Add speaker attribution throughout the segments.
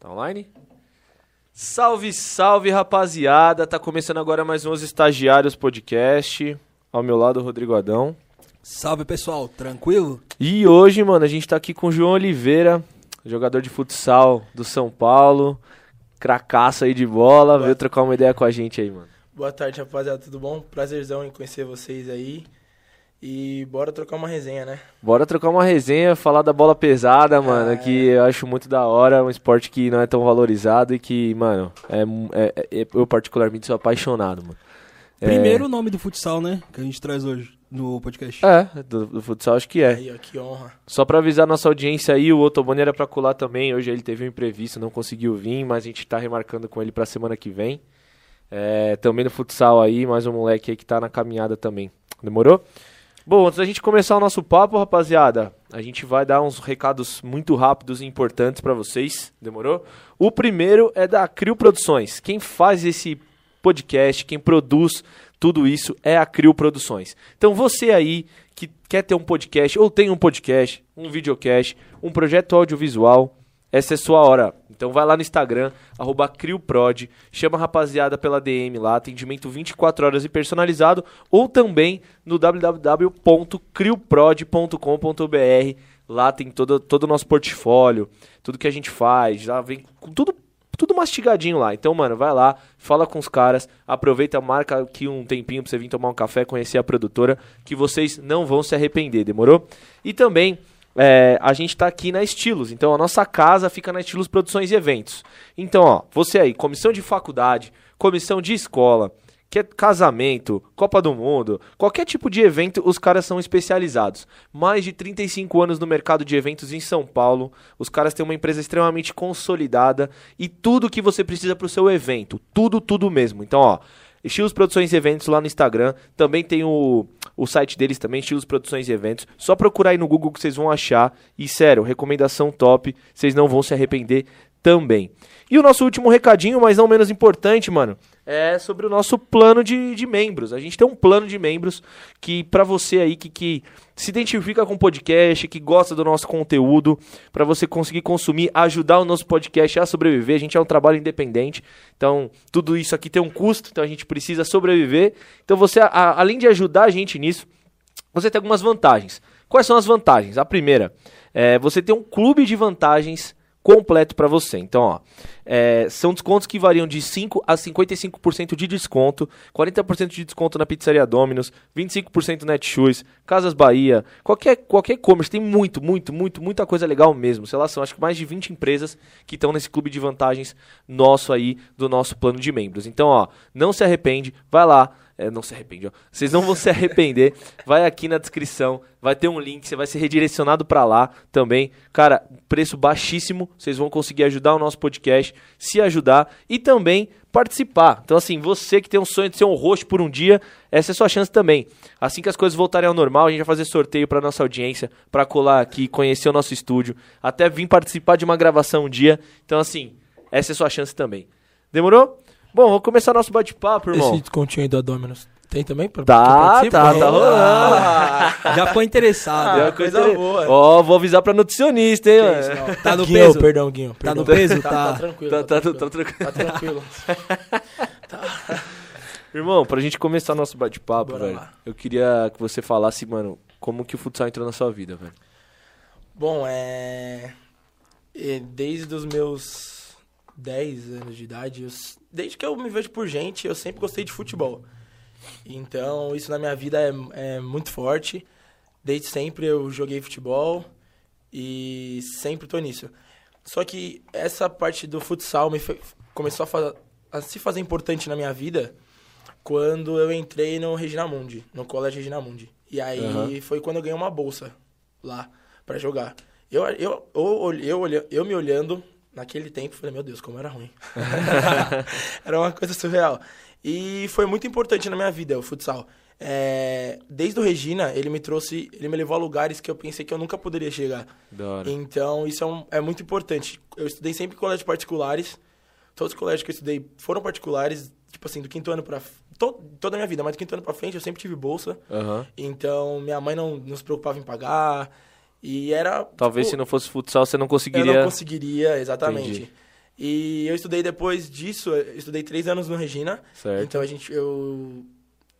Speaker 1: Tá online? Salve, salve, rapaziada! Tá começando agora mais um Os Estagiários Podcast. Ao meu lado, Rodrigo Adão.
Speaker 2: Salve pessoal, tranquilo?
Speaker 1: E hoje, mano, a gente tá aqui com o João Oliveira, jogador de futsal do São Paulo, cracaço aí de bola, veio trocar uma ideia com a gente aí, mano.
Speaker 3: Boa tarde, rapaziada, tudo bom? Prazerzão em conhecer vocês aí. E bora trocar uma resenha, né?
Speaker 1: Bora trocar uma resenha, falar da bola pesada, mano, que eu acho muito da hora, um esporte que não é tão valorizado e que, mano, é, mu- é- é- eu particularmente sou apaixonado, mano. É-
Speaker 2: Primeiro o nome do futsal, né? Que a gente traz hoje no podcast.
Speaker 1: É, do, do futsal acho que é.
Speaker 3: Aí, ó, que honra.
Speaker 1: Só pra avisar nossa audiência aí, o Otoboni era pra colar também. Hoje ele teve um imprevisto, não conseguiu vir, mas a gente tá remarcando com ele pra semana que vem. É, também no futsal aí, mais um moleque aí que tá na caminhada também. Demorou? Bom, antes da gente começar o nosso papo, rapaziada, a gente vai dar uns recados muito rápidos e importantes pra vocês. Demorou? O primeiro é da Crio Produções. Quem faz esse podcast, quem produz tudo isso é a Crio Produções. Então você aí que quer ter um podcast, ou tem um podcast, um videocast, um projeto audiovisual, essa é sua hora. Então vai lá no Instagram, arroba CrioProd, chama a rapaziada pela DM lá, atendimento 24 horas e personalizado, ou também no www.crioprod.com.br. Lá tem todo, todo o nosso portfólio, tudo que a gente faz, lá vem com tudo tudo mastigadinho lá. Então, mano, vai lá, fala com os caras, aproveita, marca aqui um tempinho pra você vir tomar um café, conhecer a produtora, que vocês não vão se arrepender, demorou? E também, é, a gente tá aqui na Estilos, então a nossa casa fica na Estilos Produções e Eventos. Então, ó, você aí, comissão de faculdade, comissão de escola, que é casamento, Copa do Mundo, qualquer tipo de evento, os caras são especializados. Mais de 35 anos no mercado de eventos em São Paulo, os caras têm uma empresa extremamente consolidada e tudo que você precisa para o seu evento, tudo, tudo mesmo. Então, ó, Estilos Produções e Eventos lá no Instagram, também tem o, o site deles também, Estilos Produções e Eventos. Só procurar aí no Google que vocês vão achar. E sério, recomendação top, vocês não vão se arrepender também. E o nosso último recadinho, mas não menos importante, mano, é sobre o nosso plano de, de membros. A gente tem um plano de membros que, pra você aí que, que se identifica com o podcast, que gosta do nosso conteúdo, pra você conseguir consumir, ajudar o nosso podcast a sobreviver. A gente é um trabalho independente, então tudo isso aqui tem um custo, então a gente precisa sobreviver. Então você, a- além de ajudar a gente nisso, você tem algumas vantagens. Quais são as vantagens? A primeira é você tem um clube de vantagens completo para você. Então, ó, é, são descontos que variam de 5 a 55% de desconto, 40% de desconto na pizzaria Domino's, 25% Netshoes, Casas Bahia, qualquer qualquer e-commerce, tem muito, muito, muito, muita coisa legal mesmo. Sei lá, são acho que mais de 20 empresas que estão nesse clube de vantagens nosso aí do nosso plano de membros. Então, ó, não se arrepende, vai lá é, não se arrepende, ó. Vocês não vão se arrepender. Vai aqui na descrição, vai ter um link, você vai ser redirecionado pra lá também. Cara, preço baixíssimo, vocês vão conseguir ajudar o nosso podcast, se ajudar e também participar. Então assim, você que tem um sonho de ser um host por um dia, essa é a sua chance também. Assim que as coisas voltarem ao normal, a gente vai fazer sorteio pra nossa audiência, pra colar aqui, conhecer o nosso estúdio, até vir participar de uma gravação um dia. Então assim, essa é a sua chance também. Demorou? Bom, vou começar nosso bate-papo, irmão.
Speaker 3: Esse descontinho aí da Dominus tem também? Pra Ah,
Speaker 1: Tá,
Speaker 3: quem
Speaker 1: tá,
Speaker 3: participa?
Speaker 1: tá rolando.
Speaker 2: Já foi interessado.
Speaker 1: Deu uma
Speaker 3: Ah, coisa
Speaker 1: inter-
Speaker 3: boa.
Speaker 1: Ó, vou avisar pra nutricionista, hein, mano.
Speaker 2: Tá no
Speaker 3: Guinho,
Speaker 2: peso?
Speaker 3: perdão, Guinho.
Speaker 2: Tá no
Speaker 3: perdão.
Speaker 2: peso?
Speaker 3: Tá,
Speaker 2: Tá.
Speaker 3: tranquilo.
Speaker 1: Tá, tá, tá, tá
Speaker 3: tranquilo.
Speaker 1: tranquilo.
Speaker 3: Tá tranquilo.
Speaker 1: Irmão, pra gente começar nosso bate-papo,
Speaker 3: Bora
Speaker 1: velho,
Speaker 3: lá.
Speaker 1: eu queria que você falasse, mano, como que o futsal entrou na sua vida, velho.
Speaker 3: Bom, é... é, Desde os meus 10 anos de idade, eu s- desde que eu me vejo por gente, eu sempre gostei de futebol. Então, isso na minha vida é, é muito forte. Desde sempre eu joguei futebol e sempre tô nisso. Só que essa parte do futsal me fe- começou a, fa- a se fazer importante na minha vida quando eu entrei no Regina Mundi, no Colégio Regina Mundi. E aí
Speaker 1: Aham.
Speaker 3: foi quando eu ganhei uma bolsa lá pra jogar. Eu, eu, eu, eu, olha- eu me olhando naquele tempo, falei, meu Deus, como era ruim. era uma coisa surreal. E foi muito importante na minha vida o futsal. É, desde o Regina, ele me trouxe, ele me levou a lugares que eu pensei que eu nunca poderia chegar.
Speaker 1: Da hora.
Speaker 3: Então, isso é, um- é muito importante. Eu estudei sempre em colégios particulares. Todos os colégios que eu estudei foram particulares, tipo assim, do quinto ano pra. f- To, toda a minha vida, mas do quinto ano pra frente eu sempre tive bolsa.
Speaker 1: Aham.
Speaker 3: Então, minha mãe não, não se preocupava em pagar. E era.
Speaker 1: Talvez se
Speaker 3: tipo,
Speaker 1: não fosse futsal, você não conseguiria...
Speaker 3: eu não conseguiria, exatamente.
Speaker 1: Entendi.
Speaker 3: E eu estudei depois disso, eu estudei três anos no Regina.
Speaker 1: Certo.
Speaker 3: Então a gente, eu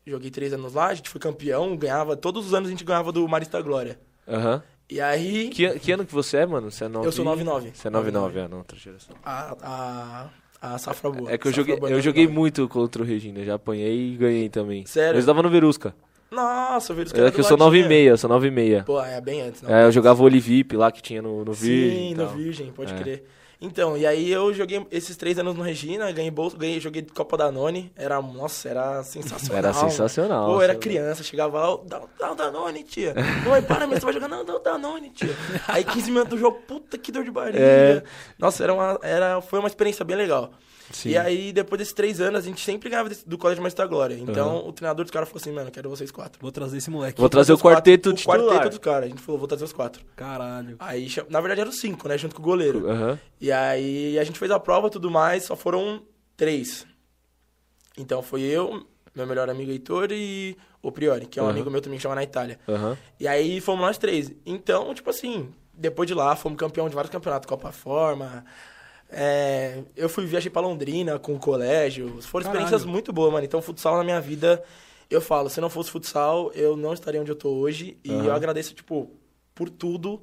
Speaker 3: joguei três anos lá, a gente foi campeão, ganhava, todos os anos a gente ganhava do Marista Glória.
Speaker 1: Aham.
Speaker 3: E aí,
Speaker 1: Que, que ano que você é, mano? Você é 9...
Speaker 3: Então- eu sou 99.
Speaker 1: Você é 99, é, não, outra geração.
Speaker 3: A, a, a safra boa.
Speaker 1: É que eu
Speaker 3: Safra
Speaker 1: joguei,
Speaker 3: boa,
Speaker 1: eu
Speaker 3: 99.
Speaker 1: joguei muito contra o Regina, já apanhei e ganhei também.
Speaker 3: Sério?
Speaker 1: Eu estudava no Verusca.
Speaker 3: Nossa, velho, os caras
Speaker 1: É que eu
Speaker 3: do
Speaker 1: sou
Speaker 3: ladinho,
Speaker 1: 9,5, eu sou 9,6.
Speaker 3: né? Pô, é bem antes. não.
Speaker 1: É, eu jogava o Olivip lá que tinha no, no Virgem.
Speaker 3: Sim,
Speaker 1: e
Speaker 3: no
Speaker 1: tal.
Speaker 3: Virgem, pode
Speaker 1: É.
Speaker 3: crer. Então, e aí eu joguei esses três anos no Regina, ganhei bolsa, ganhei, joguei Copa da None, era, nossa, era sensacional.
Speaker 1: Era sensacional. assim.
Speaker 3: Pô, eu era
Speaker 1: sabe?
Speaker 3: criança, chegava lá, dá, um, dá o Danone, tia. Mãe, para, mas você vai jogar, não, dá o Danone, tia. Aí 15 minutos do jogo, puta que dor de barriga.
Speaker 1: É.
Speaker 3: Nossa, era uma, era, foi uma experiência bem legal.
Speaker 1: Sim.
Speaker 3: E aí, depois desses três anos, a gente sempre ganhava desse- do Colégio Mestre da Glória. Então, o treinador dos caras falou assim, mano, quero vocês quatro.
Speaker 2: Vou trazer esse moleque.
Speaker 1: Vou trazer o
Speaker 3: Os quatro-
Speaker 1: quarteto
Speaker 3: o
Speaker 1: titular.
Speaker 3: quarteto dos caras. A gente falou, vou trazer os quatro.
Speaker 2: Caralho.
Speaker 3: Aí, cha- na verdade, eram cinco, né? Junto com o goleiro.
Speaker 1: Aham.
Speaker 3: E aí a gente fez a prova e tudo mais, só foram três. Então foi eu, meu melhor amigo Heitor e o Priori, que é um
Speaker 1: Aham.
Speaker 3: amigo meu também que chama na Itália.
Speaker 1: Aham.
Speaker 3: E aí fomos nós três. Então, tipo assim, depois de lá, fomos campeão de vários campeonatos, Copa Forma. é, eu fui viajar pra Londrina com o colégio. Foram
Speaker 2: Caralho.
Speaker 3: experiências muito boas, mano. Então, futsal na minha vida, eu falo, se não fosse futsal, eu não estaria onde eu tô hoje. E
Speaker 1: Aham.
Speaker 3: eu agradeço, tipo, por tudo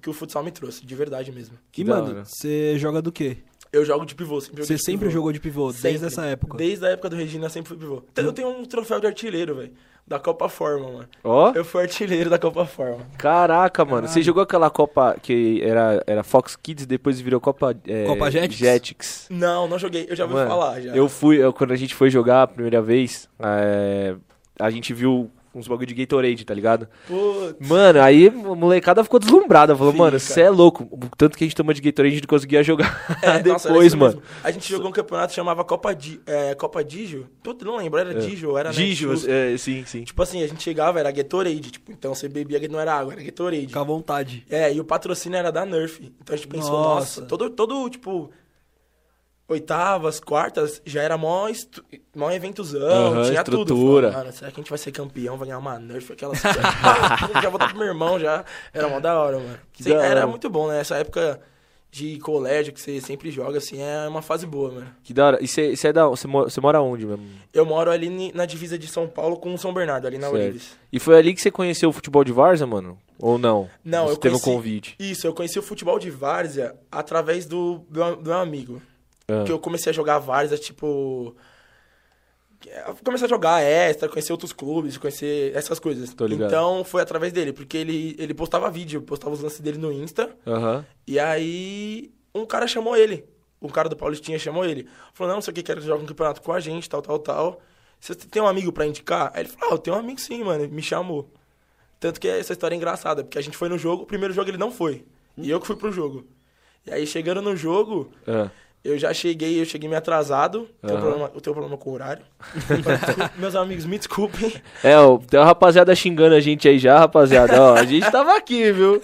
Speaker 3: que o futsal me trouxe, de verdade mesmo.
Speaker 1: Que
Speaker 2: Que
Speaker 1: da
Speaker 2: mano,
Speaker 1: hora.
Speaker 2: você joga do quê?
Speaker 3: Eu jogo de pivô. Sempre joguei
Speaker 2: Você
Speaker 3: de
Speaker 2: sempre
Speaker 3: pivô.
Speaker 2: jogou de pivô, desde
Speaker 3: Sempre.
Speaker 2: essa época. Hum.
Speaker 3: Desde a época do Regina, eu sempre fui pivô. Então, eu tenho um troféu de artilheiro, velho. Da Copa Forma, mano.
Speaker 1: Ó,
Speaker 3: Eu fui artilheiro da Copa Forma.
Speaker 1: caraca, mano. Você
Speaker 2: Caralho.
Speaker 1: jogou aquela Copa que era, era Fox Kids, depois virou Copa, é,
Speaker 2: Copa Jetix?
Speaker 1: Jetix.
Speaker 3: Não, não joguei. Eu já ouvi
Speaker 1: Mano,
Speaker 3: falar, já.
Speaker 1: Eu fui, eu- quando a gente foi jogar a primeira vez, é, a gente viu uns bagulho de Gatorade, tá ligado?
Speaker 3: Putz.
Speaker 1: Mano, aí a molecada ficou deslumbrada. Falou,
Speaker 3: Fica.
Speaker 1: mano, você é louco. O tanto que a gente toma de Gatorade, a gente não conseguia jogar
Speaker 3: É, nossa, era
Speaker 1: Ah, depois,
Speaker 3: isso
Speaker 1: mano.
Speaker 3: mesmo. A gente jogou um campeonato que chamava Copa, Di, é, Copa Digio. Puta, não lembro. Era
Speaker 1: É.
Speaker 3: Digio ou era
Speaker 1: Gijo,
Speaker 3: Netshoes.
Speaker 1: é, sim, sim.
Speaker 3: Tipo assim, a gente chegava, era Gatorade. Tipo, então você bebia, não era água, era Gatorade.
Speaker 2: Fica à vontade.
Speaker 3: É, e o patrocínio era da Nerf. Então a gente pensou,
Speaker 2: Nossa.
Speaker 3: nossa, todo, todo tipo. Oitavas, quartas, já era mó, estu... mó eventozão,
Speaker 1: Aham,
Speaker 3: tinha
Speaker 1: estrutura.
Speaker 3: tudo. Falei, Mano, será que a gente vai ser campeão, vai ganhar uma Nerf, aquelas... Ah, já vou dar pro meu irmão, já. Era mó da hora, mano. Sim,
Speaker 1: da hora.
Speaker 3: era muito bom, né? Essa época de colégio que você sempre joga, assim, é uma fase boa, mano.
Speaker 1: Que da hora. E você é da Você mora, cê mora onde mesmo?
Speaker 3: Eu moro ali ni- na divisa de São Paulo com o São Bernardo, ali na
Speaker 1: Certo.
Speaker 3: Urives.
Speaker 1: E foi ali que você conheceu o futebol de Varza, mano? Ou não?
Speaker 3: Não,
Speaker 1: você
Speaker 3: eu
Speaker 1: teve
Speaker 3: conheci-
Speaker 1: um convite.
Speaker 3: Isso, eu conheci o futebol de várzea através do, do, do meu amigo.
Speaker 1: Ah,
Speaker 3: que eu comecei a jogar várzea, tipo. eu Comecei a jogar extra, conhecer outros clubes, conhecer essas coisas.
Speaker 1: Tô ligado.
Speaker 3: Então foi através dele, porque ele, ele postava vídeo, postava os lances dele no Insta.
Speaker 1: Aham.
Speaker 3: E aí um cara chamou ele. Um cara do Paulistinha chamou ele. Falou, não, não sei o que, quero que jogue um campeonato com a gente, tal, tal, tal. Você tem um amigo pra indicar? Aí ele falou, ah, eu tenho um amigo sim, mano. Me chamou. Tanto que essa história é engraçada, porque a gente foi no jogo, o primeiro jogo ele não foi. E eu que fui pro jogo. E aí chegando no jogo,
Speaker 1: ah.
Speaker 3: eu já cheguei, eu cheguei meio atrasado. Eu Tenho
Speaker 1: Aham.
Speaker 3: problema, eu tenho um problema com o horário. Meus amigos, me desculpem.
Speaker 1: É, ó, tem uma rapaziada xingando a gente aí já, rapaziada. Ó, a gente tava aqui, viu?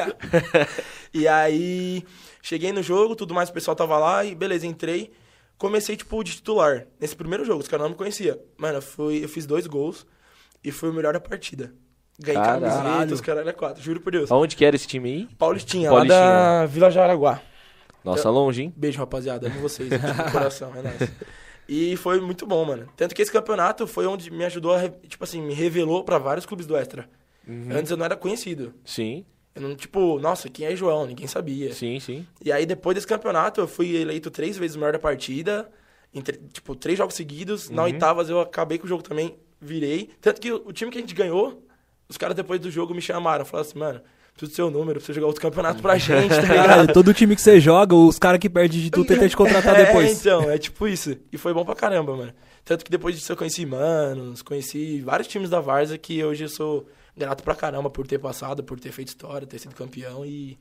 Speaker 3: E aí, cheguei no jogo, tudo mais, o pessoal tava lá e beleza, entrei. Comecei, tipo, de titular. Nesse primeiro jogo, os caras não me conheciam. Mano, eu, fui, eu fiz dois gols e fui o melhor da partida. Ganhei
Speaker 1: Caralho.
Speaker 3: camiseta, os caras eram quatro, juro por Deus.
Speaker 1: Aonde que era esse time aí?
Speaker 3: Paulistinha,
Speaker 1: Paulistinha.
Speaker 3: lá da Vila Jaraguá.
Speaker 1: Nossa, longe, hein?
Speaker 3: Beijo, rapaziada. Amo vocês. de coração, é nóis. E foi muito bom, mano. Tanto que esse campeonato foi onde me ajudou, a, re- tipo assim, me revelou pra vários clubes do Extra. Antes eu não era conhecido.
Speaker 1: Sim,
Speaker 3: Eu não, tipo, nossa, quem é João? Ninguém sabia.
Speaker 1: sim, sim.
Speaker 3: E aí, depois desse campeonato, eu fui eleito três vezes o melhor da partida. em tre- tipo, três jogos seguidos. Na oitavas eu acabei com o jogo também, virei. Tanto que o, o time que a gente ganhou, os caras depois do jogo me chamaram. Falaram assim, mano, preciso do seu número, preciso jogar outro campeonato pra gente, tá ligado?
Speaker 2: Caralho, todo time que você joga, os caras que perdem de tudo tentam te contratar
Speaker 3: É,
Speaker 2: depois.
Speaker 3: então, é tipo isso. E foi bom pra caramba, mano. Tanto que depois disso eu conheci Manos, conheci vários times da Varza que hoje eu sou grato pra caramba por ter passado, por ter feito história, ter sido campeão e.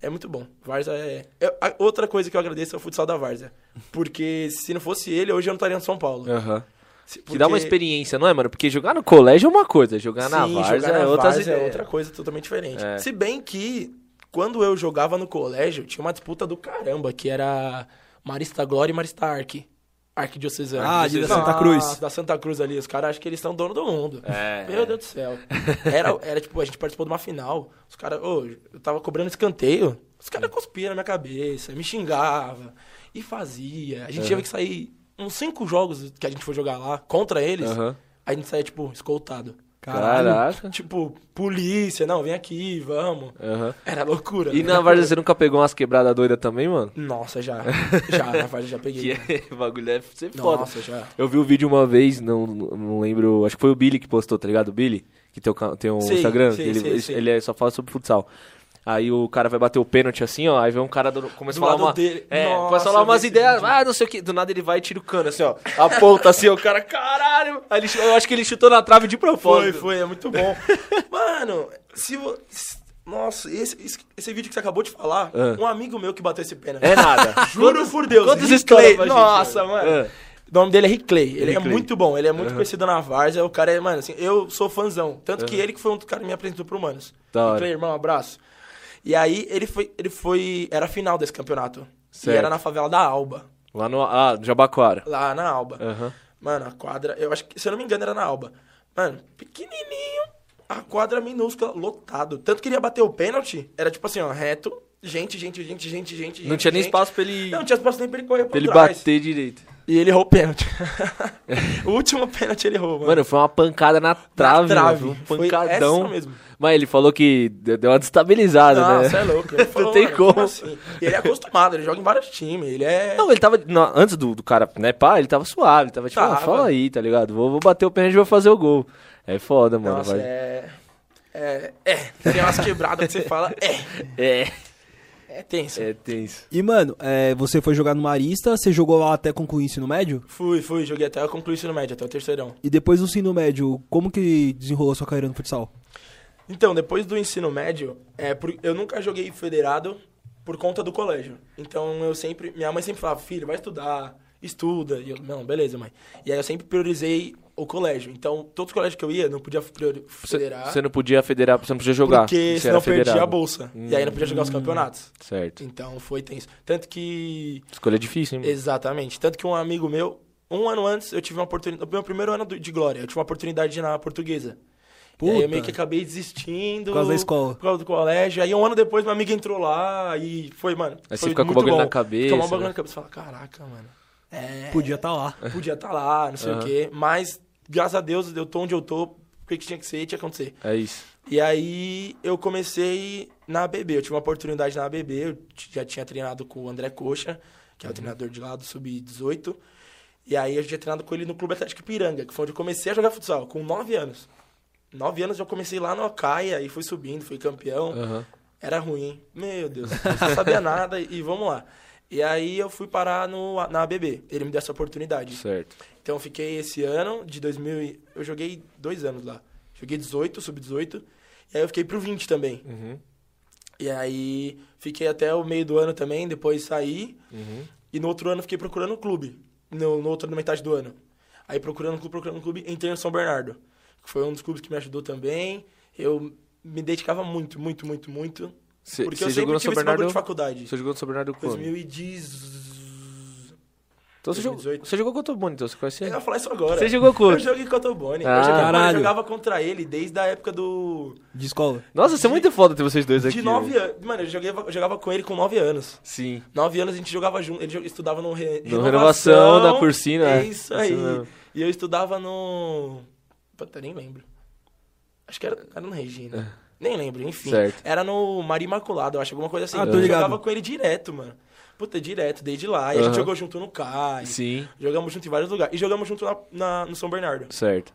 Speaker 3: É muito bom. Varza é. é- a- outra coisa que eu agradeço é o futsal da Varza. Porque se não fosse ele, hoje eu não estaria no São Paulo.
Speaker 1: Aham.
Speaker 3: Se-
Speaker 1: Que É. dá uma
Speaker 3: porque-
Speaker 1: experiência, não é, mano? Porque jogar no colégio é uma coisa, jogar na
Speaker 3: Sim,
Speaker 1: várzea
Speaker 3: jogar na
Speaker 1: é outras
Speaker 3: várzea
Speaker 1: ideias.
Speaker 3: é outra coisa totalmente diferente.
Speaker 1: É.
Speaker 3: Se bem que quando eu jogava no colégio, tinha uma disputa do caramba, que era Marista Glória e Marista Arque. Arquidiocesano.
Speaker 2: Ah, de da
Speaker 3: Nossa,
Speaker 2: Santa Cruz.
Speaker 3: Da Santa Cruz ali. Os caras acham que eles são dono do mundo.
Speaker 1: É.
Speaker 3: Meu Deus do céu. Era, era tipo, a gente participou de uma final. Os caras, ô, eu tava cobrando escanteio. Os caras cuspiam na minha cabeça, me xingava e fazia. A gente
Speaker 1: Aham.
Speaker 3: tinha que sair uns cinco jogos que a gente foi jogar lá contra eles.
Speaker 1: Aham.
Speaker 3: A gente saía, tipo, escoltado.
Speaker 1: Caraca.
Speaker 3: Tipo, polícia, não, vem aqui, vamos.
Speaker 1: Aham.
Speaker 3: Era loucura. né?
Speaker 1: E na Varsa você nunca pegou umas quebradas doidas também, mano?
Speaker 3: Nossa, já. Já, na verdade, já
Speaker 1: Que
Speaker 3: peguei.
Speaker 1: é, o bagulho é ser foda.
Speaker 3: Nossa, já.
Speaker 1: Eu vi o vídeo uma vez, não, não lembro, acho que foi o Billy que postou, tá ligado? O Billy, que tem, o ca- tem um
Speaker 3: Sei,
Speaker 1: Instagram,
Speaker 3: sei,
Speaker 1: que ele,
Speaker 3: sei, sei.
Speaker 1: ele é- só fala sobre futsal. Aí o cara vai bater o pênalti assim, ó, aí vem um cara, do, começa
Speaker 3: Do
Speaker 1: a falar
Speaker 3: lado
Speaker 1: uma...
Speaker 3: dele.
Speaker 1: É,
Speaker 3: Nossa,
Speaker 1: começa a falar
Speaker 3: eu vi
Speaker 1: umas
Speaker 3: esse
Speaker 1: ideias,
Speaker 3: vídeo.
Speaker 1: ah, não sei o que, do nada ele vai e tira o cano, assim, ó, aponta assim, ó, o cara, caralho! Aí ele chu- eu acho que ele chutou na trave de
Speaker 3: Foi,
Speaker 1: propósito.
Speaker 3: foi, é muito bom. Mano, se vo... s- Nossa, esse, esse, esse vídeo que você acabou de falar,
Speaker 1: Ah.
Speaker 3: um amigo meu que bateu esse pênalti.
Speaker 1: É nada.
Speaker 3: Juro por Deus.
Speaker 1: Quantos
Speaker 3: Rick
Speaker 1: stories
Speaker 3: Clay.
Speaker 1: pra gente,
Speaker 3: Nossa,
Speaker 1: mano?
Speaker 3: mano.
Speaker 1: É.
Speaker 3: O nome dele é Rick Clay. Ele
Speaker 1: Rick
Speaker 3: é
Speaker 1: Clay.
Speaker 3: muito bom, ele é muito conhecido na Varsa. O cara é, mano, assim, eu sou fãzão. Tanto que ele que foi um dos caras que me apresentou pro Manos.
Speaker 1: Da hora.
Speaker 3: Rick Clay, irmão, um abraço. E aí ele foi, ele foi. Era a final desse campeonato.
Speaker 1: Certo.
Speaker 3: E era na favela da Alba.
Speaker 1: Lá no, ah, no Jabaquara.
Speaker 3: Lá na Alba.
Speaker 1: Aham.
Speaker 3: Mano, a quadra, eu acho que, se eu não me engano, era na Alba. Mano, pequenininho, a quadra minúscula, lotado. Tanto que ele ia bater o pênalti, era tipo assim, ó, reto, gente, gente, gente, gente, gente.
Speaker 1: Não
Speaker 3: gente,
Speaker 1: tinha nem
Speaker 3: gente.
Speaker 1: espaço pra ele,
Speaker 3: Não tinha espaço nem pra ele correr por
Speaker 1: pra ele
Speaker 3: trás.
Speaker 1: bater direito.
Speaker 3: E ele errou o pênalti. o último pênalti ele errou, mano.
Speaker 1: Mano, foi uma pancada na trave,
Speaker 3: trave.
Speaker 1: mano, foi um
Speaker 3: Foi
Speaker 1: pancadão.
Speaker 3: essa mesmo.
Speaker 1: Mas ele falou que de- deu uma destabilizada,
Speaker 3: não,
Speaker 1: né?
Speaker 3: você é louco. Ele falou,
Speaker 1: Não tem
Speaker 3: mano, como
Speaker 1: como.
Speaker 3: assim? E Ele é acostumado, ele joga em vários times, ele é...
Speaker 1: Não, ele tava. não, antes do, do cara, né, pá, ele tava suave, ele tava tipo, ah,
Speaker 3: Tava.
Speaker 1: fala aí, tá ligado? Vou, vou bater o pênalti e vou fazer o gol. É foda, mano.
Speaker 3: Nossa,
Speaker 1: vai-
Speaker 3: é... É, é, tem umas quebradas que você fala, é,
Speaker 1: é...
Speaker 3: é tenso.
Speaker 1: é, tenso.
Speaker 2: E, mano, é, você foi jogar no Marista, você jogou lá até concluir o ensino médio?
Speaker 3: Fui, fui, joguei até eu concluir o ensino médio, até o terceirão.
Speaker 2: E depois do ensino médio, como que desenrolou sua carreira no futsal?
Speaker 3: Então, depois do ensino médio, é, por- eu nunca joguei federado por conta do colégio. Então, eu sempre... Minha mãe sempre falava, filho, vai estudar, estuda. E eu, não, beleza, mãe. E aí, eu sempre priorizei o colégio. Então, todos os colégios que eu ia, não podia priori-
Speaker 1: Você,
Speaker 3: federar.
Speaker 1: você não podia federar, você não podia jogar.
Speaker 3: Porque
Speaker 1: você
Speaker 3: senão
Speaker 1: era federado. Hum.
Speaker 3: perdia a bolsa. E aí, não podia jogar os campeonatos.
Speaker 1: Certo.
Speaker 3: Então, foi tenso. Tanto que...
Speaker 1: Escolha difícil, hein? mano?
Speaker 3: Exatamente. Tanto que um amigo meu, um ano antes, eu tive uma oportunidade. No meu primeiro ano do- de glória, eu tive uma oportunidade na portuguesa. E aí eu
Speaker 2: Puta.
Speaker 3: meio que acabei desistindo.
Speaker 2: Por causa da escola.
Speaker 3: Por causa do colégio. Aí um ano depois, meu amigo entrou lá e foi, mano.
Speaker 1: Aí você
Speaker 3: foi
Speaker 1: fica com o
Speaker 3: muito
Speaker 1: bagulho
Speaker 3: bom.
Speaker 1: na cabeça,
Speaker 3: Fica com o bagulho
Speaker 1: né?
Speaker 3: na cabeça. Fala, caraca, mano. É,
Speaker 2: Podia estar lá.
Speaker 3: podia estar lá, não sei o
Speaker 1: Aham.
Speaker 3: quê. Mas, graças a Deus, eu tô onde eu tô. O que que tinha que ser, tinha que acontecer.
Speaker 1: É isso.
Speaker 3: E aí eu comecei na ABB. Eu tive uma oportunidade na ABB. Eu t- já tinha treinado com o André Coxa, que é o treinador de lá do Sub-18. E aí eu já tinha treinado com ele no Clube Atlético Piranga, que foi onde eu comecei a jogar futsal, com 9 anos. 9 anos eu comecei lá no Ocaia e fui subindo, fui campeão.
Speaker 1: Aham.
Speaker 3: Era ruim, hein? Meu Deus, não sabia nada e vamos lá. E aí eu fui parar no, na ABB. Ele me deu essa oportunidade.
Speaker 1: Certo.
Speaker 3: Então eu fiquei esse ano de 2000. e- Eu joguei dois anos lá. Joguei 18, sub-18. E aí eu fiquei pro 20 também.
Speaker 1: Uhum.
Speaker 3: E aí fiquei até o meio do ano também, depois saí.
Speaker 1: Uhum.
Speaker 3: E no outro ano eu fiquei procurando um clube. No, no outro, na metade do ano. Aí procurando um clube, procurando um clube, entrei no São Bernardo. Que foi um dos clubes que me ajudou também. Eu me dedicava muito, muito, muito, muito.
Speaker 1: Você
Speaker 3: porque
Speaker 1: você
Speaker 3: eu
Speaker 1: jogou
Speaker 3: sempre
Speaker 1: no
Speaker 3: tive
Speaker 1: São
Speaker 3: esse bagulho
Speaker 1: Bernardo?
Speaker 3: de faculdade.
Speaker 1: Você jogou no São Bernardo quando?
Speaker 3: 2018.
Speaker 1: Então você jogou,
Speaker 3: 2018.
Speaker 1: você jogou contra o Bonito, você conhece ele?
Speaker 3: Eu ia falar isso agora.
Speaker 1: Você jogou
Speaker 3: Eu
Speaker 1: contra?
Speaker 3: joguei contra o Bonnie.
Speaker 1: Ah,
Speaker 3: eu, joguei, mano,
Speaker 2: caralho.
Speaker 3: eu jogava contra ele desde a época do.
Speaker 2: De escola.
Speaker 1: Nossa, você é muito foda ter vocês dois aqui.
Speaker 3: de 9
Speaker 1: velho.
Speaker 3: anos. Mano, eu, joguei, eu jogava com ele com 9 anos.
Speaker 1: Sim.
Speaker 3: 9 anos a gente jogava junto. Ele jo- estudava no, re,
Speaker 1: No Renovação, na Cursina, é.
Speaker 3: É isso aí.
Speaker 1: Isso mesmo.
Speaker 3: e eu estudava no. Puta, nem lembro. Acho que era, era no Regina. Nem lembro, enfim.
Speaker 1: É. Certo.
Speaker 3: Era no Maria Imaculada, eu acho, alguma coisa assim.
Speaker 2: Ah, tô
Speaker 3: eu
Speaker 2: ligado.
Speaker 3: jogava com ele direto, mano. Puta, direto, desde lá. E a
Speaker 1: Aham.
Speaker 3: gente jogou junto no CAI.
Speaker 1: Sim.
Speaker 3: Jogamos junto em vários lugares. E jogamos junto na, na- no São Bernardo.
Speaker 1: Certo.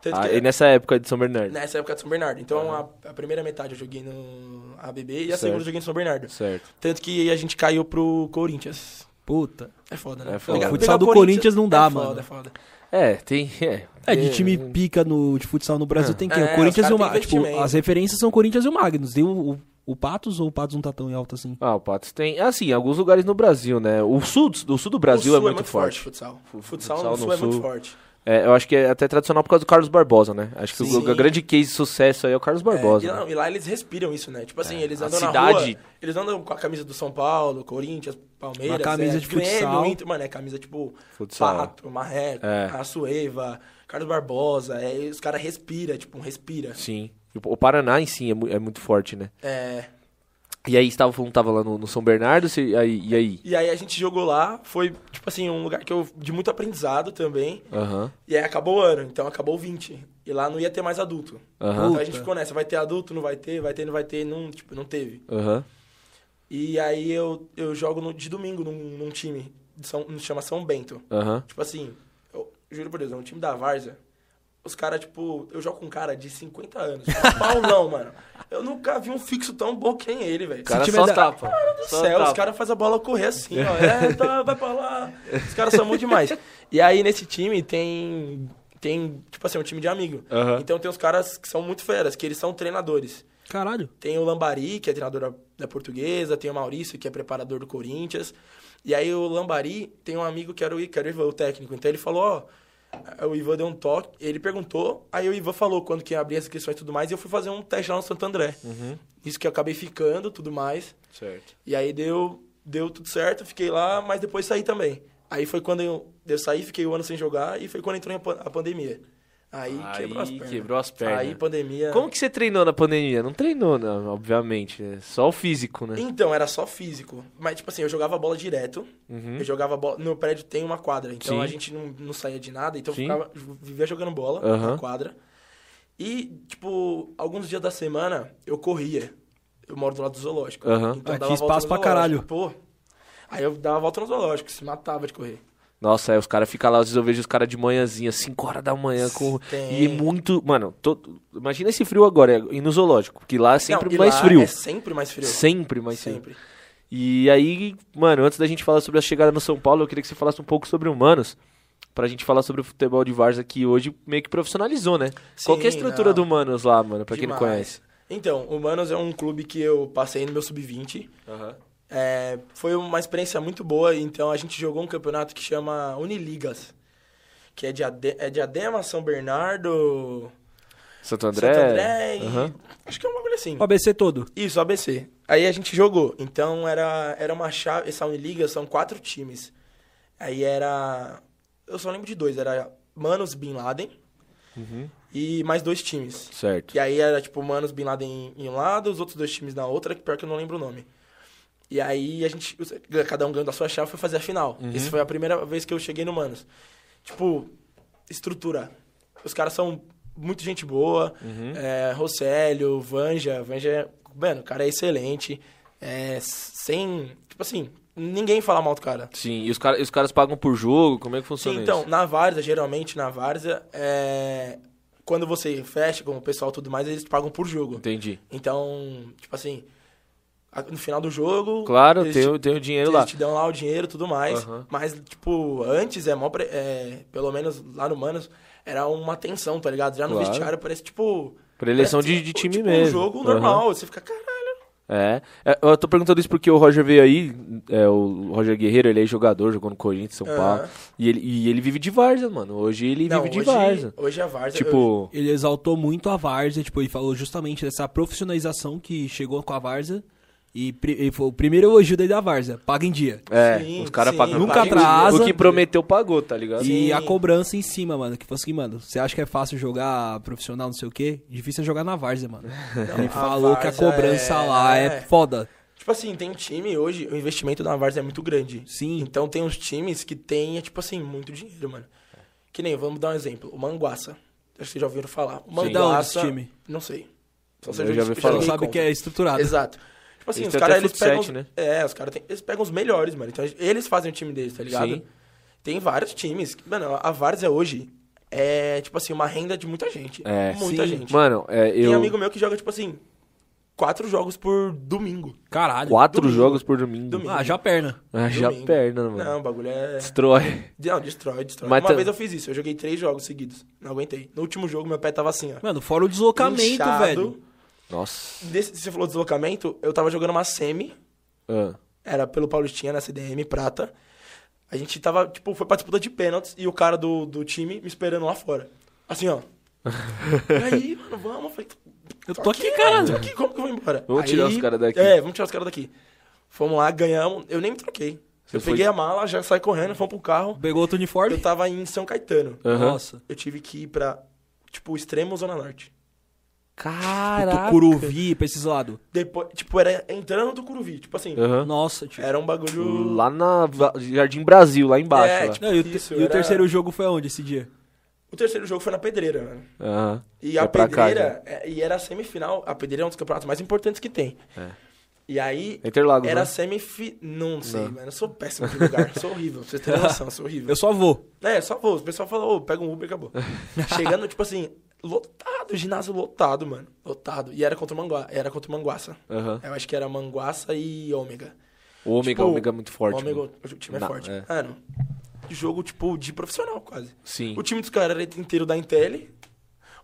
Speaker 3: Tanto
Speaker 1: Ah,
Speaker 3: que- é- Né?
Speaker 1: e nessa época de São Bernardo.
Speaker 3: Nessa época de São Bernardo. Então, a, a primeira metade eu joguei no ABB e a
Speaker 1: Certo.
Speaker 3: segunda eu joguei no São Bernardo.
Speaker 1: Certo.
Speaker 3: Tanto que a gente caiu pro Corinthians.
Speaker 2: Puta.
Speaker 3: É foda, né?
Speaker 1: É foda.
Speaker 3: Pegar-
Speaker 2: Futsal
Speaker 3: pegar
Speaker 2: do
Speaker 3: o
Speaker 2: Corinthians não dá,
Speaker 3: é foda,
Speaker 2: mano.
Speaker 3: É foda,
Speaker 1: É, tem. É,
Speaker 2: É, de
Speaker 1: É,
Speaker 2: time
Speaker 1: é.
Speaker 2: pica no, de futsal no Brasil tem quem?
Speaker 3: É,
Speaker 2: o Corinthians
Speaker 3: os
Speaker 2: e o Magnus.
Speaker 3: caras têm
Speaker 2: Tipo,
Speaker 3: investimento.
Speaker 2: as referências são o Corinthians e o Magnus. Tem o, o, o Patos ou o Patos não tá tão em alta assim?
Speaker 1: Ah, o Patos tem. Assim, em alguns lugares no Brasil, né? O sul, do- o sul do Brasil
Speaker 3: O
Speaker 1: é
Speaker 3: Sul
Speaker 1: muito, forte.
Speaker 3: futsal.
Speaker 1: Fu-
Speaker 3: Futsal, no, Sul, é muito forte.
Speaker 1: É, eu acho que é até tradicional por causa do Carlos Barbosa, né? Acho que o
Speaker 3: Sim.
Speaker 1: o grande case de sucesso aí é o Carlos Barbosa.
Speaker 3: É, e,
Speaker 1: né?
Speaker 3: não, e lá eles respiram isso, né? Tipo assim, eles
Speaker 1: a
Speaker 3: andam
Speaker 1: cidade-
Speaker 3: na rua, eles andam com a camisa do São Paulo, Corinthians, Palmeiras,
Speaker 2: Uma camisa
Speaker 3: é,
Speaker 2: de
Speaker 3: Grêmio,
Speaker 2: futsal.
Speaker 3: Inter, mano, é camisa tipo
Speaker 1: Futsal,
Speaker 3: Pato, Marreco,
Speaker 1: É.
Speaker 3: Açueva, Carlos Barbosa, é, os caras respiram, tipo, respira.
Speaker 1: Sim. E O o Paraná em si é, mu- é muito forte, né?
Speaker 3: É,
Speaker 1: E aí, estava falando, tava lá no, no São Bernardo, se- aí- e aí?
Speaker 3: E aí a gente jogou lá, foi, tipo assim, um lugar que eu, de muito aprendizado também.
Speaker 1: Aham.
Speaker 3: E aí acabou o ano, então acabou o 20. E lá não ia ter mais adulto.
Speaker 1: Aham.
Speaker 3: Então a gente
Speaker 2: Puta.
Speaker 3: ficou nessa, vai ter adulto, não vai ter, vai ter, não vai ter, não, tipo, não teve.
Speaker 1: Aham.
Speaker 3: E aí eu, eu jogo no- de domingo num, num time, de São, chama São Bento.
Speaker 1: Aham.
Speaker 3: Tipo assim, eu juro por Deus, é um time da Várzea. Os caras, tipo, eu jogo com um cara de 50 anos. Paulão, mano. Eu nunca vi um fixo tão bom que nem ele, velho.
Speaker 1: O cara
Speaker 2: tiver
Speaker 1: só
Speaker 2: da-
Speaker 1: tapa. Só
Speaker 3: céu, os
Speaker 1: tapa.
Speaker 3: caras fazem a bola correr assim, ó. É, tá, vai pra lá. Os caras são muito demais. E aí, nesse time, tem. Tem, tipo assim, um time de amigo.
Speaker 1: Aham.
Speaker 3: Então tem os caras que são muito feras, que eles são treinadores.
Speaker 2: Caralho.
Speaker 3: Tem o Lambari, que é treinador da, da portuguesa, tem o Maurício, que é preparador do Corinthians. E aí o Lambari tem um amigo que era o, I- que era o Ivan, o técnico. Então ele falou, ó. O Ivan deu um toque, ele perguntou, aí o Ivan falou quando que ia abrir as inscrições e tudo mais, e eu fui fazer um teste lá no Santo André.
Speaker 1: Uhum.
Speaker 3: Isso que eu acabei ficando, tudo mais.
Speaker 1: Certo.
Speaker 3: E aí deu, deu tudo certo, fiquei lá, mas depois saí também. Aí foi quando eu, eu saí, fiquei um ano sem jogar, e foi quando entrou a pan- a pandemia. Aí,
Speaker 1: Aí
Speaker 3: quebrou as pernas.
Speaker 1: quebrou as pernas.
Speaker 3: Aí pandemia...
Speaker 1: Como que você treinou na pandemia? Não treinou, não, obviamente. né? Só o físico, né?
Speaker 3: Então, era só físico. Mas, tipo assim, eu jogava bola direto. Eu jogava bola... No prédio tem uma quadra, então
Speaker 1: Uhum. Sim.
Speaker 3: a gente não, não saía de nada. Então, eu
Speaker 1: Sim.
Speaker 3: ficava, vivia jogando bola
Speaker 1: Aham.
Speaker 3: na quadra. E, tipo, alguns dias da semana, eu corria. Eu moro do lado do zoológico.
Speaker 1: Aham.
Speaker 3: Então,
Speaker 2: Ah,
Speaker 3: dava
Speaker 2: tinha
Speaker 3: volta
Speaker 2: espaço
Speaker 3: no
Speaker 2: pra
Speaker 3: zoológico. Pô. Aí eu dava a volta no zoológico, se matava de correr.
Speaker 1: Nossa, aí os caras ficam lá, às vezes eu vejo os caras de manhãzinha, 5 horas da manhã, com.
Speaker 3: Tem.
Speaker 1: E é muito. Mano, to- imagina esse frio agora, e no zoológico, que lá é sempre
Speaker 3: Não, e
Speaker 1: mais
Speaker 3: lá
Speaker 1: frio.
Speaker 3: É sempre mais frio.
Speaker 1: Sempre mais frio.
Speaker 3: Sempre.
Speaker 1: E aí, mano, antes da gente falar sobre a chegada no São Paulo, eu queria que você falasse um pouco sobre humanos. Pra gente falar sobre o futebol de Varsa que hoje meio que profissionalizou, né? Qual que é a
Speaker 3: Sim,
Speaker 1: estrutura
Speaker 3: não.
Speaker 1: do Manos lá, mano? Pra quem não
Speaker 3: Demais.
Speaker 1: conhece.
Speaker 3: Então, o Manos é um clube que eu passei no meu sub-20. É, foi uma experiência muito boa, então a gente jogou um campeonato que chama Uniligas, que é Diade- é Diadema, São Bernardo,
Speaker 1: Santo André.
Speaker 3: Santo André e...
Speaker 1: Aham.
Speaker 3: Acho que é um bagulho assim.
Speaker 2: O ABC todo.
Speaker 3: Isso, ABC. Aí a gente jogou, então era, era uma chave, essa Uniliga são quatro times. Aí era, eu só lembro de dois, era Manos Bin Laden
Speaker 1: Uhum.
Speaker 3: e mais dois times.
Speaker 1: Certo.
Speaker 3: E aí era, tipo, Manos Bin Laden em um lado, os outros dois times na outra, que pior que eu não lembro o nome. E aí a gente, os- cada um ganhou da sua chave foi fazer a final. Essa foi a primeira vez que eu cheguei no Manos. Tipo, estrutura. Os caras são muito gente boa. É, Rosélio, Vanja. Vanja, é- mano, o cara é excelente. É, s- sem, tipo assim, ninguém fala mal do cara.
Speaker 1: Sim, e os, cara, e os caras pagam por jogo? Como é que funciona
Speaker 3: Sim, então,
Speaker 1: isso?
Speaker 3: na Várzea, geralmente na Várzea, é, quando você fecha com o pessoal e tudo mais, eles pagam por jogo.
Speaker 1: Entendi.
Speaker 3: Então, tipo assim, a- no final do jogo.
Speaker 1: Claro,
Speaker 3: eles
Speaker 1: tem,
Speaker 3: te-
Speaker 1: o- tem o dinheiro
Speaker 3: eles
Speaker 1: lá.
Speaker 3: te dão lá o dinheiro e tudo mais.
Speaker 1: Aham.
Speaker 3: Mas, tipo, antes é mó. pre- é, pelo menos lá no Manos, era uma tensão, tá ligado? Já no
Speaker 1: Claro.
Speaker 3: vestiário parece, tipo.
Speaker 1: Pra eleição
Speaker 3: parece,
Speaker 1: de, de
Speaker 3: tipo,
Speaker 1: time
Speaker 3: tipo,
Speaker 1: mesmo.
Speaker 3: um jogo
Speaker 1: Aham.
Speaker 3: normal. Você fica, caralho.
Speaker 1: É. É, Eu tô perguntando isso porque o Roger veio aí, é, o Roger Guerreiro, ele é jogador, jogou no Corinthians, São
Speaker 3: Aham.
Speaker 1: Paulo. E ele, e ele vive de Varsa, mano. Hoje ele
Speaker 3: Não,
Speaker 1: vive de
Speaker 3: hoje,
Speaker 1: Varsa.
Speaker 3: hoje a Varsa. eu-
Speaker 1: Tipo.
Speaker 2: Ele exaltou muito a Várzea, tipo, e falou justamente dessa profissionalização que chegou com a Várzea. E, pri- e foi o primeiro elogio dele da Várzea, paga em dia.
Speaker 1: É,
Speaker 3: Sim,
Speaker 1: os caras
Speaker 3: sim,
Speaker 1: pagam.
Speaker 2: Nunca
Speaker 1: o que-
Speaker 2: atrasa.
Speaker 1: O que prometeu pagou, tá ligado?
Speaker 2: E
Speaker 3: É, Sim.
Speaker 2: a cobrança em cima, mano. Que foi assim, mano, você acha que é fácil jogar profissional, não sei o quê? Difícil é jogar na Várzea, mano. Ele
Speaker 3: a
Speaker 2: falou que a
Speaker 3: várzea
Speaker 2: cobrança
Speaker 3: é-
Speaker 2: lá é
Speaker 3: é.
Speaker 2: foda.
Speaker 3: Tipo assim, tem time hoje, o investimento da Varsa é muito grande.
Speaker 2: Sim.
Speaker 3: Então tem uns times que tem, tipo assim, muito dinheiro, mano. Que nem, vamos dar um exemplo. O Manguaça. Acho que vocês já ouviram falar. O
Speaker 2: Você dá onde
Speaker 3: Manguaça.
Speaker 2: esse time?
Speaker 3: Não sei. Só
Speaker 1: Eu
Speaker 3: sei
Speaker 1: já ouvi
Speaker 2: Você
Speaker 1: falar.
Speaker 2: não
Speaker 3: joguei
Speaker 2: sabe
Speaker 3: contra.
Speaker 2: que é estruturado.
Speaker 3: Exato. Tipo assim,
Speaker 1: Eles
Speaker 3: os
Speaker 1: têm
Speaker 3: caras,
Speaker 1: até
Speaker 3: eles
Speaker 1: futsal,
Speaker 3: pegam...
Speaker 1: né?
Speaker 3: É, os caras têm- eles pegam os melhores, mano. Então eles fazem o time deles, tá ligado?
Speaker 1: Sim.
Speaker 3: Tem vários times. que- Mano, a Várzea hoje é, tipo assim, uma renda de muita gente.
Speaker 1: É.
Speaker 3: Muita
Speaker 2: Sim.
Speaker 3: gente.
Speaker 1: Mano, é,
Speaker 3: Tem
Speaker 1: eu.
Speaker 3: amigo meu que joga, tipo assim, quatro jogos por domingo.
Speaker 2: Caralho.
Speaker 1: Quatro
Speaker 3: domingo.
Speaker 1: jogos por domingo.
Speaker 3: Domingo.
Speaker 2: Ah, já perna.
Speaker 1: Ah, já
Speaker 3: Domingo.
Speaker 1: perna, mano.
Speaker 3: Não, o bagulho é...
Speaker 1: Destrói.
Speaker 3: Não, destrói, destrói.
Speaker 1: Mas
Speaker 3: Uma
Speaker 1: tam-
Speaker 3: vez eu fiz isso, eu joguei três jogos seguidos. Não aguentei. No último jogo, meu pé tava assim, ó.
Speaker 2: Mano, fora o deslocamento,
Speaker 3: inchado.
Speaker 2: velho.
Speaker 1: Nossa.
Speaker 3: Desse- você falou deslocamento, eu tava jogando uma semi,
Speaker 1: Ah,
Speaker 3: era pelo Paulistinha né, na CDM Prata. A gente tava, tipo, foi pra disputa de pênaltis e o cara do, do time me esperando lá fora. Assim, ó. e aí, mano, vamos. Eu falei,
Speaker 2: Eu tô aqui, caralho.
Speaker 3: Tô aqui, como que eu vou embora?
Speaker 1: Vamos
Speaker 3: Aí-
Speaker 1: tirar os caras daqui.
Speaker 3: É, vamos tirar os caras daqui. Fomos lá, ganhamos. Eu nem me troquei.
Speaker 1: Você
Speaker 3: eu
Speaker 1: foi-
Speaker 3: peguei a mala, já saí correndo, fomos pro carro.
Speaker 2: Pegou outro uniforme?
Speaker 3: Eu tava em São Caetano.
Speaker 1: Aham.
Speaker 2: Nossa.
Speaker 3: Eu tive que ir pra, tipo, extremo Zona Norte.
Speaker 1: Caraca.
Speaker 2: Tucuruvi, pra esses lados.
Speaker 3: Depois, tipo, era entrando do Curuvi, tipo assim,
Speaker 1: Aham.
Speaker 2: Nossa, tio.
Speaker 3: era um bagulho...
Speaker 1: Lá na Va- Jardim Brasil, lá embaixo.
Speaker 3: É,
Speaker 1: lá.
Speaker 3: tipo-
Speaker 2: Não, e o, te-
Speaker 3: Isso,
Speaker 2: e o
Speaker 3: era-
Speaker 2: terceiro jogo foi onde esse dia?
Speaker 3: O terceiro jogo foi na Pedreira, mano.
Speaker 1: Aham.
Speaker 3: E
Speaker 1: Foi
Speaker 3: a
Speaker 1: pra cá,
Speaker 3: Pedreira, é, e era a semifinal, a Pedreira é um dos campeonatos mais importantes que tem.
Speaker 1: É.
Speaker 3: E aí,
Speaker 1: já. Interlagos,
Speaker 3: era assim.
Speaker 1: né?
Speaker 3: semifinal, não sei,
Speaker 1: Não.
Speaker 3: mano, eu sou péssimo de lugar, sou horrível, pra vocês terem noção, eu sou horrível.
Speaker 2: Eu só vou.
Speaker 3: É, só vou. O pessoal fala, ô, pega um Uber e acabou. Chegando, tipo assim, lotado, ginásio lotado, mano. Lotado. E era contra o Mangua, era contra o Manguaça.
Speaker 1: Aham.
Speaker 3: Eu acho que era Manguaça e Ômega.
Speaker 1: O ômega,
Speaker 3: Tipo,
Speaker 1: o ômega é muito forte.
Speaker 3: Ômega,
Speaker 1: mano.
Speaker 3: o time é
Speaker 1: Não,
Speaker 3: forte.
Speaker 1: é.
Speaker 3: Mano, jogo, tipo, de profissional, quase.
Speaker 1: Sim.
Speaker 3: O time dos caras era inteiro da Intel.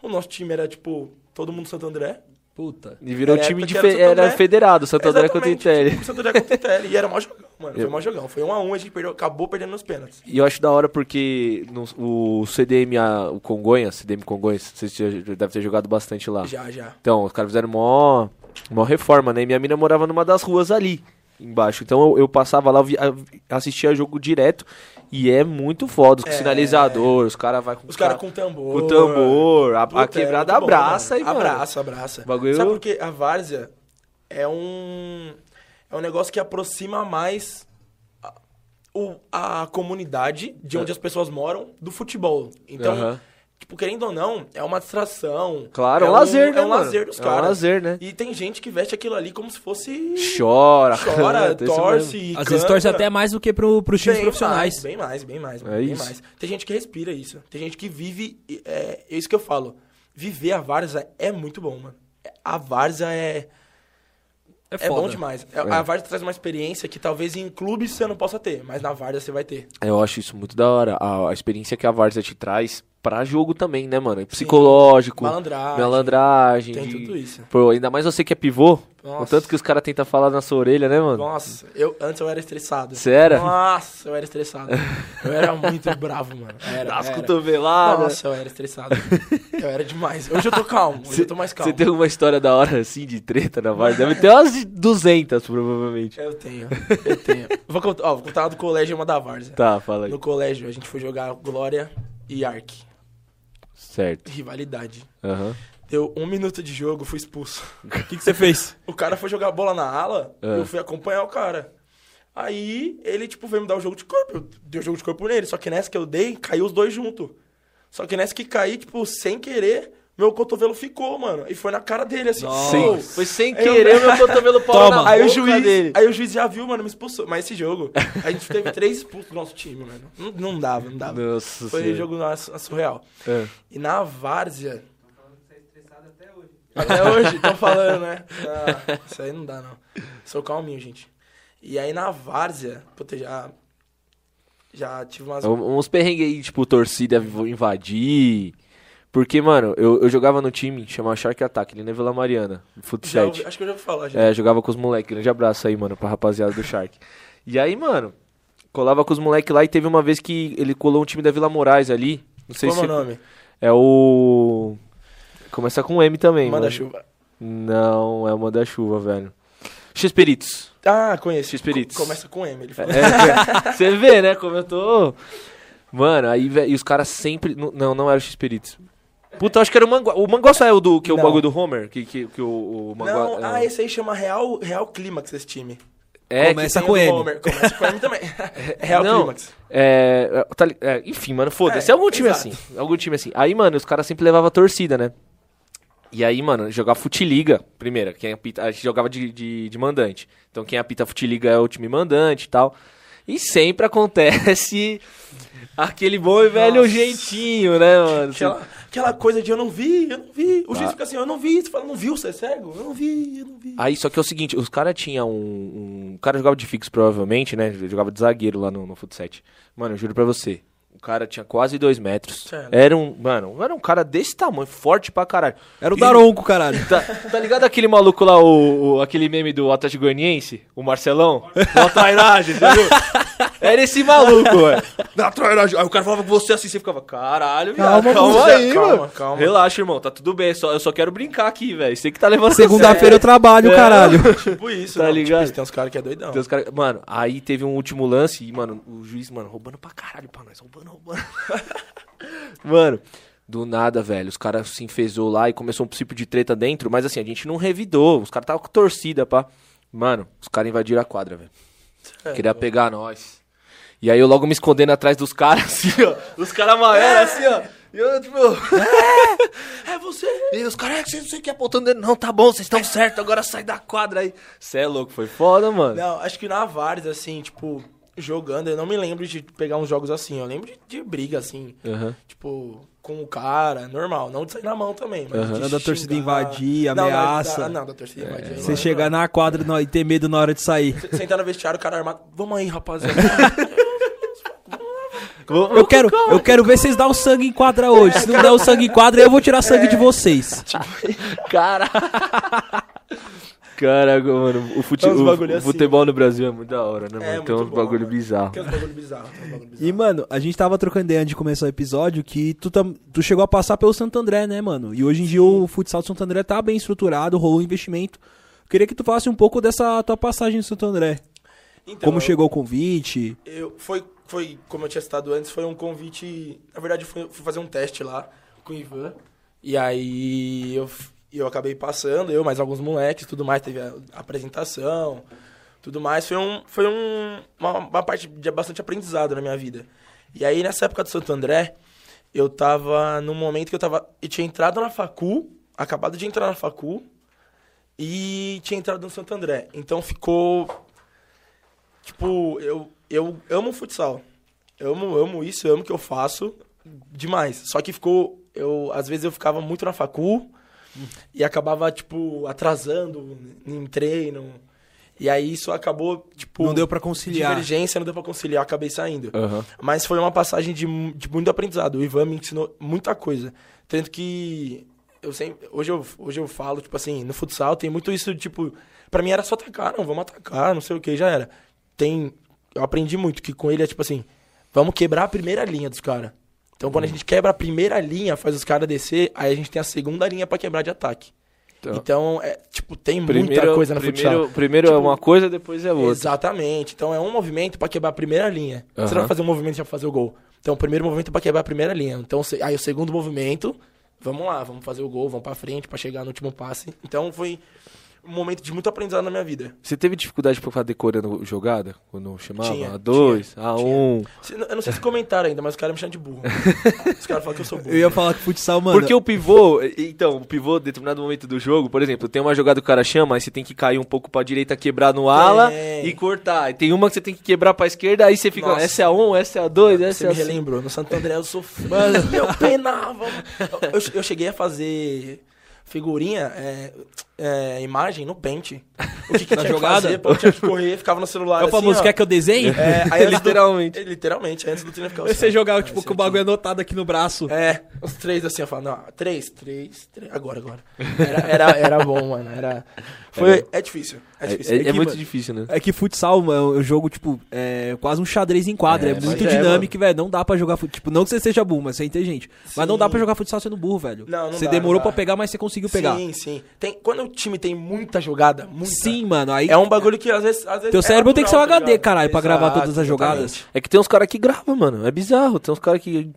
Speaker 3: O nosso time era, tipo, todo mundo Santo André.
Speaker 2: Puta.
Speaker 1: E virou
Speaker 3: Era
Speaker 1: time
Speaker 3: época
Speaker 1: de
Speaker 3: que era
Speaker 1: fe-
Speaker 3: Santo
Speaker 1: era
Speaker 3: André.
Speaker 1: federado, Santo André contra o
Speaker 3: Exatamente,
Speaker 1: Inter.
Speaker 3: tipo, Santo André contra o Intel. E era mó jogão, mano. Foi
Speaker 1: Eu-
Speaker 3: mó jogão. Foi um a um, a gente perdeu, acabou perdendo nos pênaltis.
Speaker 1: E eu acho da hora porque no- o CDM, a- o Congonhas, CDM Congonhas, vocês já- já devem ter jogado bastante lá.
Speaker 3: Já, já.
Speaker 1: Então, os caras fizeram mó, mó reforma, né? E minha mina morava numa das ruas ali, embaixo. Então eu, eu passava lá, eu vi- a- assistia jogo direto e é muito foda. Com
Speaker 3: É.
Speaker 1: sinalizador, os caras vai com
Speaker 3: Os caras
Speaker 1: ca-
Speaker 3: com tambor.
Speaker 1: Tá. com o tambor, a, a
Speaker 3: Puta, é
Speaker 1: quebrada
Speaker 3: muito bom,
Speaker 1: abraça e
Speaker 3: mano.
Speaker 1: mano.
Speaker 3: Abraça, abraça.
Speaker 1: Bagulho-
Speaker 3: Sabe por quê? A várzea é um. É um negócio que aproxima mais a, o- a comunidade de onde as pessoas moram do futebol. Então,
Speaker 1: É. Aham.
Speaker 3: tipo, querendo ou não, é uma distração.
Speaker 1: Claro, é
Speaker 3: é
Speaker 1: um lazer, né,
Speaker 3: É um
Speaker 1: mano?
Speaker 3: lazer dos
Speaker 1: É um
Speaker 3: caras.
Speaker 1: lazer, né?
Speaker 3: E tem gente que veste aquilo ali como se fosse.
Speaker 1: Chora,
Speaker 3: Chora,
Speaker 1: canta, isso mesmo.
Speaker 3: torce.
Speaker 2: Às vezes torce até mais do que pro, pros times
Speaker 3: Bem
Speaker 2: profissionais.
Speaker 3: mais, bem mais, bem mais.
Speaker 1: É
Speaker 3: bem
Speaker 1: isso.
Speaker 3: mais. Tem gente que respira isso. Tem gente que vive. É, é isso que eu falo. Viver a Varza é muito bom, mano. A Varza é.
Speaker 2: É
Speaker 3: É,
Speaker 2: foda.
Speaker 3: bom demais. É- A Varza traz uma experiência que talvez em clubes você não possa ter, mas na Varza você vai ter.
Speaker 1: Eu acho isso muito da hora. A, a experiência que a Varsa te traz pra jogo também, né, mano? Psicológico,
Speaker 3: Malandragem.
Speaker 1: malandragem,
Speaker 3: Tem
Speaker 1: de-
Speaker 3: tudo isso.
Speaker 1: Pô, ainda mais você que é pivô. O
Speaker 3: Nossa.
Speaker 1: tanto que os caras tentam falar na sua orelha, né, mano?
Speaker 3: Nossa, eu, antes eu era estressado.
Speaker 1: Você era?
Speaker 3: Nossa, eu era estressado. Eu era muito bravo, mano. Era,
Speaker 1: As
Speaker 3: era.
Speaker 1: cotoveladas.
Speaker 3: É. Nossa, eu era estressado. Eu era demais. Hoje eu tô calmo, hoje eu tô mais calmo.
Speaker 1: Você tem alguma história da hora assim de treta na Varsa? Deve ter umas 200, provavelmente.
Speaker 3: Eu tenho, eu tenho. Vou contar, ó, vou contar uma do colégio e uma da Várzea.
Speaker 1: Tá, fala aí.
Speaker 3: No colégio, a gente foi jogar Glória e Ark.
Speaker 1: Certo.
Speaker 3: Rivalidade.
Speaker 1: Aham.
Speaker 3: Deu um minuto de jogo, fui expulso.
Speaker 2: O que, que você fez?
Speaker 3: O cara foi jogar bola na ala,
Speaker 1: É.
Speaker 3: eu fui acompanhar o cara. Aí ele, tipo, veio me dar o jogo de corpo. Eu dei o jogo de corpo nele. Só que nessa que eu dei, caiu os dois junto. Só que nessa que caí, tipo, sem querer, meu cotovelo ficou, mano. E foi na cara dele, assim.
Speaker 2: Nossa.
Speaker 1: Sim.
Speaker 3: "Pô,
Speaker 1: Foi sem
Speaker 3: Eu-
Speaker 1: querer, meu cotovelo pau
Speaker 2: Toma.
Speaker 1: na
Speaker 3: Aí o,
Speaker 1: boca
Speaker 3: juiz,
Speaker 1: dele.
Speaker 3: aí o juiz já viu, mano, me expulsou. Mas esse jogo, a gente teve três expulsos do nosso time, mano. Não, não dava, não dava.
Speaker 1: Nossa
Speaker 3: Foi um
Speaker 1: senhora.
Speaker 3: jogo nosso- surreal.
Speaker 1: É.
Speaker 3: E na Várzea. Até hoje, estão falando, né? Ah, isso aí não dá, não. Sou calminho, gente. E aí na Várzea, puta, já. Já tive umas.
Speaker 1: Um- Uns perrengues aí, tipo, torcida vo- invadir. Porque, mano, eu, eu jogava no time, chamava Shark Attack, ali na Vila Mariana,
Speaker 3: já
Speaker 1: futsal.
Speaker 3: ouvi- acho que eu já ouvi falar, já.
Speaker 1: É, jogava com os moleques. Grande abraço aí, mano, pra rapaziada do Shark. E aí, mano, colava com os moleques lá e teve uma vez que ele colou um time da Vila Moraes ali. Não sei
Speaker 3: Qual é
Speaker 1: se.
Speaker 3: o nome?
Speaker 1: É o. Começa com M também,
Speaker 3: Manda
Speaker 1: mano.
Speaker 3: chuva.
Speaker 1: Não, é o Manda-chuva, velho. X-Peritos.
Speaker 3: Ah, conheço.
Speaker 1: X-Peritos.
Speaker 3: Co- começa com M, ele falou.
Speaker 1: É, você vê, né, como eu tô... Mano, aí, velho, e os caras sempre... nu- Não, não era o X-Peritos. Puta, eu acho que era o Mangua. O Mangua só é o do... Que é o
Speaker 3: Não.
Speaker 1: bagulho do Homer? Que, que, que o, o Mangua...
Speaker 3: Não, ah,
Speaker 1: é,
Speaker 3: esse aí chama Real, Real Clímax, esse time.
Speaker 1: é, que-
Speaker 2: Começa
Speaker 3: Tem
Speaker 2: com
Speaker 3: o do
Speaker 2: M.
Speaker 3: Homer, Começa com M também. Real
Speaker 1: Não.
Speaker 3: Clímax.
Speaker 1: É, é, tá li- é, enfim, mano, foda-se.
Speaker 3: É,
Speaker 1: algum time
Speaker 3: exato.
Speaker 1: assim. Algum time assim. Aí, mano, os caras sempre levavam a torcida, né? E aí, mano, jogar futiliga, primeira, quem apita, a gente jogava de, de, de mandante. Então quem apita futiliga é o time mandante e tal. E sempre acontece aquele bom e velho
Speaker 3: Nossa.
Speaker 1: jeitinho, né, mano?
Speaker 3: Aquela, aquela coisa de eu não vi, eu não vi. O
Speaker 1: Tá.
Speaker 3: juiz fica assim, eu não vi. Você fala, não viu, você é cego? Eu não vi, eu não vi.
Speaker 1: Aí, só que é o seguinte, os caras tinham um, um- O cara jogava de fixo, provavelmente, né? Jogava de zagueiro lá no, no futset. Mano, eu juro pra você. O cara tinha quase dois metros.
Speaker 3: Sério?
Speaker 1: Era um. Mano, era um cara desse tamanho, forte pra caralho.
Speaker 2: Era o Daronco, caralho.
Speaker 1: Tá, tá ligado aquele maluco lá, o, o- aquele meme do Atlético Goianiense? O Marcelão? Na trairagem, já viu? Era esse maluco, velho. Na trairagem. Aí o cara falava com você assim, você ficava, caralho, viado, calma,
Speaker 2: Calma,
Speaker 3: Zé,
Speaker 1: aí,
Speaker 3: calma,
Speaker 1: mano.
Speaker 3: calma.
Speaker 1: Relaxa, irmão, tá tudo bem. Só, eu só quero brincar aqui, velho. Você que tá levando a
Speaker 2: Segunda-feira eu trabalho,
Speaker 1: É.
Speaker 2: caralho.
Speaker 3: Tipo isso,
Speaker 1: Tá
Speaker 3: não,
Speaker 1: ligado?
Speaker 3: Tipo, isso, tem uns caras que é doidão.
Speaker 1: Tem os cara- Mano, aí teve um último lance e, mano, o juiz, mano, roubando pra caralho pra nós. Roubando, roubando. mano, Do nada, velho. Os caras se enfesou lá e começou um princípio de treta dentro, mas assim, a gente não revidou. Os caras estavam com torcida, pá. Mano, os caras invadiram a quadra, velho. Queria pegar nós. E aí eu logo me escondendo atrás dos caras, assim, ó. Os caras amarelo, assim, ó. E eu, tipo.
Speaker 3: É você?
Speaker 1: E os caras, "É, você não sei o que apontando dele. Não, tá bom, vocês estão certo, agora sai da quadra aí. Cê é louco, foi foda, mano.
Speaker 3: Não, acho que na Vars, assim, tipo, jogando, eu não me lembro de pegar uns jogos assim. Eu lembro de, de briga, assim,
Speaker 1: Aham.
Speaker 3: tipo, com o cara, normal. Não de sair na mão também, mas.
Speaker 1: Aham.
Speaker 3: de
Speaker 2: Não da torcida
Speaker 3: xingar.
Speaker 2: invadir,
Speaker 3: Não, da-
Speaker 2: ameaça.
Speaker 3: da- Não, da torcida invadir. aí
Speaker 2: Você
Speaker 3: não.
Speaker 2: chegar na quadra no- e ter medo na hora de sair.
Speaker 3: Você tá Sentar no vestiário, o cara armado. Vamos aí, rapaziada.
Speaker 2: Eu quero, eu quero ver vocês dar o sangue em quadra hoje. Se não der o sangue em quadra, eu vou tirar sangue de vocês.
Speaker 1: Cara. Caraca, mano, o, fute...
Speaker 3: É uns
Speaker 1: o-
Speaker 3: bagulho
Speaker 1: o
Speaker 3: assim,
Speaker 1: futebol no Brasil é muito da hora, né, mano?
Speaker 3: É,
Speaker 1: Tem
Speaker 3: muito
Speaker 1: uns
Speaker 3: bom,
Speaker 1: bagulho
Speaker 3: mano.
Speaker 1: bizarro.
Speaker 3: Porque é um bagulho bizarro. é um bagulho bizarro.
Speaker 2: E, mano, a gente tava trocando ideia antes de começar o episódio que tu, tam- tu chegou a passar pelo Santo André, né, mano? E hoje em dia o futsal do Santo André tá bem estruturado, rolou um investimento. Queria que tu falasse um pouco dessa tua passagem no Santo André.
Speaker 3: Então,
Speaker 2: Como
Speaker 3: eu-
Speaker 2: chegou o convite.
Speaker 3: Eu, foi, foi, como eu tinha citado antes, foi um convite. Na verdade, eu fui, fui fazer um teste lá com o Ivan. E aí eu, f- eu acabei passando, eu mais alguns moleques, tudo mais, teve a apresentação, tudo mais. Foi, um, foi um, uma, uma parte de bastante aprendizado na minha vida. E aí nessa época do Santo André, eu tava num momento que eu tava. Eu tinha entrado na facu, acabado de entrar na facu, e tinha entrado no Santo André. Então ficou Tipo, eu, eu amo futsal. Eu amo, amo isso, eu amo o que eu faço demais. Só que ficou. Eu, às vezes eu ficava muito na facu e acabava, tipo, atrasando em treino. E aí isso acabou, tipo.
Speaker 2: Não deu pra conciliar.
Speaker 3: Divergência, não deu pra conciliar, acabei saindo.
Speaker 1: Aham.
Speaker 3: Mas foi uma passagem de, mu- de muito aprendizado. O Ivan me ensinou muita coisa. Tanto que eu sempre, hoje, eu, hoje eu falo, tipo assim, no futsal tem muito isso, tipo, pra mim era só atacar, não, vamos atacar, não sei o que, já era. Tem, eu aprendi muito que com ele é tipo assim, vamos quebrar a primeira linha dos caras. Então
Speaker 1: Hum.
Speaker 3: quando a gente quebra a primeira linha, faz os caras descer, aí a gente tem a segunda linha pra quebrar de ataque.
Speaker 1: Então,
Speaker 3: Então, é, tipo, tem muita
Speaker 1: primeiro
Speaker 3: coisa no
Speaker 1: primeiro,
Speaker 3: futsal.
Speaker 1: primeiro é
Speaker 3: Tipo,
Speaker 1: uma coisa, depois é outra.
Speaker 3: Exatamente. Então é um movimento pra quebrar a primeira linha. Você não
Speaker 1: Aham.
Speaker 3: vai fazer um movimento já pra fazer o gol. Então o primeiro movimento é pra quebrar a primeira linha. Então se- aí o segundo movimento, vamos lá, vamos fazer o gol, vamos pra frente pra chegar no último passe. Então foi um momento de muito aprendizado na minha vida.
Speaker 1: Você teve dificuldade pra ficar decorando jogada? Quando chamava?
Speaker 3: Tinha,
Speaker 1: a dois, a
Speaker 3: tinha.
Speaker 1: um.
Speaker 3: Se- Eu não sei se comentaram ainda, mas os caras me chamam de burro. Os caras falam que eu sou burro.
Speaker 2: Eu ia falar que futsal, mano.
Speaker 1: Porque o pivô, então, o pivô, em determinado momento do jogo, por exemplo, tem uma jogada que o cara chama, aí você tem que cair um pouco pra direita, quebrar no ala
Speaker 3: Tem.
Speaker 1: e cortar. E tem uma que você tem que quebrar pra esquerda, aí você fica,
Speaker 3: Nossa.
Speaker 1: essa é a 1, essa é a 2, essa
Speaker 3: Você
Speaker 1: é
Speaker 3: me
Speaker 2: assim.
Speaker 1: a 5.
Speaker 3: relembrou, no Santo André eu sofri. Mano, eu penava. Eu, eu cheguei a fazer figurinha, é, é, imagem no pente. O que, que
Speaker 2: Na
Speaker 3: tinha
Speaker 2: jogada?
Speaker 3: que fazer? Pô, eu tinha que correr, ficava no celular.
Speaker 2: é o famoso,
Speaker 3: assim, ó.
Speaker 2: quer que eu desenhe?
Speaker 3: É, aí antes do-
Speaker 1: Literalmente.
Speaker 3: é, literalmente, antes do treino ficava
Speaker 2: Você
Speaker 3: assim, ó.
Speaker 2: jogar,
Speaker 3: Ah,
Speaker 2: tipo,
Speaker 3: esse
Speaker 2: com o
Speaker 3: aqui.
Speaker 2: bagulho anotado aqui no braço.
Speaker 3: É, os três assim, eu falava, não, três, três, três, agora, agora. Era, era, era bom, mano, era... Foi, é difícil, é difícil.
Speaker 1: É,
Speaker 2: aqui,
Speaker 1: muito
Speaker 2: mano.
Speaker 1: difícil, né?
Speaker 2: É que futsal mano, é um jogo, tipo, é quase um xadrez em quadra.
Speaker 1: É,
Speaker 2: É,
Speaker 1: mas
Speaker 2: muito
Speaker 1: é,
Speaker 2: dinâmico, velho. Não dá pra jogar futsal. Tipo, não que você seja burro, mas você é inteligente. Mas não dá
Speaker 3: Sim.
Speaker 2: pra jogar futsal sendo burro, velho.
Speaker 3: Não, não
Speaker 2: você
Speaker 3: dá,
Speaker 2: demorou
Speaker 3: não dá.
Speaker 2: pra pegar, mas você conseguiu pegar. Sim,
Speaker 3: Sim, sim. Tem, quando o time tem muita jogada, muita...
Speaker 2: mano. Aí
Speaker 3: É um bagulho que às vezes. Às vezes
Speaker 2: Teu
Speaker 3: é
Speaker 2: cérebro tem que ser um
Speaker 3: natural, tá
Speaker 2: HD,
Speaker 3: ligado?
Speaker 2: caralho, pra gravar
Speaker 3: Exato,
Speaker 2: todas as jogadas.
Speaker 3: exatamente.
Speaker 1: É que tem uns caras que gravam, mano. É bizarro. Tem uns caras que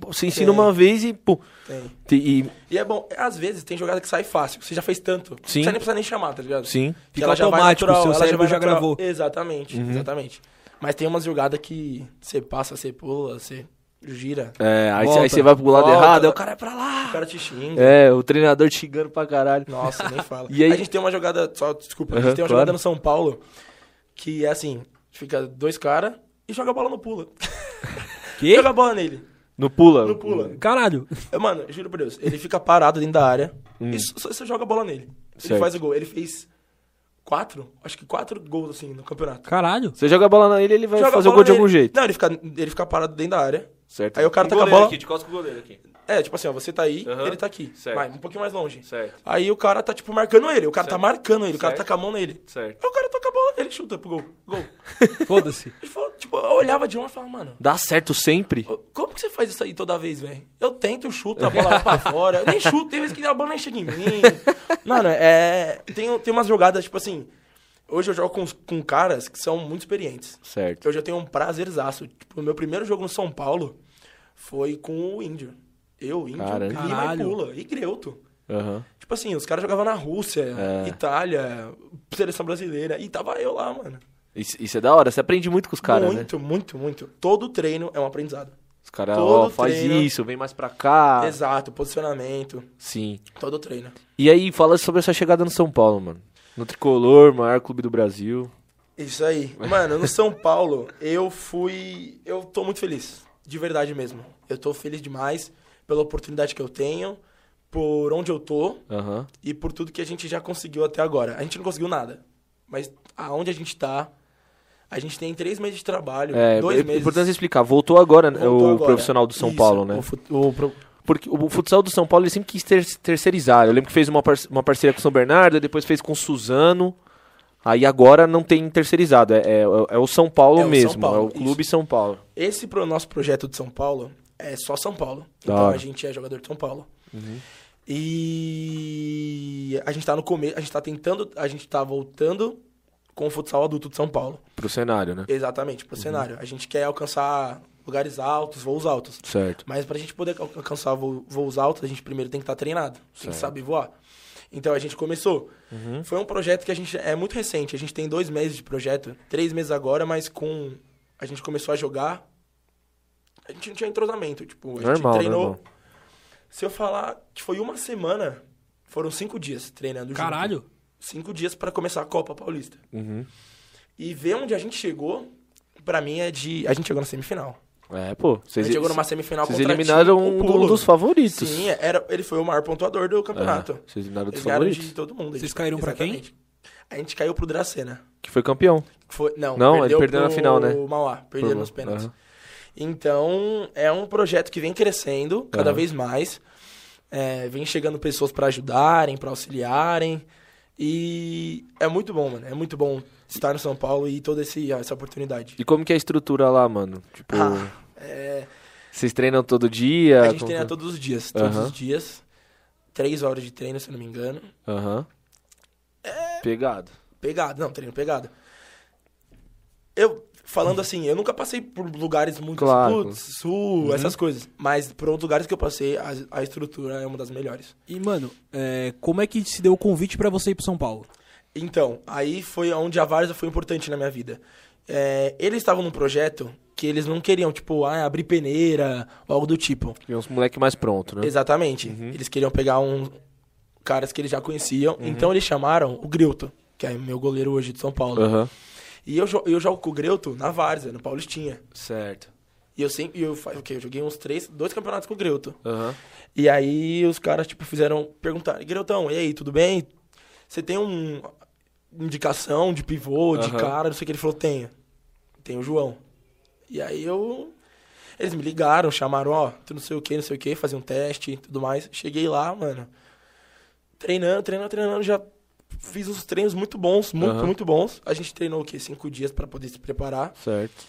Speaker 1: você ensina
Speaker 3: Tem.
Speaker 1: uma vez e, pô.
Speaker 3: Tem.
Speaker 1: te- E,
Speaker 3: E é bom, às vezes tem jogada que sai fácil, que você já fez tanto.
Speaker 1: Sim.
Speaker 3: Você nem precisa nem chamar, tá ligado?
Speaker 1: sim.
Speaker 3: Que
Speaker 2: Fica
Speaker 3: ela já vai
Speaker 2: automático,
Speaker 3: natural,
Speaker 2: seu
Speaker 3: ela
Speaker 2: cérebro
Speaker 3: vai
Speaker 2: já
Speaker 3: natural.
Speaker 2: gravou. Uhum.
Speaker 3: Exatamente, exatamente. Mas tem umas jogadas que você passa, você pula, você gira.
Speaker 1: É, aí
Speaker 2: Volta.
Speaker 1: você vai pro lado
Speaker 3: Volta.
Speaker 1: errado, aí o cara é pra
Speaker 3: O
Speaker 1: lá.
Speaker 3: cara te xinga.
Speaker 1: É, o treinador te xingando pra caralho.
Speaker 3: É. Nossa, nem fala.
Speaker 1: E aí-
Speaker 3: A gente tem uma jogada, só, desculpa, a
Speaker 1: Aham,
Speaker 3: gente tem uma
Speaker 1: claro.
Speaker 3: jogada no São Paulo que é assim, fica dois caras e joga a bola no pula.
Speaker 2: Que?
Speaker 3: Joga a bola nele,
Speaker 1: No pula.
Speaker 3: no pula.
Speaker 2: Caralho.
Speaker 3: Eu, Mano, juro por Deus, ele fica parado dentro da área e só, você joga a bola nele.
Speaker 1: Hum. Certo.
Speaker 3: Ele faz o gol. Ele fez quatro, acho que quatro gols assim no campeonato.
Speaker 2: Caralho.
Speaker 1: Você joga a bola nele, ele vai
Speaker 3: Joga a
Speaker 1: fazer o
Speaker 3: bola
Speaker 1: gol de
Speaker 3: nele.
Speaker 1: algum jeito.
Speaker 3: Não, ele fica, ele fica parado dentro da área.
Speaker 1: Certo.
Speaker 3: Aí o cara
Speaker 1: Com
Speaker 3: tá com a
Speaker 1: Um goleiro
Speaker 3: bola-
Speaker 1: Aqui, de costas com o goleiro aqui.
Speaker 3: É, tipo assim, ó, você tá aí,
Speaker 1: Aham.
Speaker 3: ele tá aqui.
Speaker 1: Certo.
Speaker 3: Vai, um pouquinho mais longe.
Speaker 1: Certo.
Speaker 3: Aí o cara tá, tipo, marcando ele. O cara tá marcando ele, o cara
Speaker 1: Certo.
Speaker 3: tá com a mão nele.
Speaker 1: Certo.
Speaker 3: Aí o cara toca a bola, ele chuta pro gol. Gol.
Speaker 2: Foda-se.
Speaker 3: Ele falou, tipo, eu olhava de longe e falava, mano,
Speaker 1: Dá certo sempre?
Speaker 3: Como que você faz isso aí toda vez, velho? Eu tento, chuto, a bola vai pra fora. Eu nem chuto, tem vezes que a bola nem chega em mim. Mano, é. Tem, tem umas jogadas, tipo assim. Hoje eu jogo com, os- com caras que são muito experientes.
Speaker 1: Certo.
Speaker 3: Hoje eu tenho um prazerzaço. Tipo, o meu primeiro jogo no São Paulo foi com o Índio. Eu, Índio,
Speaker 1: Caralho.
Speaker 3: Lima e
Speaker 2: Caralho.
Speaker 3: Pula. E Greuto.
Speaker 1: Aham.
Speaker 3: Tipo assim, os caras jogavam na Rússia,
Speaker 1: É.
Speaker 3: Itália, seleção brasileira. E tava eu lá, mano.
Speaker 1: Isso, isso é da hora, você aprende muito com os caras, né?
Speaker 3: muito, muito, muito. Todo treino é um aprendizado.
Speaker 1: Os caras,
Speaker 3: Todo
Speaker 1: ó, faz
Speaker 3: treino.
Speaker 1: isso, vem mais pra cá.
Speaker 3: Exato, posicionamento,
Speaker 1: Sim.
Speaker 3: todo treino.
Speaker 1: E aí, fala sobre a sua chegada no São Paulo, mano. No Tricolor, maior clube do Brasil.
Speaker 3: Isso aí. Mano, no São Paulo, eu fui. Eu tô muito feliz. De verdade mesmo. Eu tô feliz demais pela oportunidade que eu tenho, por onde eu tô
Speaker 1: Aham.
Speaker 3: e por tudo que a gente já conseguiu até agora. A gente não conseguiu nada. Mas aonde a gente tá, a gente tem três meses de trabalho,
Speaker 1: É,
Speaker 3: dois
Speaker 1: é
Speaker 3: meses.
Speaker 1: importante explicar. Voltou agora né,
Speaker 3: Voltou
Speaker 1: o
Speaker 3: agora.
Speaker 1: profissional do São
Speaker 3: Isso,
Speaker 1: Paulo, né?
Speaker 3: o fut- o pro-
Speaker 1: Porque o futsal do São Paulo ele sempre quis ter, terceirizar. Eu lembro que fez uma, par- uma parceria com o São Bernardo, aí depois fez com o Suzano. Aí agora não tem terceirizado. É, é- é o São Paulo
Speaker 3: É o São
Speaker 1: mesmo.
Speaker 3: Paulo,
Speaker 1: é o
Speaker 3: isso.
Speaker 1: Clube São Paulo.
Speaker 3: Esse pro nosso projeto de São Paulo é só São Paulo.
Speaker 1: Da
Speaker 3: Então
Speaker 1: hora. Uhum.
Speaker 3: a gente é jogador de São Paulo. E a gente tá no começo, a gente tá tentando, a gente tá voltando com o futsal adulto de São Paulo.
Speaker 1: Pro cenário, né?
Speaker 3: Exatamente, pro cenário. A gente quer alcançar lugares altos, voos altos.
Speaker 1: Certo.
Speaker 3: Mas pra gente poder al- alcançar vo- voos altos, a gente primeiro tem que estar treinado, tem
Speaker 1: Certo. Uhum.
Speaker 3: que saber voar. Então a gente começou. Foi um projeto que a gente é muito recente. A gente tem dois meses de projeto, três meses agora, mas com a gente começou a jogar. A gente não tinha entrosamento, tipo a
Speaker 1: Normal,
Speaker 3: gente treinou.
Speaker 1: normal.
Speaker 3: Se eu falar que foi uma semana, foram cinco dias treinando. junto.
Speaker 2: Caralho.
Speaker 3: Cinco dias pra começar a Copa Paulista.
Speaker 1: Uhum.
Speaker 3: E ver onde a gente chegou, pra mim é de a gente chegou na semifinal.
Speaker 1: É, pô.
Speaker 3: A
Speaker 1: Vocês,
Speaker 3: gente chegou numa semifinal
Speaker 1: vocês
Speaker 3: contra
Speaker 1: eliminaram
Speaker 3: time,
Speaker 1: um,
Speaker 3: com pulo.
Speaker 1: do- dos favoritos.
Speaker 3: Sim, era, ele foi o maior pontuador do
Speaker 1: É,
Speaker 3: campeonato.
Speaker 1: Vocês eliminaram dos
Speaker 3: Eles ganharam
Speaker 1: favoritos.
Speaker 3: de todo mundo.
Speaker 2: Vocês
Speaker 3: Eles-
Speaker 2: caíram pra quem?
Speaker 3: exatamente. A gente caiu pro Dracena.
Speaker 1: Que foi campeão.
Speaker 3: Foi, não,
Speaker 1: Não, ele
Speaker 3: perdeu
Speaker 1: perdeu na
Speaker 3: pro
Speaker 1: final, né?
Speaker 3: Mauá, perdeu
Speaker 1: Pro-
Speaker 3: nos pênaltis.
Speaker 1: Aham.
Speaker 3: Então, é um projeto que vem crescendo cada
Speaker 1: Aham.
Speaker 3: vez mais. É, vem chegando pessoas pra ajudarem, pra auxiliarem. E é muito bom, mano. É muito bom estar no São Paulo e toda esse, essa oportunidade.
Speaker 1: E como que é a estrutura lá, mano? Tipo,
Speaker 3: Ah, é,
Speaker 1: vocês treinam todo dia?
Speaker 3: a gente
Speaker 1: Como
Speaker 3: treina
Speaker 1: que-
Speaker 3: todos os dias. Todos
Speaker 1: É, Aham.
Speaker 3: os dias. Três horas de treino, se eu não me engano.
Speaker 1: Aham.
Speaker 3: É.
Speaker 1: Pegado.
Speaker 3: Pegado, não, treino pegado. Eu, falando assim, eu nunca passei por lugares muito
Speaker 1: Claro.
Speaker 3: putz, sul, essas coisas. Mas por outros lugares que eu passei, a, a estrutura é uma das melhores.
Speaker 2: E, mano, é, como é que se deu o convite pra você ir pro São Paulo?
Speaker 3: Então, aí foi onde a Varsa foi importante na minha vida. É, eles estavam num projeto que eles não queriam, tipo, ah, abrir peneira ou algo do tipo.
Speaker 1: E uns moleque mais pronto, né?
Speaker 3: Exatamente. Eles queriam pegar um caras que eles já conheciam. Então eles chamaram o Grilto, que é meu goleiro hoje de São Paulo.
Speaker 1: Aham.
Speaker 3: E eu, jo- eu jogo com o Greuto na Várzea, no Paulistinha.
Speaker 1: Certo.
Speaker 3: E eu sempre. e Eu, fa- o quê? eu joguei uns três, dois campeonatos com o Greuto.
Speaker 1: Aham.
Speaker 3: E aí os caras, tipo, fizeram. Perguntaram, Greutão, e aí, tudo bem? Você tem um indicação de pivô, de
Speaker 1: Aham.
Speaker 3: cara, não sei o que. Ele falou, tenho. Tem o João. E aí eu. Eles me ligaram, chamaram, ó, tu não sei o que, não sei o que, fazer um teste e tudo mais. Cheguei lá, mano. Treinando, treinando, treinando, já fiz uns treinos muito bons, muito,
Speaker 1: Aham.
Speaker 3: muito bons. A gente treinou o quê? Cinco dias pra poder se preparar.
Speaker 1: Certo.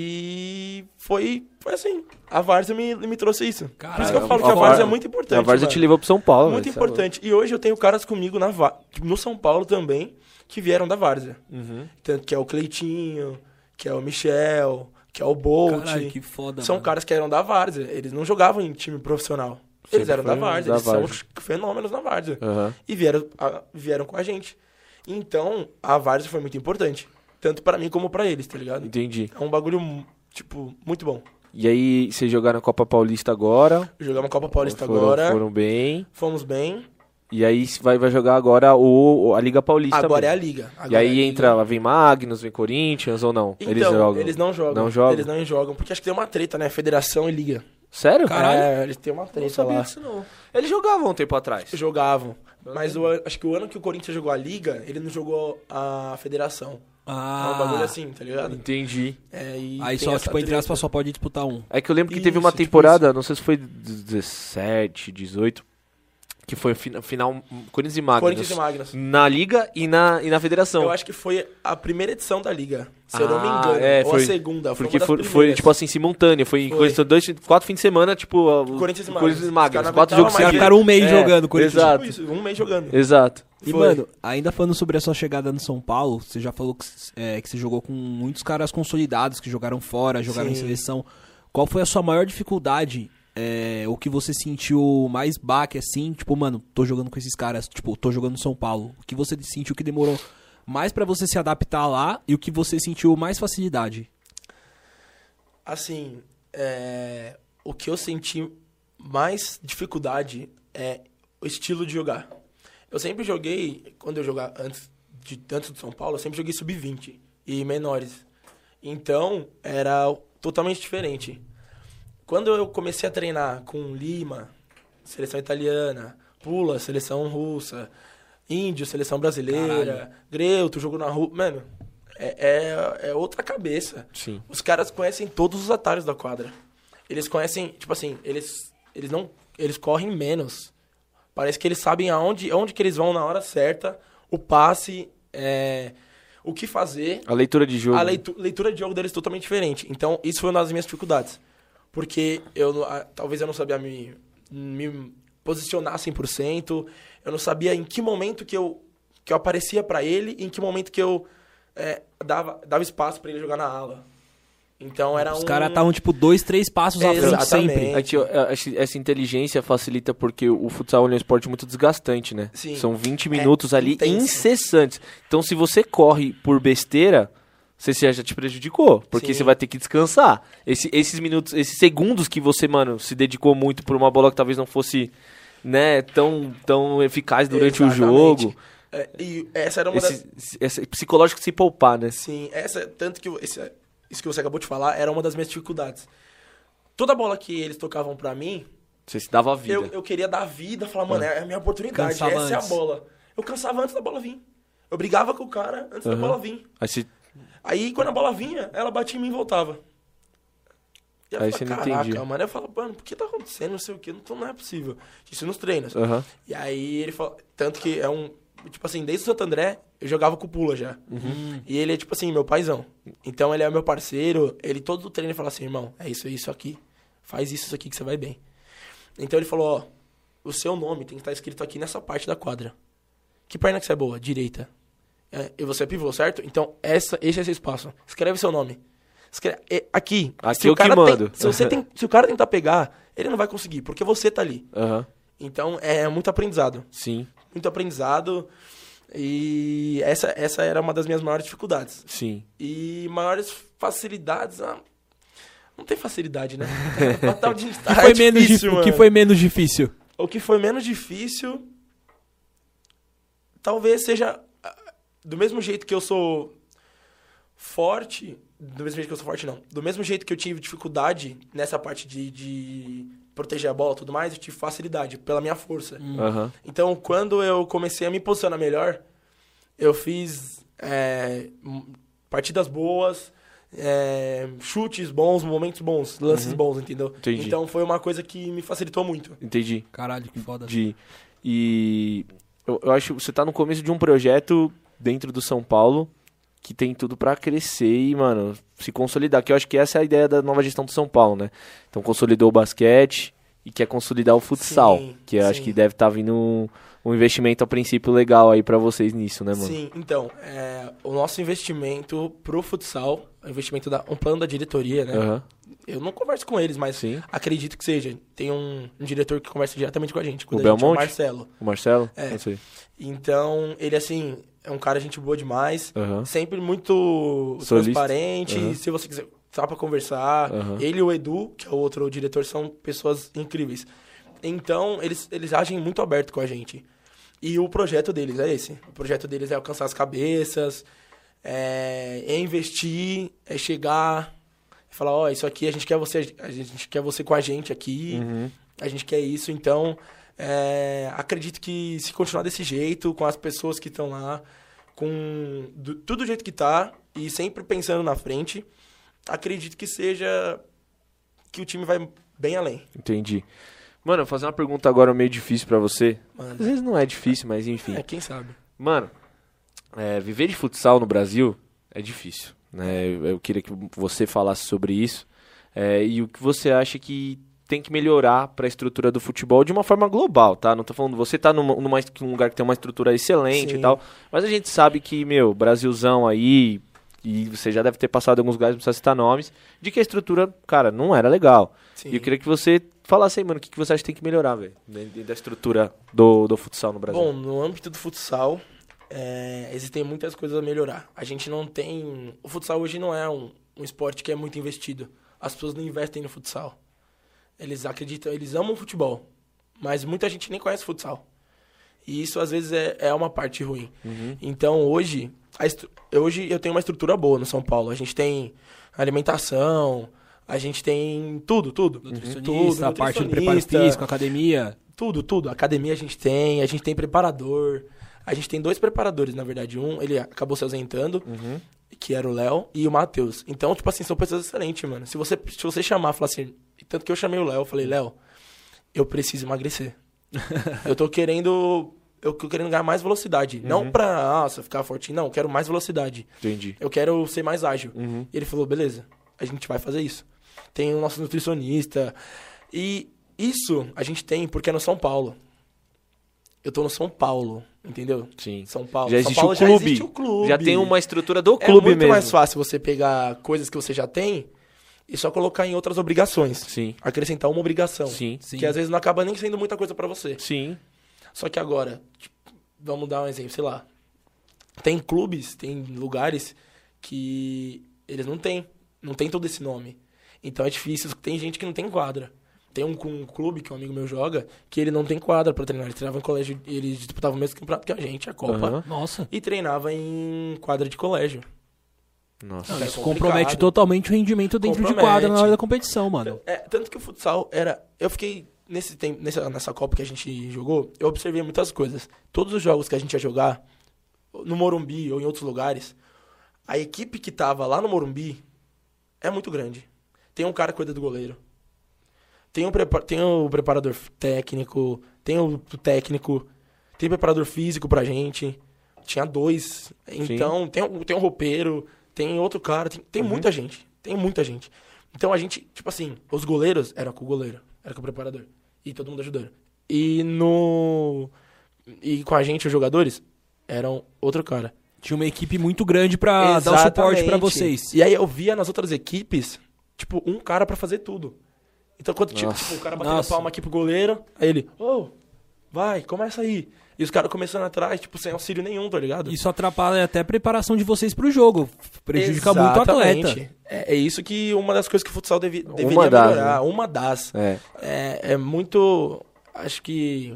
Speaker 3: E foi, foi assim. A Varsa me, me trouxe isso. Por isso que
Speaker 2: Caralho,
Speaker 3: eu falo
Speaker 1: a
Speaker 3: que a
Speaker 1: Várzea-
Speaker 3: Varsa é muito importante.
Speaker 1: Então, a Varsa
Speaker 3: mano.
Speaker 1: te levou pro São Paulo.
Speaker 3: Muito
Speaker 1: velho, é sabe?
Speaker 3: importante. E hoje eu tenho caras comigo na, Va- no São Paulo também que vieram da Varsa.
Speaker 1: Uhum.
Speaker 3: Tanto que é o Cleitinho, que é o Michel, que é o Bolt.
Speaker 2: Caralho, que foda,
Speaker 3: São
Speaker 2: mano.
Speaker 3: caras que eram da Varsa. Eles não jogavam em time profissional. Eles
Speaker 1: Sempre
Speaker 3: eram da
Speaker 1: foram
Speaker 3: Varsa.
Speaker 1: da
Speaker 3: Eles
Speaker 1: Várzea.
Speaker 3: são fenômenos na Varsa.
Speaker 1: Aham.
Speaker 3: E vieram, a- vieram com a gente. Então, a Varsa foi muito importante. Tanto pra mim como pra eles, tá ligado?
Speaker 1: Entendi.
Speaker 3: É um bagulho, tipo, muito bom.
Speaker 1: E aí, vocês jogaram a Copa Paulista agora.
Speaker 3: Jogamos Copa Paulista
Speaker 1: foram,
Speaker 3: agora,
Speaker 1: Foram bem.
Speaker 3: fomos bem.
Speaker 1: E aí se vai, vai jogar agora o, o- a Liga Paulista.
Speaker 3: Agora é a
Speaker 1: mesmo.
Speaker 3: Liga.
Speaker 1: E
Speaker 3: Agora é a
Speaker 1: aí
Speaker 3: Liga.
Speaker 1: entra lá, vem Magnus, vem Corinthians ou não?
Speaker 3: Então,
Speaker 1: eles jogam.
Speaker 3: não jogam.
Speaker 1: Não jogam?
Speaker 3: Eles não jogam, porque acho que tem uma treta, né? Federação e Liga.
Speaker 1: Sério?
Speaker 2: Caralho.
Speaker 3: É, eles têm uma treta lá.
Speaker 1: não. Eles jogavam um tempo atrás.
Speaker 3: Jogavam. Mas o an- acho que o ano que o Corinthians jogou a Liga, ele não jogou a Federação.
Speaker 2: Ah,
Speaker 3: É um bagulho assim, tá ligado?
Speaker 1: Entendi.
Speaker 3: É, e
Speaker 2: Aí
Speaker 3: tem
Speaker 2: só,
Speaker 3: essa
Speaker 2: tipo, entre
Speaker 3: treta.
Speaker 2: aspas, só pode disputar um.
Speaker 1: É que eu lembro que teve
Speaker 3: Isso,
Speaker 1: uma
Speaker 3: tipo
Speaker 1: temporada, não sei se foi 17, 18, que foi fina- final Corinthians e Magnus.
Speaker 3: Corinthians e Magnus.
Speaker 1: Na Liga e na, e na Federação.
Speaker 3: Eu acho que foi a primeira edição da Liga, se eu não me
Speaker 1: Ah,
Speaker 3: engano.
Speaker 1: é,
Speaker 3: ou
Speaker 1: foi-
Speaker 3: a segunda. Foi
Speaker 1: Porque
Speaker 3: uma das
Speaker 1: foi, foi,
Speaker 3: primeiras.
Speaker 1: tipo assim, simultânea. Foi, em
Speaker 3: Foi.
Speaker 1: coisa- dois, quatro fins de semana, tipo, a- o-
Speaker 3: Corinthians e
Speaker 1: o
Speaker 3: Magnus.
Speaker 1: Corinthians e
Speaker 3: Os
Speaker 1: Magnus.
Speaker 3: caras
Speaker 1: Quatro jogos
Speaker 2: Os caras
Speaker 3: aguentavam
Speaker 1: seguidos.
Speaker 3: mais
Speaker 2: ficaram um mês
Speaker 1: É,
Speaker 2: jogando, Corinthians.
Speaker 1: exato.
Speaker 3: Tipo isso, um mês jogando.
Speaker 1: Exato.
Speaker 2: E,
Speaker 3: Foi.
Speaker 2: mano, ainda falando sobre a sua chegada no São Paulo, você já falou que, é, que você jogou com muitos caras consolidados que jogaram fora, jogaram em
Speaker 3: Sim.
Speaker 2: seleção. Qual foi a sua maior dificuldade é, o que você sentiu mais baque, assim, tipo, mano, tô jogando com esses caras, tipo, tô jogando no São Paulo. O que você sentiu que demorou mais pra você se adaptar lá e o que você sentiu mais facilidade?
Speaker 3: Assim, é, o que eu senti mais dificuldade é o estilo de jogar. Eu sempre joguei, quando eu jogava antes, de, antes do São Paulo, eu sempre joguei sub-20 e menores. Então, era totalmente diferente. Quando eu comecei a treinar com Lima, seleção italiana, Pula, seleção russa, Índio, seleção brasileira, Greuto, jogo na rua. Mano, é, é, é outra cabeça.
Speaker 1: Sim.
Speaker 3: Os caras conhecem todos os atalhos da quadra. Eles conhecem, tipo assim, eles, eles não. Eles correm menos. Parece que eles sabem aonde, aonde que eles vão na hora certa, o passe, é, o que fazer.
Speaker 1: A leitura de jogo.
Speaker 3: A leitu- leitura de jogo deles é totalmente diferente. Então, isso foi uma das minhas dificuldades. Porque eu não- ah, talvez eu não sabia me, me posicionar 100%, eu não sabia em que momento que eu, que eu aparecia pra ele e em que momento que eu eh, dava, dava espaço pra ele jogar na ala. Então, era
Speaker 2: Os
Speaker 3: um...
Speaker 2: caras
Speaker 1: tá
Speaker 2: estavam, tipo, dois, três passos à frente
Speaker 3: Exatamente.
Speaker 2: sempre.
Speaker 1: A gente- É a- a- Essa inteligência facilita porque o futsal é um esporte muito desgastante, né?
Speaker 3: Sim. É,
Speaker 1: São 20 minutos ali
Speaker 3: intenso.
Speaker 1: incessantes. Então, se você corre por besteira, você já já te prejudicou, porque
Speaker 3: Sim.
Speaker 1: você vai ter que descansar. Esse- esses minutos, esses segundos que você, mano, se dedicou muito por uma bola que talvez não fosse, né, tão, tão eficaz durante
Speaker 3: Exatamente.
Speaker 1: o jogo.
Speaker 3: É, e essa era uma das...
Speaker 1: Esse, esse psicológico de se poupar, né?
Speaker 3: Sim, essa, tanto que esse- isso que você acabou de falar era uma das minhas dificuldades. Toda bola que eles tocavam pra mim,
Speaker 1: Você se dava vida.
Speaker 3: eu, eu queria dar vida, falar, mano, é a minha oportunidade,
Speaker 2: Cansava
Speaker 3: essa é a
Speaker 2: antes.
Speaker 3: bola. Eu cansava antes da bola vir. Eu brigava com o cara antes
Speaker 1: Aham.
Speaker 3: da bola vir.
Speaker 1: Aí você
Speaker 3: Aí quando a bola vinha, ela batia em mim e voltava. E eu
Speaker 1: Aí
Speaker 3: falava,
Speaker 1: você não
Speaker 3: caraca,
Speaker 1: entendia.
Speaker 3: mano. Eu falava, mano, por que tá acontecendo? Não sei o que, não, tô- não é possível. Isso nos treinos.
Speaker 1: Aham.
Speaker 3: E aí ele falou. Tanto que é um. Tipo assim, desde o Santo André, eu jogava com o Pula já.
Speaker 1: Uhum.
Speaker 3: E ele é, tipo assim, meu paizão. Então ele é meu parceiro. Ele todo o treino ele fala assim, irmão, é isso, é isso aqui. Faz isso, isso aqui que você vai bem. Então ele falou, ó, o seu nome tem que estar escrito aqui nessa parte da quadra. Que perna que você é boa? Direita. É, e você é pivô, certo? Então essa, esse é seu espaço. Escreve seu nome. Escreve, é, aqui.
Speaker 1: Aqui
Speaker 3: se
Speaker 1: eu
Speaker 3: o cara
Speaker 1: que
Speaker 3: tem-
Speaker 1: mando.
Speaker 3: se, você tem, se o cara tentar pegar, ele não vai conseguir, porque você tá ali.
Speaker 1: Aham.
Speaker 3: Então é muito aprendizado
Speaker 1: Sim,
Speaker 3: muito aprendizado. E essa, essa era uma das minhas maiores dificuldades.
Speaker 1: sim.
Speaker 3: E maiores facilidades. ah, não tem facilidade, né? Batalha de
Speaker 2: O que foi menos
Speaker 3: Tá difícil,
Speaker 2: dif- o que
Speaker 3: mano.
Speaker 2: foi menos difícil?
Speaker 3: O que foi menos difícil. Talvez seja. ah, Do mesmo jeito que eu sou forte. Do mesmo jeito que eu sou forte, não. Do mesmo jeito que eu tive dificuldade nessa parte de, de proteger a bola e tudo mais, eu tive facilidade pela minha força.
Speaker 1: Aham.
Speaker 3: Então, quando eu comecei a me posicionar melhor, eu fiz é, m- partidas boas, é, chutes bons, momentos bons, lances bons, entendeu?
Speaker 1: Uhum. Entendi.
Speaker 3: Então, foi uma coisa que me facilitou muito.
Speaker 1: Entendi.
Speaker 2: Caralho, que foda.
Speaker 1: De, e eu, eu acho que você tá no começo de um projeto dentro do São Paulo que tem tudo pra crescer e, mano, se consolidar. Que eu acho que essa é a ideia da nova gestão do São Paulo, né? Então consolidou o basquete e quer consolidar o futsal.
Speaker 3: Sim,
Speaker 1: que eu
Speaker 3: sim.
Speaker 1: acho que deve estar vindo um, um investimento a princípio legal aí pra vocês nisso, né, mano?
Speaker 3: Sim, então, é, o nosso investimento pro futsal, o investimento da um plano da diretoria, né?
Speaker 1: Aham.
Speaker 3: Eu não converso com eles, mas
Speaker 1: Sim.
Speaker 3: acredito que seja. Tem um, um diretor que conversa diretamente com a gente, com
Speaker 1: O
Speaker 3: a gente, é o
Speaker 1: Belmonte?
Speaker 3: Marcelo.
Speaker 1: O Marcelo?
Speaker 3: É.
Speaker 1: Não sei.
Speaker 3: Então, ele, assim, é um cara gente boa demais.
Speaker 1: Aham.
Speaker 3: Sempre muito
Speaker 1: Solista.
Speaker 3: transparente.
Speaker 1: Aham.
Speaker 3: Se você quiser, tá pra conversar.
Speaker 1: Aham.
Speaker 3: Ele e o Edu, que é o outro diretor, são pessoas incríveis. Então, eles, eles agem muito aberto com a gente. E o projeto deles é esse. O projeto deles é alcançar as cabeças, é, é investir, é chegar, é falar, ó, isso aqui a gente quer você, a gente quer você com a gente
Speaker 1: Uhum.
Speaker 3: aqui, a gente quer isso, então é, acredito que se continuar desse jeito, com as pessoas que estão lá, com do- tudo do jeito que tá, e sempre pensando na frente, acredito que seja que o time vai bem além.
Speaker 1: Entendi. Mano, eu vou fazer uma pergunta agora meio difícil pra você. Às
Speaker 3: Mano,
Speaker 1: vezes não é difícil, mas enfim.
Speaker 3: é, quem sabe?
Speaker 1: Mano, é, viver de futsal no Brasil é difícil. Né? Eu, eu queria que você falasse sobre isso. É, e o que você acha que tem que melhorar para a estrutura do futebol de uma forma global, tá? Não tô falando, você tá numa, numa est- num lugar que tem uma estrutura excelente
Speaker 3: Sim.
Speaker 1: e tal, mas a gente sabe que, meu, Brasilzão aí, e você já deve ter passado em alguns lugares, não precisa citar nomes, de que a estrutura, cara, não era legal.
Speaker 3: Sim.
Speaker 1: E eu queria que você falasse aí, mano, o que, que você acha que tem que melhorar, velho, dentro da estrutura do, do futsal no Brasil.
Speaker 3: Bom, no âmbito do futsal, é, existem muitas coisas a melhorar. A gente não tem. O futsal hoje não é um, um esporte que é muito investido. As pessoas não investem no futsal. Eles acreditam, eles amam futebol, mas muita gente nem conhece futsal. E isso às vezes é, é uma parte ruim.
Speaker 2: Uhum.
Speaker 3: Então hoje, a estru- hoje eu tenho uma estrutura boa no São Paulo. A gente tem alimentação, a gente tem tudo, tudo.
Speaker 2: Nutricionista,
Speaker 3: tudo,
Speaker 2: Uhum. a parte do preparo
Speaker 3: nutricionista.
Speaker 2: físico, academia.
Speaker 3: Tudo, tudo. Academia a gente tem, a gente tem preparador. A gente tem dois preparadores, na verdade. Um, ele acabou se ausentando,
Speaker 1: Uhum,
Speaker 3: que era o Léo, e o Matheus. Então, tipo assim, são pessoas excelentes, mano. Se você, se você chamar, falar assim. Tanto que eu chamei o Léo, eu falei, Léo, eu preciso emagrecer. eu tô querendo. Eu tô querendo ganhar mais velocidade. Não pra, nossa, ficar fortinho. Não, eu quero mais velocidade.
Speaker 1: Entendi.
Speaker 3: Eu quero ser mais ágil.
Speaker 1: Uhum.
Speaker 3: E ele falou, beleza, a gente vai fazer isso. Tem o nosso nutricionista. E isso a gente tem porque é no São Paulo. Eu tô no São Paulo, entendeu?
Speaker 1: Sim.
Speaker 3: São Paulo.
Speaker 1: Já
Speaker 3: São
Speaker 1: existe,
Speaker 3: Paulo
Speaker 1: o clube,
Speaker 3: já existe o clube.
Speaker 1: Já tem uma estrutura do
Speaker 3: É
Speaker 1: clube
Speaker 3: muito
Speaker 1: mesmo.
Speaker 3: mais fácil você pegar coisas que você já tem e só colocar em outras obrigações.
Speaker 1: Sim.
Speaker 3: Acrescentar uma obrigação.
Speaker 1: Sim.
Speaker 2: Sim.
Speaker 3: Que às vezes não acaba nem sendo muita coisa pra você.
Speaker 1: Sim.
Speaker 3: Só que agora, tipo, vamos dar um exemplo, sei lá. Tem clubes, tem lugares que eles não têm, não tem todo esse nome. Então é difícil, tem gente que não tem quadra. Tem um, um clube que um amigo meu joga que ele não tem quadra pra treinar. Ele treinava em colégio, ele disputava o mesmo campeonato que a gente, a Copa,
Speaker 1: Aham.
Speaker 2: Nossa.
Speaker 3: e treinava em quadra de colégio.
Speaker 1: Nossa.
Speaker 3: Não, é
Speaker 2: isso
Speaker 3: complicado.
Speaker 2: compromete totalmente o rendimento dentro de
Speaker 3: Compromete.
Speaker 2: quadra na hora da competição, mano.
Speaker 3: É, tanto que o futsal era. Eu fiquei nesse tempo, nessa, nessa Copa que a gente jogou, eu observei muitas coisas. Todos os jogos que a gente ia jogar, no Morumbi ou em outros lugares, a equipe que tava lá no Morumbi é muito grande. Tem um cara que cuida do goleiro. Tem o, prepa- tem o preparador f- técnico, tem o técnico, tem preparador físico pra gente. Tinha dois. Então, tem, um- tem um roupeiro, tem outro cara, tem, tem muita gente. Tem muita gente. Então a gente, tipo assim, os goleiros era com o goleiro, era com o preparador. E todo mundo ajudando. E no. E com a gente, os jogadores, eram outro cara.
Speaker 2: Tinha uma equipe muito grande pra dar o Ah, um suporte pra
Speaker 3: Exatamente.
Speaker 2: vocês.
Speaker 3: E aí eu via nas outras equipes, tipo, um cara pra fazer tudo. Então quando tinha,
Speaker 1: Nossa.
Speaker 3: tipo, o cara batendo
Speaker 2: Nossa.
Speaker 3: a palma aqui pro goleiro, aí ele, ô, vai, começa aí. E os caras começando atrás, tipo, sem auxílio nenhum, tá ligado?
Speaker 2: Isso atrapalha até a preparação de vocês pro jogo. Prejudica muito o atleta.
Speaker 3: Exatamente. É, é isso que uma das coisas que o futsal devi- deveria
Speaker 1: das,
Speaker 3: melhorar.
Speaker 2: né?
Speaker 3: Uma das.
Speaker 1: É.
Speaker 3: É, é muito, acho que,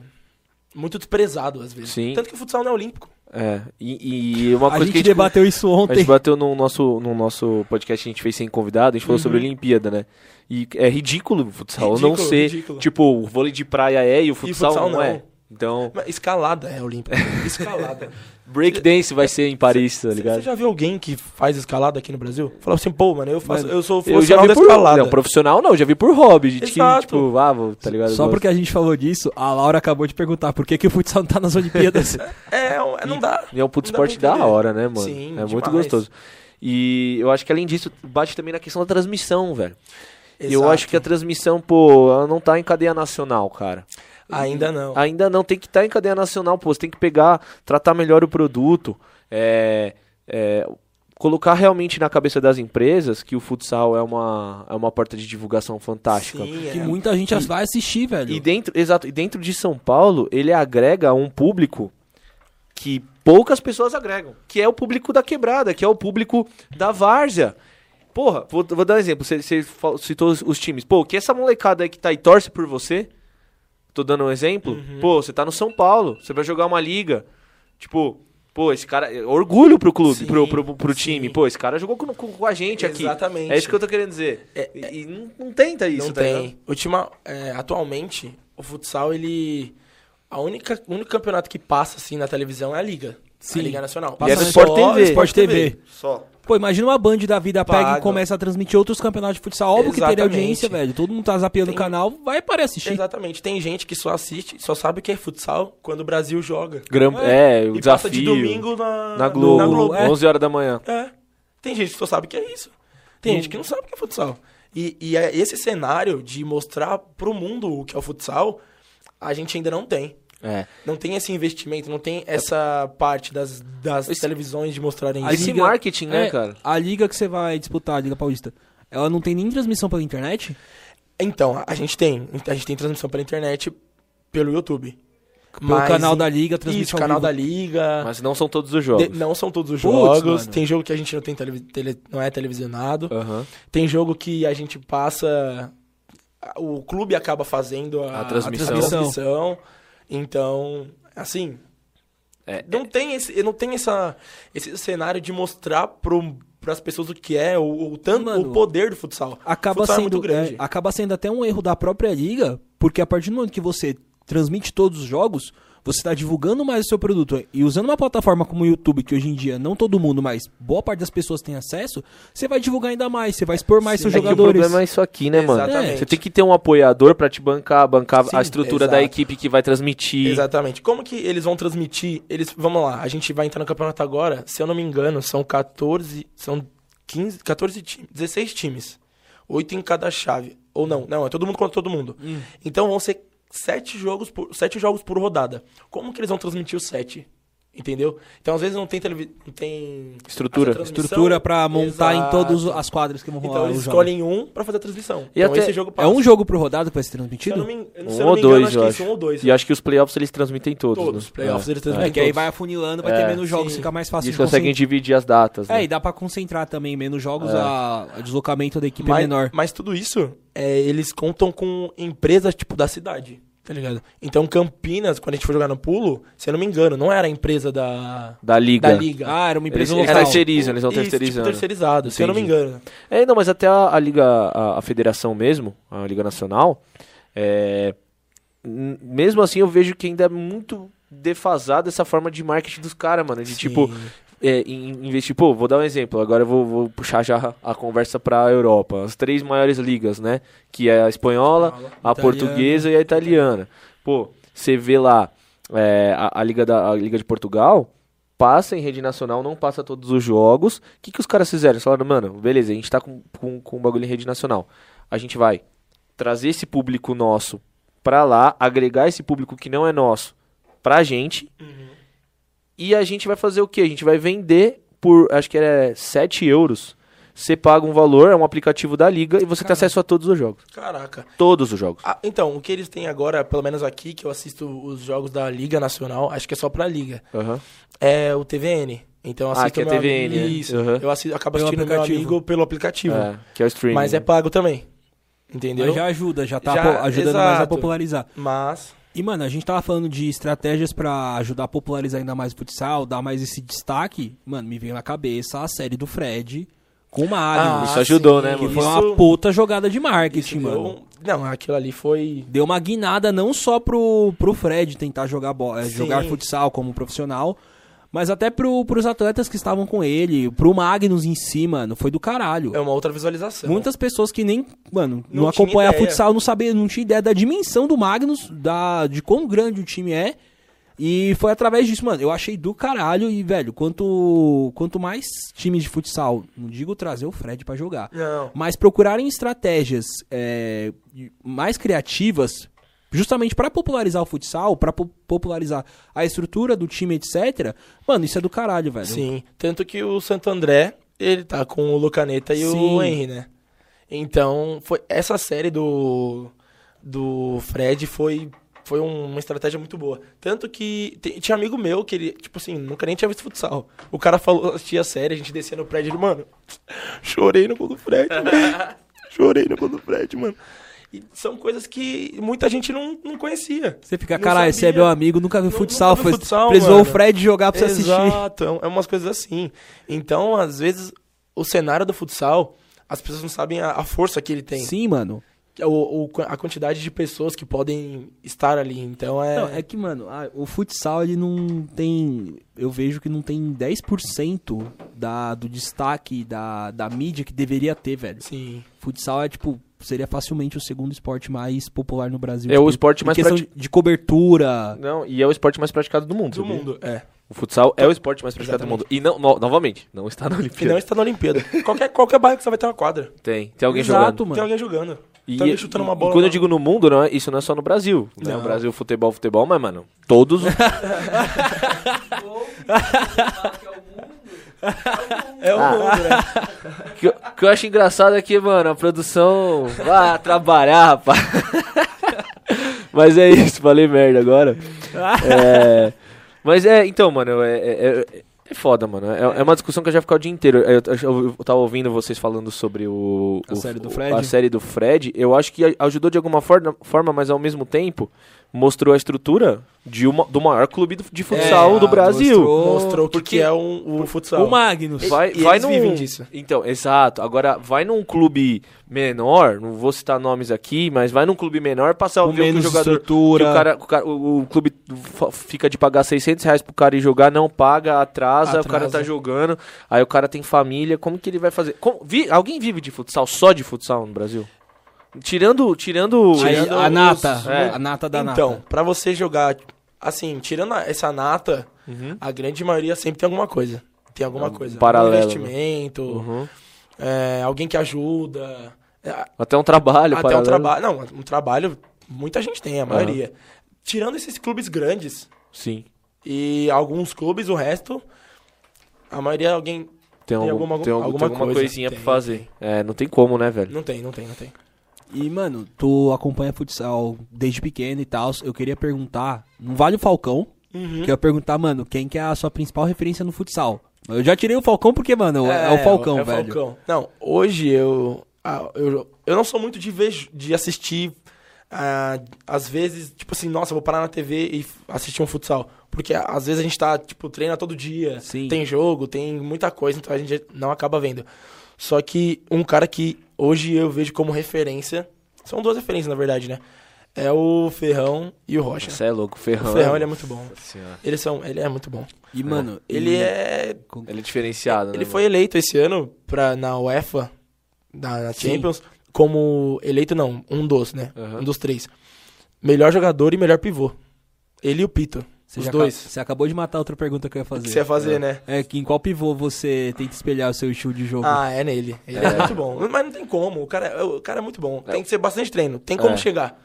Speaker 3: muito desprezado às vezes.
Speaker 1: Sim.
Speaker 3: Tanto que o futsal não é olímpico.
Speaker 1: É. E, e uma
Speaker 2: a
Speaker 1: coisa
Speaker 2: gente
Speaker 1: que a gente
Speaker 2: debateu isso
Speaker 1: A
Speaker 2: ontem.
Speaker 1: gente bateu no nosso, no nosso podcast que a gente fez sem convidado, a gente falou sobre Olimpíada, né? E é ridículo o futsal não
Speaker 3: Uhum. Ridículo,
Speaker 1: ser.
Speaker 3: ridículo.
Speaker 1: Tipo, o vôlei de praia é e o futsal,
Speaker 3: futsal
Speaker 1: não,
Speaker 3: não.
Speaker 1: é. Então,
Speaker 3: Mas Escalada é olímpica. Escalada.
Speaker 1: breakdance vai ser em Paris, tá
Speaker 3: Você
Speaker 1: ligado?
Speaker 3: já viu alguém que faz escalada aqui no Brasil? Fala assim, pô, mano, eu faço,
Speaker 2: Mano,
Speaker 3: eu sou o
Speaker 1: Eu já
Speaker 3: profissional
Speaker 1: vi
Speaker 3: da
Speaker 1: por
Speaker 3: escalada.
Speaker 1: Não, profissional não, já vi por hobby. Gente que,
Speaker 3: Exato.
Speaker 1: tipo, ah, vou, tá ligado?
Speaker 2: Só
Speaker 1: Gosto.
Speaker 2: porque a gente falou disso, a Laura acabou de perguntar por que, que o futsal não tá nas Olimpíadas.
Speaker 3: É, é, não dá.
Speaker 1: E é um puto
Speaker 3: Não dá pra
Speaker 1: esporte da
Speaker 3: entender.
Speaker 1: hora, né, mano?
Speaker 3: Sim,
Speaker 1: é muito
Speaker 3: demais.
Speaker 1: gostoso. E eu acho que além disso, bate também na questão da transmissão, velho. Eu acho que a transmissão, pô, ela não tá em cadeia nacional, cara.
Speaker 3: Ainda não.
Speaker 1: Ainda não, tem que estar em cadeia nacional, pô. Você tem que pegar, tratar melhor o produto, é, é, colocar realmente na cabeça das empresas que o futsal é uma, é uma porta de divulgação fantástica.
Speaker 3: Sim,
Speaker 2: que
Speaker 3: é.
Speaker 2: muita gente as vai assistir, velho.
Speaker 1: E dentro, exato, e dentro de São Paulo, ele agrega um público que poucas pessoas agregam, que é o público da quebrada, que é o público da várzea. Porra, vou, vou dar um exemplo. Você- Você fal- citou os, os times. Pô, que essa molecada aí que tá aí torce por você? Tô dando um exemplo.
Speaker 3: Uhum.
Speaker 1: Pô, você tá no São Paulo, você vai jogar uma liga. Tipo, pô, esse cara. é Orgulho pro clube,
Speaker 3: Sim,
Speaker 1: pro, pro, pro
Speaker 3: sim.
Speaker 1: time. Pô, esse cara jogou com, com- com a gente aqui.
Speaker 3: Exatamente. É,
Speaker 1: É isso que eu tô querendo dizer. e e não, não tenta isso,
Speaker 3: não
Speaker 1: tá ligado?
Speaker 3: tem. Ultima, é, atualmente, o futsal, ele... A única, o único campeonato que passa, assim, na televisão é a Liga.
Speaker 2: Sim.
Speaker 3: A Liga Nacional.
Speaker 1: E é
Speaker 3: Passa
Speaker 1: Sport
Speaker 3: só
Speaker 1: TV.
Speaker 2: Sport TV.
Speaker 1: Só.
Speaker 2: Pô, imagina uma band da vida pega e
Speaker 3: Paga.
Speaker 2: começa a transmitir outros campeonatos de futsal. Óbvio que teria
Speaker 3: Exatamente.
Speaker 2: audiência, velho. Todo mundo tá zapeando o
Speaker 3: Tem-
Speaker 2: canal, vai para assistir.
Speaker 3: Exatamente. Tem gente que só assiste, só sabe o que é futsal quando o Brasil joga.
Speaker 1: Gram- é, o
Speaker 3: e
Speaker 1: desafio.
Speaker 3: passa de domingo na,
Speaker 1: Na Globo,
Speaker 3: Na Globo.
Speaker 2: é.
Speaker 1: 11 horas da manhã.
Speaker 3: É. Tem gente que só sabe que é isso. Tem
Speaker 2: Não-
Speaker 3: gente que não sabe o que é futsal. E, e é esse cenário de mostrar pro mundo o que é o futsal, a gente ainda não tem.
Speaker 1: É.
Speaker 3: Não tem esse investimento, não tem essa parte das, das
Speaker 1: Esse-
Speaker 3: televisões de mostrarem
Speaker 1: Esse
Speaker 3: isso.
Speaker 2: liga-
Speaker 1: marketing, né,
Speaker 2: É,
Speaker 1: cara?
Speaker 2: A liga que você vai disputar, a Liga Paulista, ela não tem nem transmissão pela internet?
Speaker 3: Então, a- a gente tem. A gente tem transmissão pela internet pelo YouTube.
Speaker 2: Pelo canal da Liga, transmissão
Speaker 3: Isso, canal
Speaker 2: ao
Speaker 3: da
Speaker 2: vivo.
Speaker 3: Liga.
Speaker 1: Mas não são todos os jogos.
Speaker 3: De- não são todos os
Speaker 2: Putz,
Speaker 3: jogos.
Speaker 2: mano.
Speaker 3: Tem jogo que a gente não, tem tele, tele- não é televisionado.
Speaker 1: Aham.
Speaker 3: Tem jogo que a gente passa. O clube acaba fazendo a,
Speaker 1: A transmissão.
Speaker 3: a transmissão. Então, assim,
Speaker 1: É,
Speaker 3: não tem esse, não tem essa, esse cenário de mostrar para as pessoas o que é, o, o tanto,
Speaker 2: Mano,
Speaker 3: o poder do futsal.
Speaker 2: Acaba
Speaker 3: futsal
Speaker 2: sendo,
Speaker 3: é muito grande.
Speaker 2: é, acaba sendo até um erro da própria liga, porque a partir do momento que você transmite todos os jogos, você está divulgando mais o seu produto. E usando uma plataforma como o YouTube, que hoje em dia não todo mundo, mas boa parte das pessoas tem acesso, você vai divulgar ainda mais, você vai expor mais
Speaker 3: Sim.
Speaker 2: seus
Speaker 1: É que o
Speaker 2: jogadores.
Speaker 1: problema é isso aqui, né, mano?
Speaker 3: Exatamente.
Speaker 1: Você tem que ter um apoiador pra te bancar, bancar
Speaker 3: Sim,
Speaker 1: a estrutura da
Speaker 3: exato.
Speaker 1: equipe que vai transmitir.
Speaker 3: Exatamente. Como que eles vão transmitir? Eles, vamos lá, a gente vai entrar no campeonato agora, se eu não me engano, são 14, são 15, 14 times, 16 times. Oito em cada chave. Ou não, não, é todo mundo contra todo mundo.
Speaker 1: Hum.
Speaker 3: Então vão ser sete jogos por, sete jogos por rodada. Como que eles vão transmitir os sete? Entendeu? Então às vezes não tem televi não tem
Speaker 1: Estrutura.
Speaker 3: essa transmissão.
Speaker 2: Estrutura para montar em
Speaker 3: Exato.
Speaker 2: todas as quadras que vão rolar
Speaker 3: Então
Speaker 2: os
Speaker 3: eles
Speaker 2: jogos.
Speaker 3: escolhem um pra fazer a transmissão.
Speaker 1: E
Speaker 3: então
Speaker 1: até-
Speaker 3: esse jogo
Speaker 2: É
Speaker 3: passa.
Speaker 2: um jogo pro rodado que vai ser
Speaker 3: Se eu
Speaker 2: transmitido?
Speaker 3: não me, se eu
Speaker 1: Um
Speaker 3: não
Speaker 1: ou
Speaker 3: me engano,
Speaker 1: dois,
Speaker 3: acho
Speaker 1: eu
Speaker 3: que
Speaker 1: acho.
Speaker 3: isso, um ou dois.
Speaker 1: E acho que os playoffs eles transmitem todos.
Speaker 3: Todos,
Speaker 1: né?
Speaker 3: playoffs eles
Speaker 2: É,
Speaker 3: transmitem
Speaker 2: que aí
Speaker 3: todos.
Speaker 2: vai afunilando, vai
Speaker 1: É,
Speaker 2: ter menos jogos,
Speaker 3: sim.
Speaker 2: fica mais
Speaker 1: E
Speaker 2: fácil
Speaker 1: eles
Speaker 2: de
Speaker 1: conseguem
Speaker 2: conseguir.
Speaker 1: dividir as datas.
Speaker 2: É,
Speaker 1: né?
Speaker 2: e dá pra concentrar também menos jogos,
Speaker 1: É.
Speaker 2: a, o deslocamento da equipe é
Speaker 3: mas,
Speaker 2: menor.
Speaker 3: Mas tudo isso, é, eles contam com empresas, tipo, da cidade, tá ligado? Então, Campinas, quando a gente foi jogar no pulo, se eu não me engano, não era a empresa da,
Speaker 1: Da liga.
Speaker 3: da Liga.
Speaker 2: Ah, era uma
Speaker 1: Eles,
Speaker 2: empresa
Speaker 1: eles
Speaker 2: local.
Speaker 1: terceirizam, eles vão
Speaker 3: Isso,
Speaker 1: terceirizando.
Speaker 3: Tipo, terceirizado, se eu não me
Speaker 1: Entendi.
Speaker 3: engano.
Speaker 1: É, não, mas até a, a Liga, a, a Federação mesmo, a Liga Nacional, é, n- mesmo assim eu vejo que ainda é muito defasada essa forma de marketing dos caras, mano. De tipo, é, em- investir. Pô, vou dar um exemplo. Agora eu vou, vou puxar já a conversa pra Europa. As três maiores ligas, né? Que é a espanhola,
Speaker 3: Espanhola,
Speaker 1: a
Speaker 3: italiana.
Speaker 1: portuguesa e a italiana. Pô, você vê lá é, a, a liga da, a Liga de Portugal. Passa em rede nacional, não passa todos os jogos. O que, que os caras fizeram? Eles falaram, mano, beleza, a gente tá com, com, com um bagulho em rede nacional. A gente vai trazer esse público nosso pra lá, agregar esse público que não é nosso pra gente. E a gente vai fazer o quê? A gente vai vender por, acho que era 7 euros. Você paga um valor, é um aplicativo da liga e você tem acesso a todos os jogos.
Speaker 3: Caraca.
Speaker 1: Todos os jogos.
Speaker 3: Ah, então, o que eles têm agora, pelo menos aqui, que eu assisto os jogos da Liga Nacional, acho que é só pra Liga,
Speaker 1: Aham.
Speaker 3: é o TVN. Então, eu
Speaker 1: Ah,
Speaker 3: assisto
Speaker 1: que é
Speaker 3: meu
Speaker 1: TVN,
Speaker 3: amigo-
Speaker 1: né?
Speaker 3: Isso,
Speaker 1: Uhum.
Speaker 3: eu assi- acabo
Speaker 2: Pelo
Speaker 3: assistindo meu
Speaker 2: um aplicativo.
Speaker 3: amigo pelo aplicativo.
Speaker 1: É, que é o streaming.
Speaker 3: Mas é
Speaker 1: né?
Speaker 3: pago também, entendeu?
Speaker 2: Mas já ajuda, já tá
Speaker 3: Já,
Speaker 2: po- ajudando mais a
Speaker 3: exato.
Speaker 2: popularizar.
Speaker 3: Mas...
Speaker 2: E, mano, a gente tava falando de estratégias pra ajudar a popularizar ainda mais o futsal, dar mais esse destaque. Mano, me veio na cabeça a série do Fred com o Mario. Ah,
Speaker 1: isso ajudou, né,
Speaker 2: que
Speaker 1: mano?
Speaker 2: foi
Speaker 3: Isso-
Speaker 2: uma puta jogada de marketing,
Speaker 3: Isso deu
Speaker 2: mano.
Speaker 3: um- Não, aquilo ali foi.
Speaker 2: Deu uma guinada não só pro, pro Fred tentar jogar, bo- eh,
Speaker 3: Sim.
Speaker 2: jogar futsal como profissional, mas até pro, pros atletas que estavam com ele, pro Magnus em si, mano. Foi do caralho.
Speaker 3: É uma outra visualização.
Speaker 2: Muitas pessoas que nem, mano, não,
Speaker 3: Não tinha
Speaker 2: acompanham
Speaker 3: ideia.
Speaker 2: futsal, não sabia, não tinha ideia da dimensão do Magnus, da, de quão grande o time é. E foi através disso, mano, eu achei do caralho e, velho, quanto, quanto mais times de futsal, não digo trazer o Fred pra jogar,
Speaker 3: Não.
Speaker 2: mas procurarem estratégias é, mais criativas justamente pra popularizar o futsal, pra po- popularizar a estrutura do time, etc. Mano, isso é do caralho, velho.
Speaker 3: Sim. Tanto que o Santo André, ele tá com o Lucaneta e
Speaker 2: Sim.
Speaker 3: o Henry, né? Então, foi essa série do do Fred foi foi um- uma estratégia muito boa. Tanto que tem- tinha amigo meu que ele, tipo assim, nunca nem tinha visto futsal. O cara falou, assistia a série, a gente descia no prédio, ele, mano, chorei no gol do Fred, mano. Chorei no gol do Fred, mano. E são coisas que muita gente não, não conhecia.
Speaker 2: Você fica,
Speaker 3: Não
Speaker 2: caralho, você é
Speaker 3: sabia.
Speaker 2: meu amigo, nunca vi
Speaker 3: Não-
Speaker 2: futsal,
Speaker 3: nunca vi
Speaker 2: foi-
Speaker 3: futsal,
Speaker 2: precisou o
Speaker 3: mano.
Speaker 2: Fred jogar pra você assistir.
Speaker 3: Exato, é um- é umas coisas assim. Então, às vezes, o cenário do futsal, as pessoas não sabem a, a força que ele tem.
Speaker 2: Sim, mano.
Speaker 3: O, o- a quantidade de pessoas que podem estar ali. Então, é...
Speaker 2: Não, é que, mano, a- o futsal ele não tem. Eu vejo que não tem 10% da, do destaque da, da mídia que deveria ter, velho.
Speaker 3: Sim.
Speaker 2: Futsal é tipo. Seria facilmente o segundo esporte mais popular no Brasil.
Speaker 1: É o
Speaker 2: tipo,
Speaker 1: esporte
Speaker 2: em
Speaker 1: mais
Speaker 2: questão
Speaker 1: prati-
Speaker 2: de, de cobertura.
Speaker 1: Não, e é o esporte mais praticado do mundo.
Speaker 3: Do
Speaker 1: sabia?
Speaker 3: mundo, é.
Speaker 1: O futsal é o esporte mais praticado do mundo. E não, no- novamente, não está na
Speaker 3: E não
Speaker 1: Olimpíada.
Speaker 3: está na Olimpíada. qualquer, qualquer bairro que você vai ter uma quadra.
Speaker 1: Tem. Tem alguém jogando.
Speaker 2: Exato,
Speaker 3: Tem
Speaker 2: mano.
Speaker 3: alguém jogando.
Speaker 1: E,
Speaker 3: Tem alguém Tá chutando uma
Speaker 1: e
Speaker 3: bola.
Speaker 1: quando
Speaker 3: lá.
Speaker 1: eu digo no mundo, não é- isso não é só no Brasil. Né?
Speaker 3: Não.
Speaker 1: O Brasil, futebol, futebol, mas, mano, todos.
Speaker 3: É o
Speaker 1: Ah.
Speaker 3: mundo, né?
Speaker 1: O que, eu- o que eu acho engraçado é que, mano, a produção vai trabalhar, rapaz. Mas é isso, falei merda agora. É, mas é, então, mano, é, é, é- é foda, mano. É, é uma discussão que eu já ficar o dia inteiro. Eu, eu, eu tava ouvindo vocês falando sobre o.
Speaker 2: A
Speaker 1: o-
Speaker 2: série do
Speaker 1: o-
Speaker 2: Fred?
Speaker 1: A série do Fred. Eu acho que a- ajudou de alguma forma, forma, mas ao mesmo tempo mostrou a estrutura de uma, do maior clube do- de futsal
Speaker 2: É,
Speaker 1: do Brasil.
Speaker 2: mostrou
Speaker 3: Mostrou o que,
Speaker 1: Porque
Speaker 3: que é um, o futsal.
Speaker 2: O Magnus.
Speaker 1: então. Vai,
Speaker 3: e
Speaker 1: vai
Speaker 3: eles
Speaker 1: num...
Speaker 3: vivem disso.
Speaker 1: Então, exato. Agora, vai num clube menor, não vou citar nomes aqui, mas vai num clube menor passar
Speaker 2: Com
Speaker 1: ver o que o
Speaker 2: menos
Speaker 1: jogador.
Speaker 2: estrutura.
Speaker 1: que o, cara, o, cara- o- o clube fa- fica de pagar 600 reais pro cara ir jogar, não paga, atrasa, o cara
Speaker 3: Atrasa.
Speaker 1: tá jogando, aí o cara tem família, como que ele vai fazer? Como- vi- alguém vive de futsal, só de futsal no Brasil? Tirando. Tirando.
Speaker 2: Aí,
Speaker 1: tirando
Speaker 2: a
Speaker 1: os-
Speaker 2: nata.
Speaker 1: é.
Speaker 2: A nata da
Speaker 3: então,
Speaker 2: nata.
Speaker 3: pra você jogar, assim, tirando a- essa nata,
Speaker 1: Uhum.
Speaker 3: a grande maioria sempre tem alguma coisa. Tem alguma coisa. Um
Speaker 1: paralelo, né?
Speaker 3: investimento,
Speaker 1: Uhum.
Speaker 3: é, alguém que ajuda. é,
Speaker 1: Até um trabalho,
Speaker 3: até um
Speaker 1: paralelo.
Speaker 3: trabalho. Não, um trabalho muita gente tem, a maioria. Tirando esses clubes grandes
Speaker 1: Sim.
Speaker 3: e alguns clubes, o resto, a maioria alguém.
Speaker 1: Tem, algum-
Speaker 3: alguma-
Speaker 1: tem algum- tem
Speaker 3: alguma
Speaker 1: alguma
Speaker 3: coisa.
Speaker 1: coisinha
Speaker 3: Tem,
Speaker 1: pra fazer. É, não tem como, né, velho?
Speaker 3: Não tem, não tem, não tem.
Speaker 2: E, mano, tu acompanha futsal desde pequeno e tal. Eu queria perguntar, não vale o Falcão?
Speaker 3: Uhum.
Speaker 2: Que eu ia perguntar, mano, quem que é a sua principal referência no futsal? Eu já tirei o Falcão porque, mano, é, o Falcão,
Speaker 3: é o
Speaker 2: velho.
Speaker 3: Falcão. Não, hoje eu, ah, eu. Eu não sou muito de ver, de assistir. ah, às vezes, tipo assim, nossa, eu vou parar na TV e f- assistir um futsal. Porque ah, às vezes a gente tá, tipo, treina todo dia.
Speaker 2: Sim.
Speaker 3: Tem jogo, tem muita coisa, então a gente não acaba vendo. Só que um cara que hoje eu vejo como referência. São duas referências, na verdade, né? É o Ferrão e o Rocha.
Speaker 1: Você é louco,
Speaker 3: O
Speaker 1: Ferrão.
Speaker 3: Ferrão,
Speaker 1: né?
Speaker 3: ele é muito bom.
Speaker 1: Senhora.
Speaker 3: Eles são, ele é muito bom.
Speaker 2: E, mano,
Speaker 3: Ele
Speaker 2: e-
Speaker 3: é
Speaker 1: Ele é diferenciado, né?
Speaker 3: Ele foi eleito esse ano pra, na UEFA, da, na
Speaker 2: Sim.
Speaker 3: Champions, como. Eleito não, um dos, né?
Speaker 1: Aham.
Speaker 3: Um dos três. Melhor jogador e melhor pivô. Ele e o Pito.
Speaker 2: você
Speaker 3: os
Speaker 2: já
Speaker 3: dois.
Speaker 2: aca- Você acabou de matar outra pergunta que eu ia
Speaker 3: O
Speaker 2: fazer.
Speaker 3: que você ia fazer, né?
Speaker 2: É que em qual pivô você tenta espelhar o seu estilo de jogo?
Speaker 3: Ah, é nele. Ele é.
Speaker 1: É.
Speaker 3: muito bom. Mas não tem como. O cara, é- o cara é muito bom.
Speaker 1: É.
Speaker 3: Tem que ser bastante treino. Tem como
Speaker 1: É.
Speaker 3: chegar.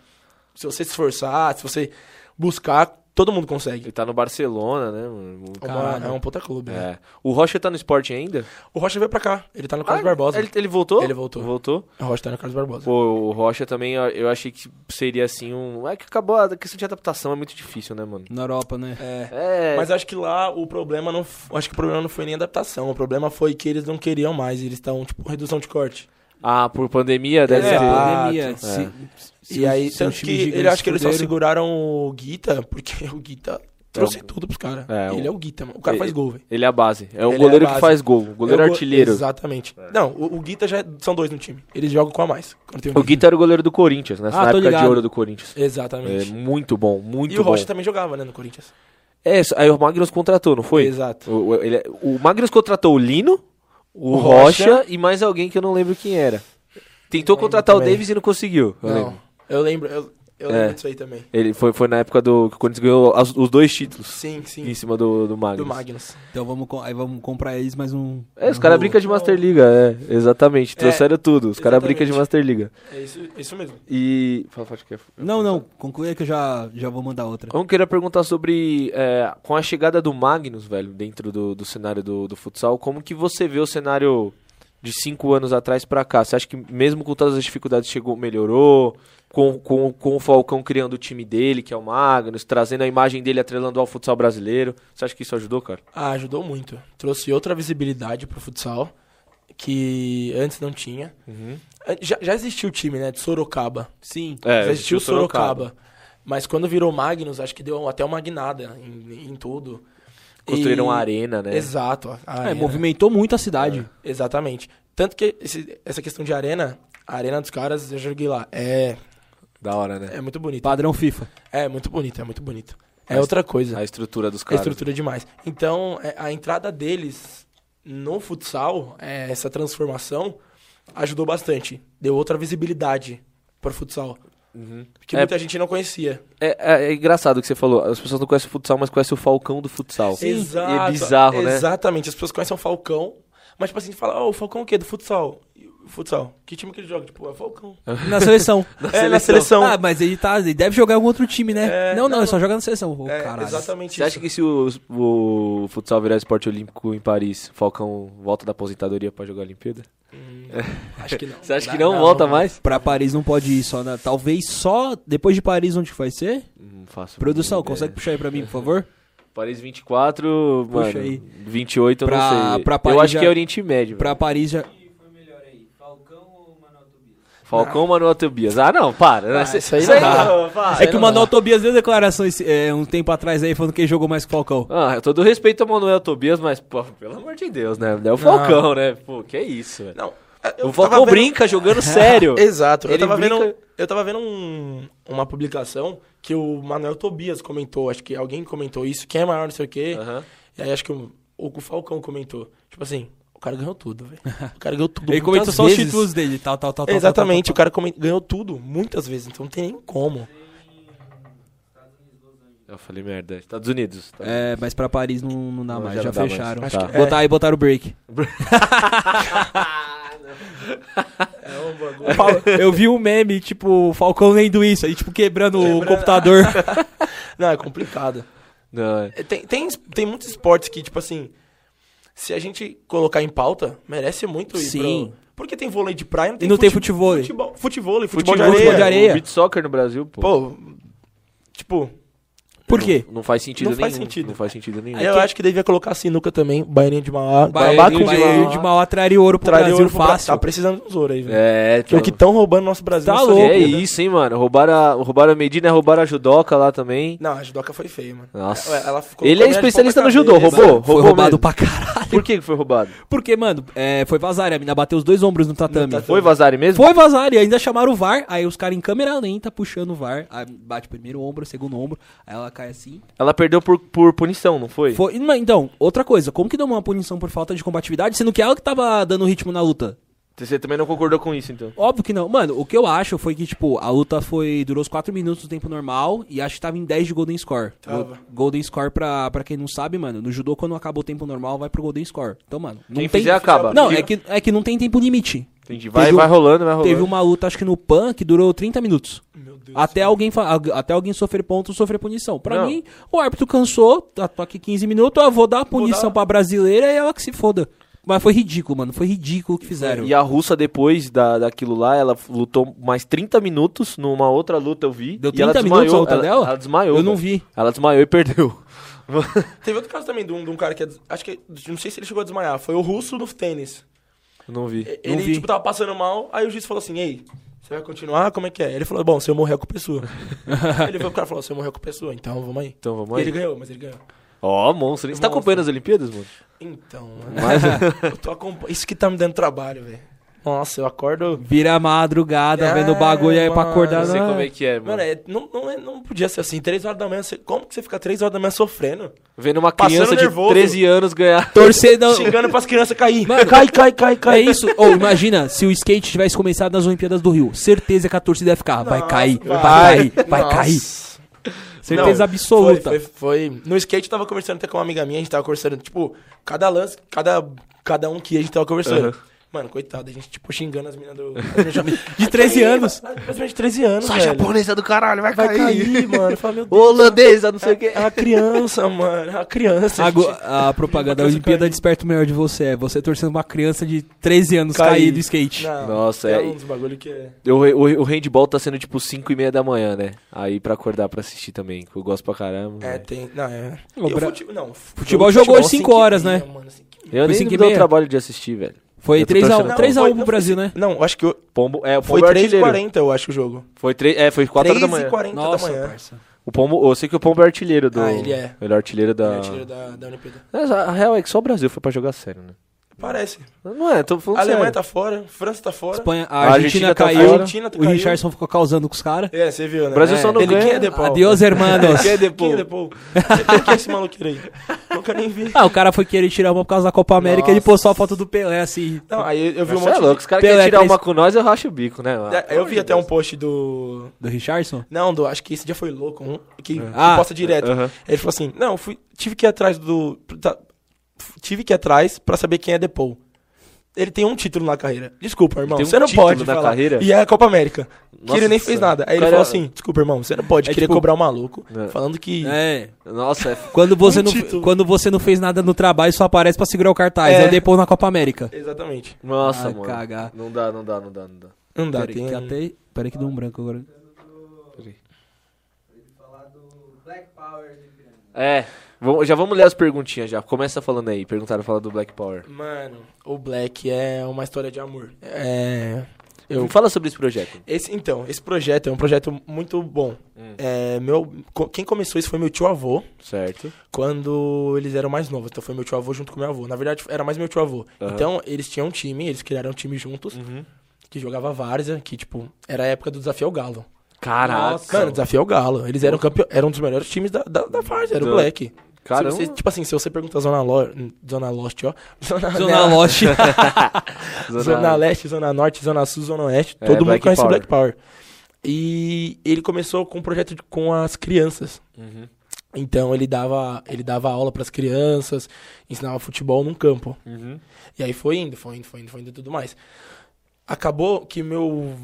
Speaker 3: Se você se esforçar, se você buscar, todo mundo consegue.
Speaker 1: Ele tá no Barcelona, né, mano?
Speaker 3: É uma-
Speaker 2: Caralho.
Speaker 3: é um puta clube.
Speaker 1: É.
Speaker 3: né?
Speaker 1: O Rocha tá no esporte ainda?
Speaker 3: O Rocha veio pra cá. Ele tá no Carlos
Speaker 1: Ah,
Speaker 3: Barbosa.
Speaker 1: Ele, ele voltou?
Speaker 3: Ele voltou.
Speaker 1: Voltou?
Speaker 3: O Rocha tá no Carlos Barbosa.
Speaker 1: Pô, o Rocha também, eu- eu achei que seria assim um. É que acabou a questão de adaptação, é muito difícil, né, mano?
Speaker 2: Na Europa, né?
Speaker 3: É.
Speaker 1: É.
Speaker 3: Mas acho que lá o problema não. f- Acho que o problema não foi nem adaptação. O problema foi que eles não queriam mais. Eles estavam, tipo, redução de corte.
Speaker 1: Ah, por pandemia deve
Speaker 3: É.
Speaker 1: ter.
Speaker 3: Ah,
Speaker 2: pandemia.
Speaker 3: Exato.
Speaker 2: Se, se
Speaker 3: e
Speaker 2: os-
Speaker 3: aí, um
Speaker 2: se é um
Speaker 3: tanto
Speaker 2: os
Speaker 3: que
Speaker 2: times gigantes
Speaker 3: ele acho que eles só
Speaker 2: fuderam-
Speaker 3: seguraram o Guita, porque o Guita trouxe tudo pros caras.
Speaker 1: É, o-
Speaker 3: ele é o Guita, mano. O cara
Speaker 1: ele-
Speaker 3: faz gol, velho.
Speaker 1: Ele é a base. É o
Speaker 3: Ele é
Speaker 1: goleiro
Speaker 3: a
Speaker 1: que
Speaker 3: base.
Speaker 1: faz gol. Goleiro
Speaker 3: É o go-
Speaker 1: artilheiro.
Speaker 3: Exatamente. Não, o, o Guita já é- são dois no time. Eles jogam com a mais. quando tem um
Speaker 1: O Guita era o goleiro do Corinthians, né?
Speaker 2: Ah,
Speaker 1: Na
Speaker 2: tô
Speaker 1: época de
Speaker 2: ligado.
Speaker 1: ouro do Corinthians. É
Speaker 3: Exatamente.
Speaker 1: muito bom, muito
Speaker 3: e o
Speaker 1: bom.
Speaker 3: Rocha também jogava, né, no Corinthians.
Speaker 1: É, isso, aí o Magnus contratou, não foi?
Speaker 3: Exato.
Speaker 1: O, o- ele- é, o Magnus contratou o Lino, o,
Speaker 3: O
Speaker 1: Rocha,
Speaker 3: Rocha.
Speaker 1: e mais alguém que eu não lembro quem era. Tentou
Speaker 3: Não lembro
Speaker 1: contratar o
Speaker 3: também.
Speaker 1: Davis e não conseguiu. eu lembro.
Speaker 3: não. Eu lembro, eu, eu
Speaker 1: É.
Speaker 3: lembro disso aí também.
Speaker 1: Ele foi, foi na época do que o Corinthians ganhou as- os dois títulos
Speaker 3: Sim, sim.
Speaker 1: em cima do, do Magnus.
Speaker 3: Do Magnus.
Speaker 2: Então vamos, com- aí vamos comprar eles mais um.
Speaker 1: É, os caras brincam de Master Liga, é, exatamente. Trouxeram tudo, os caras
Speaker 3: exatamente.
Speaker 1: brincam de Master Liga.
Speaker 3: É isso, é isso mesmo.
Speaker 1: E. Fala, fala, acho que é-
Speaker 2: Não, não, conclui aí que eu já, já vou mandar outra.
Speaker 1: Eu queria perguntar sobre, é, com a chegada do Magnus, velho, dentro do, do cenário do, do futsal, como que você vê o cenário de cinco anos atrás pra cá? Você acha que mesmo com todas as dificuldades chegou, melhorou? Com, com, com o Falcão criando o time dele, que é o Magnus, trazendo a imagem dele atrelando ao futsal brasileiro. Você acha que isso ajudou, cara?
Speaker 3: Ah, ajudou muito. Trouxe outra visibilidade pro futsal que antes não tinha. An- Já, já existia o time, né, de Sorocaba.
Speaker 2: Sim.
Speaker 1: Uhum. É,
Speaker 3: já existia o Sorocaba. Mas quando virou Magnus, acho que deu até uma guinada em, em tudo.
Speaker 1: Construíram
Speaker 3: E-
Speaker 1: a arena, né?
Speaker 3: Exato. a- a
Speaker 2: É,
Speaker 3: arena. É,
Speaker 2: movimentou muito a cidade.
Speaker 3: Exatamente. Tanto que esse- essa questão de arena, a arena dos caras, eu joguei lá. É,
Speaker 1: Da hora, né?
Speaker 3: é muito bonito.
Speaker 2: Padrão FIFA.
Speaker 3: É muito bonito, é muito bonito. É
Speaker 1: Mas-
Speaker 3: outra coisa.
Speaker 1: A estrutura dos
Speaker 3: A
Speaker 1: caras.
Speaker 3: estrutura é demais. Então, é, a entrada deles no futsal, é, essa transformação, ajudou bastante. Deu outra visibilidade para o futsal,
Speaker 1: Uhum.
Speaker 3: que
Speaker 1: É-
Speaker 3: muita gente não conhecia.
Speaker 1: É, é- é engraçado o que você falou. As pessoas não conhecem o futsal, mas conhecem o Falcão do futsal. E é bizarro, né?
Speaker 3: Exatamente. As pessoas conhecem o Falcão, mas tipo assim, fala, "Ah, o Falcão é o quê? Do futsal. E o futsal? Que time que ele joga? Tipo, é Falcão.
Speaker 2: Na seleção.
Speaker 3: É, na seleção.
Speaker 2: Ah, mas ele, tá, ele deve jogar em algum outro time, né?
Speaker 3: É,
Speaker 2: não, não,
Speaker 3: não,
Speaker 2: ele só joga na seleção. Ô,
Speaker 3: É,
Speaker 2: caralho.
Speaker 3: exatamente
Speaker 1: um Você acha
Speaker 3: isso.
Speaker 1: que se o, o futsal virar esporte olímpico em Paris, Falcão volta da aposentadoria pra jogar a Olimpíada?
Speaker 3: Hum, acho que não.
Speaker 1: Você acha que não, volta mais?
Speaker 2: Pra Paris não pode ir só na. Talvez só depois de Paris, onde que vai ser?
Speaker 1: Não faço.
Speaker 2: Produção,
Speaker 1: ideia.
Speaker 2: consegue puxar aí pra mim, por favor?
Speaker 1: Paris 24,
Speaker 2: Puxa
Speaker 1: mano,
Speaker 2: aí.
Speaker 1: 28 eu
Speaker 2: Pra-
Speaker 1: não sei.
Speaker 2: pra
Speaker 1: eu
Speaker 2: Paris
Speaker 1: acho
Speaker 2: já-
Speaker 1: que é Oriente Médio.
Speaker 2: Pra
Speaker 1: velho.
Speaker 2: Paris já.
Speaker 1: Falcão Manuel Tobias. Ah, não, para. Isso-
Speaker 3: isso aí
Speaker 1: isso
Speaker 3: não
Speaker 1: aí
Speaker 3: dá.
Speaker 1: não, Ah, para.
Speaker 3: Ah,
Speaker 2: É que o Manuel Tobias deu declarações é, um tempo atrás aí falando que ele jogou mais que o Falcão.
Speaker 1: Ah, todo respeito ao Manuel Tobias, mas, pô, pelo amor de Deus, né? É o Falcão, né? Pô, que isso, velho.
Speaker 3: Não. é, eu
Speaker 1: O
Speaker 3: tava
Speaker 1: Falcão
Speaker 3: vendo-
Speaker 1: brinca jogando sério.
Speaker 3: Exato. Eu
Speaker 1: Ele
Speaker 3: tava, vendo,
Speaker 1: brinca-
Speaker 3: eu tava vendo um- uma publicação que o Manuel Tobias comentou, acho que alguém comentou isso, quem é maior, não sei o quê.
Speaker 1: Aham.
Speaker 3: E aí acho que o, o Falcão comentou. Tipo assim, o cara ganhou tudo, velho. O cara ganhou tudo.
Speaker 2: Ele
Speaker 3: muitas
Speaker 2: comentou só
Speaker 3: vezes.
Speaker 2: os títulos dele, tal, tal, tal. tal,
Speaker 3: Exatamente, o
Speaker 2: tal,
Speaker 3: cara comen- ganhou tudo muitas vezes, então não tem nem como.
Speaker 1: Eu falei merda. Estados Unidos.
Speaker 2: tal, tal. É, mas pra Paris não, não dá
Speaker 1: Não,
Speaker 2: mais,
Speaker 1: já
Speaker 2: já,
Speaker 1: não dá mais.
Speaker 2: fecharam.
Speaker 1: Acho que-
Speaker 2: Tá. Botar aí, botaram o break.
Speaker 3: É um bagulho.
Speaker 2: O Fal- Eu vi um meme, tipo, o Falcão lendo isso, aí, tipo, quebrando o computador.
Speaker 3: Não, é complicado.
Speaker 1: Não, é.
Speaker 3: É, Tem, tem, tem muitos esportes que, tipo assim, se a gente colocar em pauta, merece muito ir
Speaker 2: Sim.
Speaker 3: pro- Porque tem vôlei de praia, não tem
Speaker 2: E não tem
Speaker 3: fute-
Speaker 2: futevôlei.
Speaker 3: Futebol, futevôlei, futebol,
Speaker 1: Futebol,
Speaker 3: de areia.
Speaker 2: futebol de areia.
Speaker 1: O beat soccer no Brasil, pô.
Speaker 3: Pô, tipo,
Speaker 2: Por quê?
Speaker 1: Não faz sentido
Speaker 3: Não
Speaker 1: nenhum.
Speaker 3: faz sentido.
Speaker 1: Não faz sentido nenhum.
Speaker 3: eu
Speaker 2: que-
Speaker 3: acho que devia colocar sinuca também, baianinha de Mauá, Guarabá
Speaker 2: Bahia
Speaker 3: com de
Speaker 2: Bahia de
Speaker 3: Mauá.
Speaker 2: Mauá traria ouro pro
Speaker 3: Traria
Speaker 2: Brasil
Speaker 3: ouro pro Bra-
Speaker 2: fácil.
Speaker 3: Tá precisando de uns ouro aí, velho.
Speaker 1: É,
Speaker 3: Que é o que estão roubando nosso Brasil.
Speaker 2: Tá
Speaker 3: é só-
Speaker 2: louco.
Speaker 1: É isso, hein, mano. Roubaram a, roubaram a Medina, roubaram a Judoca lá também.
Speaker 3: Não, a judoca foi feia, mano.
Speaker 1: Nossa.
Speaker 3: Ela- ela ficou
Speaker 1: Ele
Speaker 3: com a
Speaker 1: é
Speaker 3: minha de
Speaker 1: especialista no
Speaker 3: ponta
Speaker 1: judô,
Speaker 3: cabeça.
Speaker 1: roubou.
Speaker 2: Foi
Speaker 1: roubou
Speaker 2: roubado
Speaker 1: mesmo.
Speaker 2: pra caralho.
Speaker 1: Por que que foi roubado?
Speaker 2: Porque, mano, é, foi vazar, a mina bateu os dois ombros no tatame.
Speaker 3: No tatame.
Speaker 1: Foi Vazari mesmo?
Speaker 2: Tá Foi vazar e ainda chamaram o VAR. Aí os caras em câmera lenta puxando o VAR. Aí bate primeiro ombro, segundo ombro. Aí ela cai assim.
Speaker 1: Ela perdeu por, por punição, não foi?
Speaker 2: Foi- mas, então, outra coisa. Como que deu uma punição por falta de combatividade, sendo que ela que tava dando ritmo na luta?
Speaker 1: Você também não concordou com isso, então?
Speaker 2: Óbvio que não. Mano, o que eu acho foi que, tipo, a luta foi. Durou os 4 minutos do tempo normal e acho que tava em 10 de Golden Score.
Speaker 3: Tava.
Speaker 2: Go- Golden Score, pra, pra quem não sabe, mano, no judô, quando acabou o tempo normal, vai pro Golden Score. Então, mano, não
Speaker 1: Quem
Speaker 2: tem.
Speaker 1: fizer acaba.
Speaker 2: Não, é que, é que não tem tempo limite.
Speaker 1: Entendi. Vai,
Speaker 2: Teve um-
Speaker 1: vai rolando, vai rolando.
Speaker 2: Teve uma luta, acho que no PAN, que durou 30 minutos.
Speaker 3: Meu Deus.
Speaker 2: Até alguém, fa- ag- até alguém sofrer ponto, sofrer punição. Pra
Speaker 1: Não.
Speaker 2: mim, o árbitro cansou, tá- tô aqui 15 minutos, eu vou dar a punição
Speaker 3: dar.
Speaker 2: pra brasileira e ela que se foda. Mas foi ridículo, mano. Foi ridículo o que fizeram.
Speaker 1: E a russa, depois da, daquilo lá, ela f- lutou mais 30 minutos numa outra luta, eu vi.
Speaker 2: Deu
Speaker 1: e ela
Speaker 2: 30
Speaker 1: desmaiou,
Speaker 2: minutos a luta
Speaker 1: ela,
Speaker 2: dela?
Speaker 1: Ela desmaiou.
Speaker 2: Eu não
Speaker 1: velho.
Speaker 2: vi.
Speaker 1: Ela desmaiou e perdeu.
Speaker 3: Teve outro caso também de um, de um cara que. é des- Acho que. Não sei se ele chegou a desmaiar. Foi o russo no tênis.
Speaker 1: Eu não vi.
Speaker 3: E-
Speaker 2: Não vi.
Speaker 3: Ele, tipo, tava passando mal. Aí o juiz falou assim: Ei, você vai continuar? Como é que é? Ele falou: Bom, se eu morrer, a culpa é sua. ele veio pro cara e falou: Se eu morrer, a culpa é sua. Então vamos aí.
Speaker 1: Então vamos
Speaker 3: E
Speaker 1: aí.
Speaker 3: ele ganhou, mas ele ganhou.
Speaker 1: Ó, monstro. hein? Você tá
Speaker 3: Monstro.
Speaker 1: acompanhando as Olimpíadas, mano?
Speaker 3: Então, mano. eu tô acompan- Isso que tá me dando trabalho, velho. Nossa, eu acordo.
Speaker 2: Vira a madrugada,
Speaker 3: É,
Speaker 2: vendo o bagulho aí pra
Speaker 3: mano.
Speaker 2: acordar.
Speaker 1: Eu sei
Speaker 2: na-
Speaker 1: como é que é, mano.
Speaker 3: Mano, é- não, não, é- não podia ser assim. Três horas da manhã. você- Como que você fica três horas da manhã sofrendo?
Speaker 1: Vendo uma
Speaker 3: Passando
Speaker 1: criança de
Speaker 3: nervoso.
Speaker 1: 13 anos ganhar.
Speaker 2: Torcer não.
Speaker 3: Xingando pras crianças cair.
Speaker 2: Mano,
Speaker 3: cai, cai, cai,
Speaker 2: É
Speaker 3: cai.
Speaker 2: isso. Ou imagina se o skate tivesse começado nas Olimpíadas do Rio. Certeza que a torcida ia ficar. Vai
Speaker 3: Nossa,
Speaker 2: cair, vai,
Speaker 3: vai.
Speaker 2: cair, vai
Speaker 3: Nossa.
Speaker 2: cair. Certeza
Speaker 3: Não,
Speaker 2: absoluta.
Speaker 3: Foi, foi, foi- No skate eu tava conversando até com uma amiga minha, a gente tava conversando, tipo, cada lance, cada, cada um que ia, a gente tava conversando.
Speaker 1: Aham.
Speaker 3: Mano, coitado, a gente, tipo, xingando as meninas do. De
Speaker 2: 13 anos.
Speaker 3: Principalmente 13 anos,
Speaker 1: Só
Speaker 3: velho.
Speaker 1: japonesa do caralho, vai,
Speaker 3: Vai
Speaker 1: cair.
Speaker 3: cair, mano. Eu falo, meu Deus.
Speaker 1: Holandesa, não sei o quê.
Speaker 3: É uma criança, mano. É uma criança.
Speaker 2: Agora,
Speaker 3: gente.
Speaker 2: a propaganda da Olimpíada desperta o melhor de você. É você torcendo uma criança de 13 anos
Speaker 3: Cair.
Speaker 2: cair do skate.
Speaker 3: Não,
Speaker 1: Nossa,
Speaker 3: é
Speaker 1: é-
Speaker 3: um dos bagulho que é.
Speaker 1: Eu- o, o handball tá sendo tipo 5 e meia da manhã, né? Aí pra acordar pra assistir também, que eu gosto pra caramba.
Speaker 3: É,
Speaker 1: velho.
Speaker 3: tem. Não, é.
Speaker 2: O
Speaker 3: E
Speaker 2: Bra-
Speaker 3: fute- Não,
Speaker 2: Futebol jogou às cinco
Speaker 3: cinco e
Speaker 2: horas,
Speaker 3: meia,
Speaker 2: né?
Speaker 3: mano, cinco e meia.
Speaker 1: Eu
Speaker 2: Foi
Speaker 1: nem
Speaker 2: cinco e
Speaker 1: me dou o
Speaker 2: meia?
Speaker 1: trabalho de assistir, velho.
Speaker 2: Foi
Speaker 1: Eu tô
Speaker 2: 3x1
Speaker 1: torcendo.
Speaker 3: Não, foi- não,
Speaker 2: pro
Speaker 3: foi
Speaker 2: Brasil, né?
Speaker 3: Não, acho que eu-
Speaker 1: Pombo, é, o pombo
Speaker 3: foi
Speaker 1: é artilheiro.
Speaker 3: 3h40, eu acho, o jogo.
Speaker 1: Foi 3, é, foi 4 horas da manhã.
Speaker 3: 3h40 da
Speaker 2: Nossa,
Speaker 3: manhã.
Speaker 2: parça.
Speaker 1: O pombo, eu sei que o pombo é artilheiro do.
Speaker 3: Ah, ele é.
Speaker 1: Ele é artilheiro da.
Speaker 3: Artilheiro da, da Olimpíada.
Speaker 1: Mas a a real é que só o Brasil foi pra jogar sério, né?
Speaker 3: Parece.
Speaker 1: Não é, tô falando
Speaker 3: A Alemanha
Speaker 1: sério.
Speaker 3: tá fora, França tá fora.
Speaker 2: Espanha, a,
Speaker 1: A
Speaker 2: Argentina,
Speaker 1: Argentina tá
Speaker 2: caiu,
Speaker 1: fora.
Speaker 3: Argentina
Speaker 2: o
Speaker 3: caiu.
Speaker 2: Richardson ficou causando com os caras.
Speaker 3: É, você viu, né?
Speaker 1: O Brasil
Speaker 3: é.
Speaker 1: só não
Speaker 3: Ele
Speaker 1: ganha.
Speaker 3: quem é Depol?
Speaker 2: Adeus,
Speaker 1: Quem é
Speaker 2: hermanos.
Speaker 3: Quem é
Speaker 1: depois?
Speaker 3: Depol? Quem é esse maluqueiro aí? Nunca nem vi.
Speaker 2: Ah, o cara foi querer tirar uma por causa da Copa América e ele
Speaker 3: Nossa.
Speaker 2: postou a foto do Pelé assim.
Speaker 3: Não, aí eu vi um
Speaker 1: Você é
Speaker 3: monte
Speaker 1: louco, os caras
Speaker 2: Pelé
Speaker 1: querem tirar
Speaker 2: três-
Speaker 1: uma com nós, eu racho o bico, né? mano?
Speaker 3: de... Eu vi até um post do...
Speaker 2: Do Richardson?
Speaker 3: Não, do... acho que esse dia foi louco, um que, que
Speaker 2: Ah,
Speaker 3: posta direto.
Speaker 1: aham.
Speaker 3: Ele falou assim, não, fui... tive que ir atrás do... tá- Tive que ir atrás pra saber quem é Depol. Ele tem um título na carreira. Desculpa, irmão.
Speaker 1: tem um
Speaker 3: você não
Speaker 1: título
Speaker 3: pode.
Speaker 1: na
Speaker 3: falar.
Speaker 1: carreira?
Speaker 3: E é a Copa América.
Speaker 1: Nossa,
Speaker 3: que ele nem fez nada. Aí ele
Speaker 1: cara,
Speaker 3: falou assim: desculpa, irmão, você não pode
Speaker 2: É
Speaker 3: querer
Speaker 2: tipo-
Speaker 3: cobrar o maluco.
Speaker 1: É.
Speaker 3: Falando que.
Speaker 2: É.
Speaker 1: Nossa, é f-
Speaker 2: Quando você,
Speaker 3: Um
Speaker 2: não,
Speaker 3: título.
Speaker 2: quando você não fez nada no trabalho, só aparece pra segurar o cartaz.
Speaker 3: É.
Speaker 2: Aí depois na Copa América.
Speaker 3: Exatamente.
Speaker 1: Nossa,
Speaker 2: Ai,
Speaker 1: mano.
Speaker 2: cagar.
Speaker 1: Não dá, não dá, não dá, não dá.
Speaker 3: Não dá,
Speaker 2: Peraí,
Speaker 3: tem.
Speaker 2: que até... Peraí que deu um branco agora.
Speaker 1: É, vamo- já vamos ler as perguntinhas já. Começa falando aí. Perguntaram falar do Black Power.
Speaker 3: Mano, o Black é uma história de amor. É. Eu.
Speaker 1: Fala sobre esse projeto.
Speaker 3: Esse, então, esse projeto é um projeto muito bom. É, meu, co- quem começou isso foi meu tio avô,
Speaker 1: Certo.
Speaker 3: quando eles eram mais novos. Então foi meu tio avô junto com meu avô. Na verdade, era mais meu tio avô.
Speaker 1: Aham.
Speaker 3: Então, eles tinham um time, eles criaram um time juntos,
Speaker 1: Uhum.
Speaker 3: que jogava Várzea, que, tipo, era a época do Desafio ao Galo.
Speaker 1: Caraca.
Speaker 3: Mano, Desafio ao Galo. Eles eram campeão, eram um dos melhores times da, da, da Várzea, era o
Speaker 1: Do-
Speaker 3: Black.
Speaker 1: Caramba.
Speaker 3: Se você- tipo assim, se você perguntar Zona, Lo, Zona Lost, ó. Zona,
Speaker 2: Zona Lost.
Speaker 1: Zona-
Speaker 3: Zona Leste, Zona Norte, Zona Sul, Zona Oeste.
Speaker 1: É,
Speaker 3: todo mundo
Speaker 1: Black
Speaker 3: conhece o
Speaker 1: Power.
Speaker 3: Black Power. E ele começou com um projeto de- com as crianças.
Speaker 1: Uhum.
Speaker 3: Então ele dava, ele dava aula pras crianças, ensinava futebol num campo.
Speaker 1: Uhum.
Speaker 3: E aí foi indo, foi indo, foi indo, foi indo e tudo mais. Acabou que meu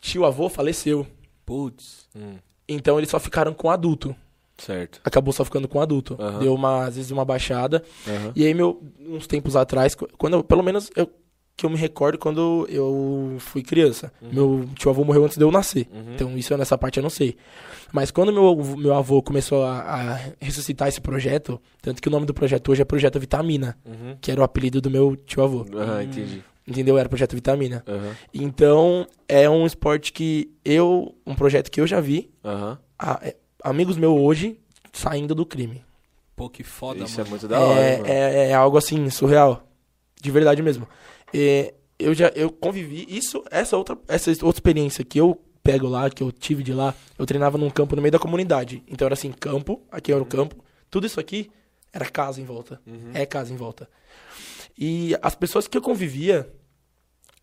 Speaker 3: tio avô faleceu.
Speaker 2: Putz.
Speaker 1: Hum,
Speaker 3: Então eles só ficaram com adulto.
Speaker 1: Certo.
Speaker 3: Acabou só ficando com adulto.
Speaker 1: Aham.
Speaker 3: Deu uma, às vezes uma baixada.
Speaker 1: Aham.
Speaker 3: E aí, meu, uns tempos atrás, qu- quando eu- pelo menos eu, que eu me recordo quando eu fui criança. Meu tio avô morreu antes de eu nascer.
Speaker 1: Uhum.
Speaker 3: Então, isso nessa parte eu não sei. Mas quando meu, avô- meu avô começou a, a ressuscitar esse projeto, tanto que o nome do projeto hoje é Projeto Vitamina,
Speaker 1: Uhum.
Speaker 3: que era o apelido do meu tio avô.
Speaker 1: Aham, entendi.
Speaker 3: Entendeu? Era Projeto Vitamina.
Speaker 1: Aham.
Speaker 3: Então, é um esporte que eu. Um projeto que eu já vi.
Speaker 1: Aham.
Speaker 3: a- é, amigos meus hoje saindo do crime.
Speaker 2: Pô, que foda,
Speaker 1: Isso é
Speaker 2: mano.
Speaker 1: muito da hora,
Speaker 3: é,
Speaker 1: mano.
Speaker 3: é, é algo assim, surreal. De verdade mesmo. É, eu já eu convivi. Isso, essa outra, essa outra experiência que eu pego lá, que eu tive de lá, eu treinava num campo no meio da comunidade. Então era assim, campo, aqui
Speaker 1: Uhum.
Speaker 3: era o campo. Tudo isso aqui era casa em volta. É casa em volta. E as pessoas que eu convivia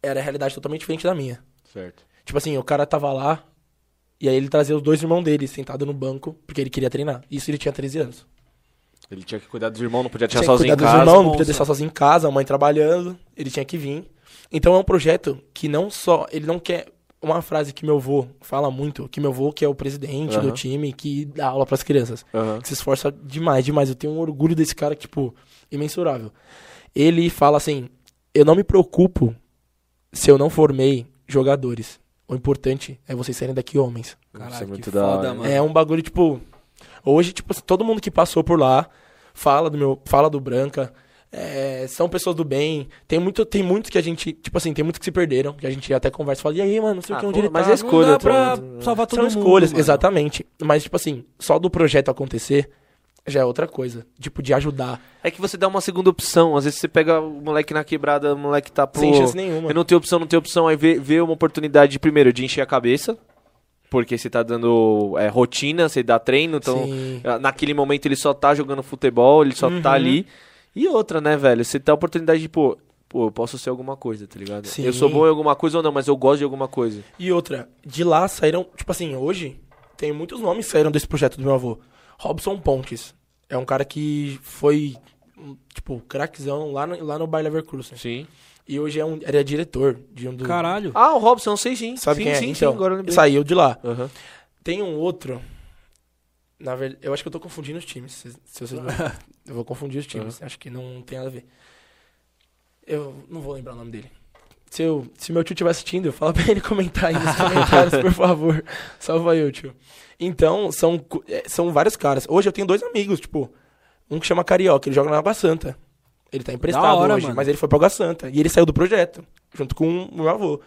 Speaker 3: era a realidade totalmente diferente da minha.
Speaker 1: Certo.
Speaker 3: Tipo assim, o cara tava lá, e aí ele trazia os dois irmãos dele sentado no banco, porque ele queria treinar. Isso ele tinha 13 anos.
Speaker 1: Ele tinha que cuidar dos irmãos, não podia deixar
Speaker 3: Tinha que
Speaker 1: sozinho em
Speaker 3: cuidar dos
Speaker 1: casa.
Speaker 3: irmãos, não podia
Speaker 2: moça.
Speaker 3: deixar sozinho em casa, a mãe trabalhando, ele tinha que vir. Então é um projeto que não só, ele não quer uma frase que meu avô fala muito, que meu avô que é o presidente
Speaker 1: Aham.
Speaker 3: do time, que dá aula pras crianças
Speaker 1: Aham.
Speaker 3: que se esforça demais, demais. Eu tenho um orgulho desse cara, tipo, imensurável. Ele fala assim: Eu não me preocupo se eu não formei jogadores. O importante é vocês saírem daqui homens.
Speaker 1: Isso é
Speaker 2: Caralho,
Speaker 1: muito
Speaker 2: que
Speaker 1: da
Speaker 2: foda,
Speaker 1: hora.
Speaker 2: mano.
Speaker 3: É um bagulho, tipo. Hoje, tipo, assim, todo mundo que passou por lá fala do meu. Fala do Branca. é, são pessoas do bem. Tem muito, tem muitos que a gente. Tipo assim, tem muitos que se perderam. Que a gente até conversa e fala, e aí, mano, não sei
Speaker 1: Ah,
Speaker 3: o que, onde
Speaker 1: pô,
Speaker 3: ele
Speaker 1: mas
Speaker 3: tá.
Speaker 1: é escolha,
Speaker 2: Não dá
Speaker 1: todo
Speaker 2: pra
Speaker 1: mundo, né?
Speaker 2: salvar todo
Speaker 3: São
Speaker 2: mundo,
Speaker 3: escolhas,
Speaker 2: mano.
Speaker 3: exatamente. Mas, tipo assim, só do projeto acontecer já é outra coisa. Tipo, de ajudar.
Speaker 1: É que você dá uma segunda opção. Às vezes você pega o moleque na quebrada, o moleque tá pô,
Speaker 3: Sem chance nenhuma.
Speaker 1: Eu não tenho opção, não tenho opção. Aí vê, vê uma oportunidade, primeiro, de encher a cabeça. Porque você tá dando é, rotina, você dá treino, então
Speaker 3: Sim. Uhum.
Speaker 1: ah, naquele momento ele só tá jogando futebol, ele só tá ali. E outra, né, velho? Você dá a oportunidade de, pô, pô, eu posso ser alguma coisa, tá ligado?
Speaker 3: Sim.
Speaker 1: Eu sou bom em alguma coisa ou não, mas eu gosto de alguma coisa.
Speaker 3: E outra, de lá saíram, tipo assim, hoje tem muitos nomes que saíram desse projeto do meu avô. Robson Pontes. É um cara que foi, um, tipo, craquezão lá no, lá no Bayer Leverkusen.
Speaker 1: Sim.
Speaker 3: E hoje é um, ele é diretor de um dos...
Speaker 2: Caralho.
Speaker 1: Ah, o Robson, sei sim.
Speaker 3: Sabe
Speaker 1: sim,
Speaker 3: quem é?
Speaker 1: sim,
Speaker 3: então,
Speaker 1: sim, agora eu lembrei.
Speaker 3: saiu de lá.
Speaker 1: Aham.
Speaker 3: Tem um outro. Na verdade, eu acho que eu tô confundindo os times. Se, se vocês eu vou confundir os times. Acho que não tem nada a ver. Eu não vou lembrar o nome dele. Se, eu, se meu tio estiver assistindo, eu falo pra ele comentar aí nos comentários, por favor. Salva eu, tio. Então, são, co- é, são vários caras. Hoje eu tenho dois amigos, tipo, um que chama Carioca, ele joga na Água Santa. Ele tá emprestado
Speaker 2: hora,
Speaker 3: hoje,
Speaker 2: mano.
Speaker 3: mas ele foi pra Água Santa. E ele saiu do projeto, junto com o meu avô.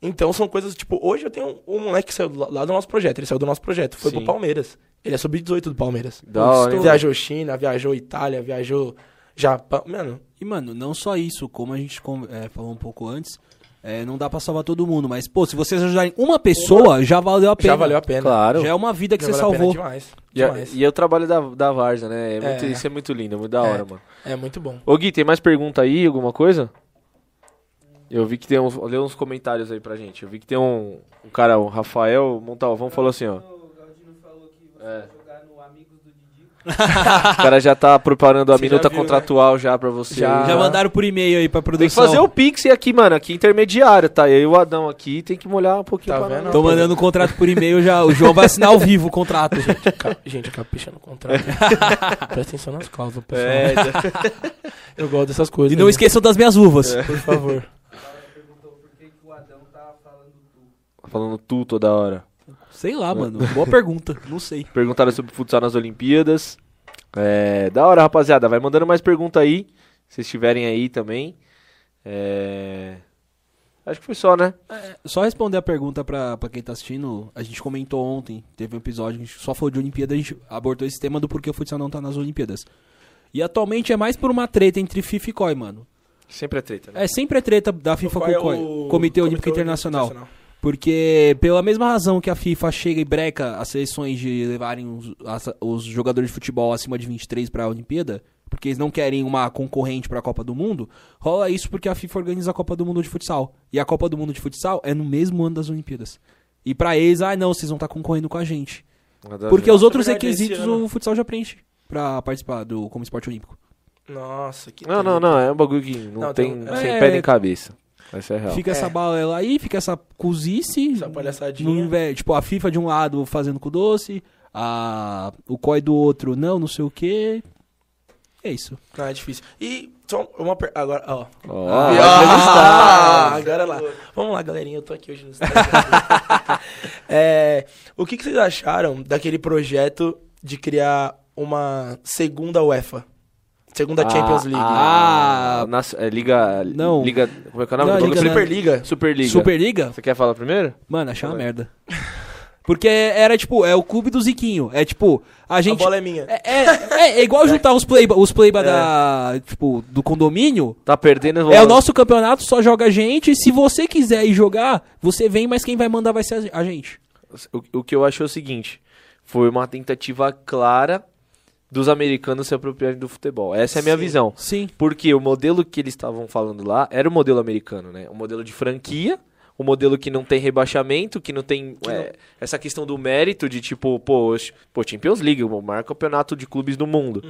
Speaker 3: Então são coisas, tipo, hoje eu tenho um, um moleque que saiu lá lá do nosso projeto, ele saiu do nosso projeto, foi
Speaker 1: Sim.
Speaker 3: pro Palmeiras. Ele é sub-18 do Palmeiras.
Speaker 1: Da hora, hein?
Speaker 2: Estou-
Speaker 3: Viajou China, viajou Itália, viajou Japão. Mano,
Speaker 2: E, mano, não só isso, como a gente con- é, falou um pouco antes, é, não dá pra salvar todo mundo, mas, pô, se vocês ajudarem uma pessoa, já valeu a pena.
Speaker 3: já valeu a pena.
Speaker 1: Claro.
Speaker 2: Já é uma vida que
Speaker 3: Já
Speaker 2: você
Speaker 3: valeu a pena
Speaker 2: salvou.
Speaker 3: demais.
Speaker 1: E, a,
Speaker 3: demais.
Speaker 1: e é o trabalho da, da Varza, né? É muito-
Speaker 3: É.
Speaker 1: Isso é muito lindo, é muito da hora, mano.
Speaker 3: É muito bom.
Speaker 1: Ô Gui, tem mais pergunta aí, alguma coisa? Eu vi que tem uns, lê uns comentários aí pra gente. Eu vi que tem um, um cara, o Rafael Montalvão, falou assim, ó.
Speaker 4: O Galdino falou que você
Speaker 1: É.
Speaker 4: vai jogar no Amigos do Didi.
Speaker 1: O cara já tá preparando a
Speaker 3: Você já
Speaker 1: minuta
Speaker 3: viu, né?
Speaker 1: contratual já pra você.
Speaker 3: Já.
Speaker 2: Já mandaram por e-mail aí pra
Speaker 1: Tem que
Speaker 2: produção.
Speaker 1: fazer o Pix aqui, mano, aqui intermediário, tá? E aí o Adão aqui tem que molhar um pouquinho
Speaker 3: Tá
Speaker 1: pra
Speaker 3: vendo?
Speaker 1: nós.
Speaker 2: Tô mandando o contrato por e-mail já. O João vai assinar ao vivo o contrato.
Speaker 3: Gente, ca- gente, capricha no contrato. Presta atenção nas cláusulas, pessoal.
Speaker 1: É, já-
Speaker 3: Eu gosto dessas coisas.
Speaker 2: E não
Speaker 3: né?
Speaker 2: esqueçam das minhas uvas.
Speaker 1: É.
Speaker 3: por favor.
Speaker 1: É, falando tu toda hora.
Speaker 2: Sei
Speaker 1: É.
Speaker 2: lá, mano. Boa pergunta. Não sei.
Speaker 1: Perguntaram sobre futsal nas Olimpíadas. É, da hora, rapaziada. Vai mandando mais pergunta aí. Se vocês estiverem aí também. É, Acho que foi só, né?
Speaker 2: É. Só responder a pergunta pra, pra quem tá assistindo. A gente comentou ontem. Teve um episódio que a gente só falou de Olimpíada. A gente abordou esse tema do porquê o futsal não tá nas Olimpíadas. E atualmente é mais por uma treta entre FIFA e COI, mano.
Speaker 1: Sempre é treta, né?
Speaker 2: É sempre a treta da FIFA com
Speaker 3: Qual é
Speaker 2: o COI,
Speaker 3: o
Speaker 2: Comitê Olímpico Internacional. Porque, pela mesma razão que a FIFA chega e breca as seleções de levarem os, as- os jogadores de futebol acima de 23 para a Olimpíada, porque eles não querem uma concorrente para a Copa do Mundo, rola isso porque a FIFA organiza a Copa do Mundo de futsal. E a Copa do Mundo de futsal é no mesmo ano das Olimpíadas. E pra eles, ah, não, vocês vão estar concorrendo com a gente.
Speaker 1: Nada a
Speaker 2: É, Porque
Speaker 1: ver.
Speaker 2: os outros
Speaker 3: É verdade, esse
Speaker 2: requisitos
Speaker 3: ano.
Speaker 2: o futsal já preenche pra participar do como esporte olímpico.
Speaker 3: Nossa, que.
Speaker 1: Não, não, não. É um bagulho que não,
Speaker 3: Não,
Speaker 1: tem, um-
Speaker 3: tem-
Speaker 1: sem
Speaker 2: é-
Speaker 1: pé nem cabeça. Essa é real.
Speaker 2: Fica essa
Speaker 3: É.
Speaker 2: balela aí, fica essa cozice.
Speaker 3: Essa palhaçadinha.
Speaker 2: Não inve- tipo, a FIFA de um lado fazendo com o doce, a... o COI do outro não, não sei o quê. É isso.
Speaker 3: Não, é difícil. E só uma. Per... Agora, ó.
Speaker 1: Ó,
Speaker 2: Ah,
Speaker 1: vai
Speaker 3: Ah,
Speaker 1: entrevistar.
Speaker 3: agora lá. Vamos lá, galerinha. Eu tô aqui hoje no Instagram. É, o que, que vocês acharam daquele projeto de criar uma segunda UEFA? Segunda Champions League.
Speaker 1: Ah, nas- é, Liga.
Speaker 2: Não.
Speaker 1: Liga. Como é que é o nome?
Speaker 2: Não,
Speaker 1: do
Speaker 2: Liga
Speaker 1: bagulho?
Speaker 2: não.
Speaker 3: Superliga.
Speaker 1: Superliga.
Speaker 2: Superliga?
Speaker 1: Você quer falar primeiro?
Speaker 2: Mano, achei uma merda. Porque era tipo, é o clube do Ziquinho. É tipo, a
Speaker 3: A
Speaker 2: gente.
Speaker 3: bola é minha.
Speaker 2: É, é- é- é igual juntar os pleiba, os pleiba
Speaker 1: É.
Speaker 2: da, tipo, do condomínio.
Speaker 1: Tá perdendo. eu vou-
Speaker 2: É o nosso campeonato, só joga a gente. Se você quiser ir jogar, você vem, mas quem vai mandar vai ser a a gente.
Speaker 1: O, o que eu acho é o seguinte: foi uma tentativa clara dos americanos se apropriarem do futebol. Essa é a minha
Speaker 3: Sim.
Speaker 1: visão.
Speaker 2: Sim.
Speaker 1: Porque o modelo que eles estavam falando lá era o modelo americano, né? O modelo de franquia, o modelo que não tem rebaixamento, que não tem é, essa questão do mérito de tipo, pô, os- pô Champions League, o maior campeonato de clubes do mundo.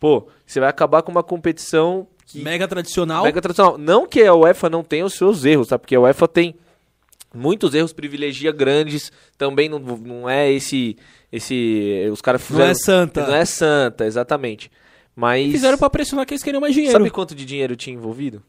Speaker 1: Pô, você vai acabar com uma competição que
Speaker 2: Mega tradicional.
Speaker 1: Mega tradicional. Não que a UEFA não tenha os seus erros, tá? Porque a UEFA tem muitos erros, privilegia grandes, também não, não é esse. esse os caras
Speaker 2: Não
Speaker 1: fizeram.
Speaker 2: é santa.
Speaker 1: Não é santa, exatamente. Mas.
Speaker 2: Fizeram pra pressionar que eles queriam mais dinheiro.
Speaker 1: Sabe quanto de dinheiro tinha envolvido?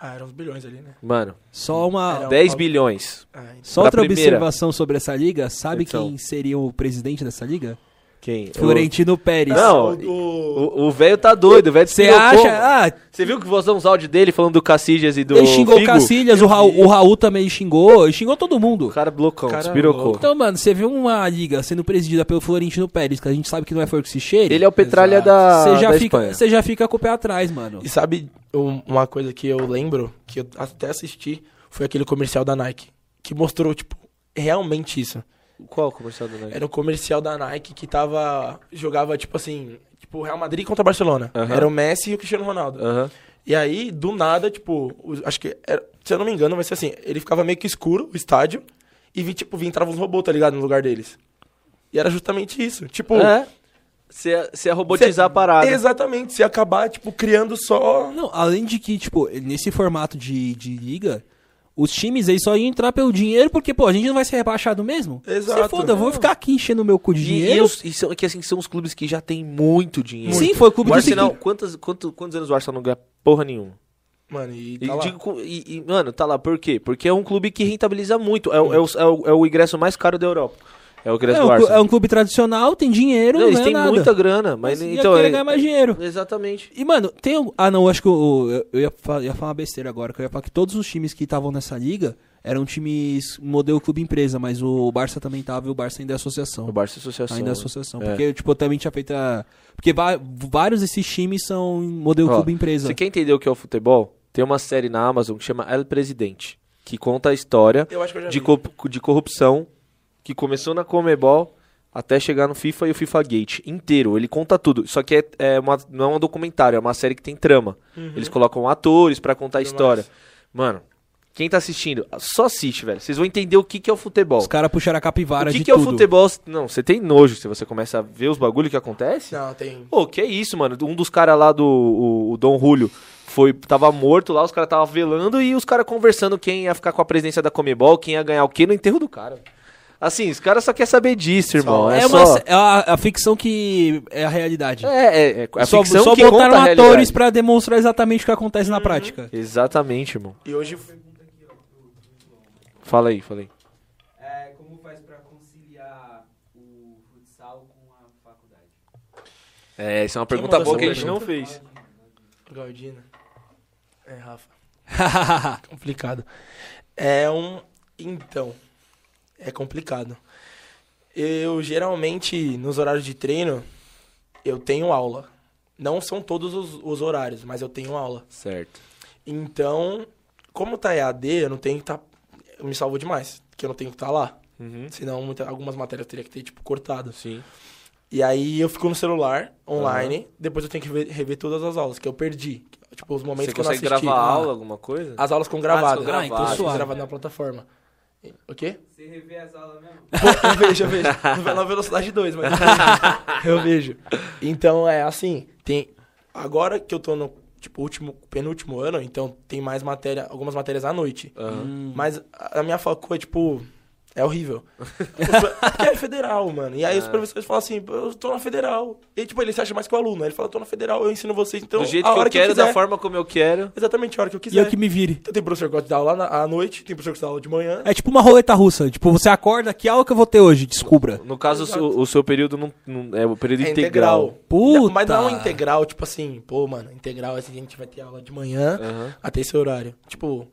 Speaker 3: Ah, eram uns bilhões ali, né?
Speaker 1: Mano,
Speaker 2: Só uma.
Speaker 3: Era um-
Speaker 1: 10 bilhões.
Speaker 3: Ah, então.
Speaker 2: Só
Speaker 1: Pra
Speaker 2: outra
Speaker 1: primeira. Então.
Speaker 2: observação sobre essa liga, sabe
Speaker 1: Edição.
Speaker 2: quem seria o presidente dessa liga?
Speaker 1: Quem?
Speaker 2: Florentino Pérez.
Speaker 1: Não.
Speaker 3: o, o-
Speaker 1: O velho tá doido, o velho
Speaker 2: Você
Speaker 1: despirocou, mano.
Speaker 2: acha? Ah,
Speaker 1: Você viu que vazou uns áudios dele falando do Cacilhas e do.
Speaker 2: ele xingou o
Speaker 1: Figo?
Speaker 2: Cacilhas, o Raul, o Raul também xingou, ele xingou todo
Speaker 1: O
Speaker 2: mundo.
Speaker 1: cara blocão,
Speaker 3: Cara
Speaker 1: despirocou.
Speaker 2: Então, mano, você vê uma liga sendo presidida pelo Florentino Pérez, que a gente sabe que não é flor que se cheire,
Speaker 1: Ele é o Petralha
Speaker 3: Exato.
Speaker 1: da.
Speaker 2: você já,
Speaker 1: da
Speaker 2: fica,
Speaker 1: Espanha.
Speaker 2: você já fica com o pé atrás, mano.
Speaker 3: E sabe um- uma coisa que eu lembro, que eu até assisti, foi aquele comercial da Nike. Que mostrou, tipo, realmente isso.
Speaker 1: Qual o comercial do Nike?
Speaker 3: Era um comercial da Nike que tava. jogava, tipo assim, tipo Real Madrid contra Barcelona.
Speaker 1: Aham. Ah.
Speaker 3: Era o Messi e o Cristiano
Speaker 2: É.
Speaker 3: Ronaldo.
Speaker 1: Aham.
Speaker 3: E aí, do nada, tipo, os- acho que. era- se eu não me engano, vai ser assim, ele ficava meio que escuro, o estádio, e vi, tipo, vi, entrava uns robôs, tá ligado? No lugar deles. E era justamente isso. Tipo.
Speaker 1: É. Você você ia robotizar a parada.
Speaker 3: Exatamente, se acabar, tipo, criando só.
Speaker 2: Não, além de que, tipo, nesse formato de, de liga, os times aí só iam entrar pelo dinheiro, porque, pô, a gente não vai ser rebaixado mesmo.
Speaker 3: Exato.
Speaker 2: Você foda, eu vou ficar aqui enchendo o meu cu de
Speaker 1: E,
Speaker 2: dinheiro.
Speaker 1: e os- e são, que assim, são os clubes que já tem muito dinheiro.
Speaker 2: Sim, foi o clube
Speaker 1: o
Speaker 2: do
Speaker 1: Arsenal,
Speaker 2: Ziquinho.
Speaker 1: quantas, quanto, quantos anos o Arsenal não ganha porra nenhuma?
Speaker 3: Mano, e.
Speaker 1: E,
Speaker 3: Tá lá.
Speaker 1: digo com- e- e, mano, tá lá, por quê? Porque é um clube que rentabiliza muito. É, o- é o, é o- é o ingresso mais caro da Europa. É o ingresso
Speaker 2: É
Speaker 1: do
Speaker 2: um, clu-
Speaker 1: Arsenal.
Speaker 2: é um clube tradicional, tem dinheiro,
Speaker 1: não,
Speaker 2: não,
Speaker 1: eles
Speaker 2: é
Speaker 1: têm
Speaker 2: nada.
Speaker 1: muita grana, mas,
Speaker 2: Mas ia
Speaker 1: então.
Speaker 2: querer
Speaker 1: é-
Speaker 2: ganhar mais dinheiro.
Speaker 1: Exatamente.
Speaker 2: E, mano, tem um... Ah, não, acho que eu, eu, eu ia, fa- ia falar uma besteira agora, que eu ia falar que todos os times que estavam nessa liga eram times modelo clube empresa, mas o Barça também tava e o Barça ainda é associação.
Speaker 1: O Barça é associação.
Speaker 2: Ainda
Speaker 1: né?
Speaker 2: é associação.
Speaker 1: É.
Speaker 2: Porque, tipo, também tinha feito a... Porque va- vários desses times são modelo
Speaker 1: Ó,
Speaker 2: clube empresa.
Speaker 1: Você quer entender o que é o futebol? Tem uma série na Amazon que chama El Presidente, que conta a história
Speaker 3: Eu acho que eu já
Speaker 1: de,
Speaker 3: vi.
Speaker 1: co- de corrupção que começou na Comebol até chegar no FIFA e o FIFA Gate inteiro. Ele conta tudo. Só que é, é uma- não é um documentário, é uma série que tem trama. Eles colocam atores pra contar a
Speaker 3: Tudo
Speaker 1: história. Mano, Quem tá assistindo, só assiste, velho. Vocês vão entender o que, que é o futebol.
Speaker 2: Os caras puxaram a capivara
Speaker 1: o que,
Speaker 2: de
Speaker 1: que é
Speaker 2: tudo.
Speaker 1: o futebol? Não, você tem nojo se você começa a ver os bagulho que acontece.
Speaker 3: Não, tem.
Speaker 1: Pô, que isso, mano. Um dos caras lá do o, o Dom Julio foi, tava morto lá, os caras tava velando e os caras conversando quem ia ficar com a presidência da Comebol, quem ia ganhar o quê no enterro do cara. Assim, os caras só querem saber disso, irmão.
Speaker 2: É,
Speaker 1: É,
Speaker 2: uma-
Speaker 1: só...
Speaker 2: é a, a ficção que é a realidade.
Speaker 1: É, é, é, é
Speaker 2: só
Speaker 1: ficção
Speaker 2: só
Speaker 1: que conta
Speaker 2: botaram um
Speaker 1: a
Speaker 2: atores
Speaker 1: realidade. Uhum.
Speaker 2: pra demonstrar exatamente o que acontece na prática.
Speaker 1: Exatamente, irmão.
Speaker 3: E hoje.
Speaker 1: Fala aí, fala aí.
Speaker 4: É, como faz pra conciliar o futsal com a faculdade?
Speaker 1: É, isso é uma
Speaker 3: Quem
Speaker 1: pergunta
Speaker 3: mandou
Speaker 1: boa
Speaker 3: essa
Speaker 1: que a gente não
Speaker 3: pergunta?
Speaker 1: fez.
Speaker 3: Galdina. É, Rafa. complicado. É um. Então. É complicado. Eu geralmente, nos horários de treino, eu tenho aula. Não são todos os, os horários, mas eu tenho aula.
Speaker 1: Certo.
Speaker 3: Então, como tá EAD, eu não tenho que estar. eu me salvo demais, porque eu não tenho que estar lá.
Speaker 1: Uhum.
Speaker 3: Senão, muita, algumas matérias eu teria que ter, tipo, cortado.
Speaker 1: Sim.
Speaker 3: E aí eu fico no celular, online, depois eu tenho que ver- rever todas as aulas que eu perdi. Tipo, os momentos
Speaker 1: Você
Speaker 3: que eu não
Speaker 1: consegue
Speaker 3: assisti.
Speaker 1: gravar
Speaker 3: Ah,
Speaker 1: aula, alguma coisa?
Speaker 3: As aulas com gravado.
Speaker 1: Ah,
Speaker 2: então
Speaker 3: eu consigo
Speaker 2: suave.
Speaker 3: gravar na plataforma. O quê?
Speaker 4: Você revê as aulas mesmo?
Speaker 3: Pô, eu vejo, eu vejo. Não vai na velocidade 2, mas eu vejo. eu vejo. Então é assim, tem agora que eu tô no tipo último penúltimo ano, então tem mais matéria, algumas matérias à noite.
Speaker 1: Aham.
Speaker 3: Mas a a minha facu é tipo é horrível. Porque é federal, mano. E aí os professores falam assim, "Pô, eu tô na federal. E tipo, ele se acha mais que o aluno. Aí Ele fala, eu tô na federal, eu ensino vocês, então
Speaker 1: Do jeito
Speaker 3: a
Speaker 1: que
Speaker 3: hora
Speaker 1: eu quero,
Speaker 3: quiser.
Speaker 1: da forma como eu quero.
Speaker 3: Exatamente, a hora que eu
Speaker 2: E
Speaker 3: quiser.
Speaker 2: eu que me vire.
Speaker 3: Então tem professor que gosta de dar aula na- à noite, tem professor que dá aula de manhã.
Speaker 2: É tipo uma roleta russa. Tipo, você acorda, que aula que eu vou ter hoje? Descubra.
Speaker 1: No caso, o,
Speaker 3: Exato.
Speaker 1: seu- o seu período não, não- é o período
Speaker 3: É
Speaker 1: integral.
Speaker 2: Puta.
Speaker 3: Mas não é um integral, tipo assim, pô, mano, integral é assim, a gente vai ter aula de manhã
Speaker 1: Aham.
Speaker 3: até esse horário. Tipo,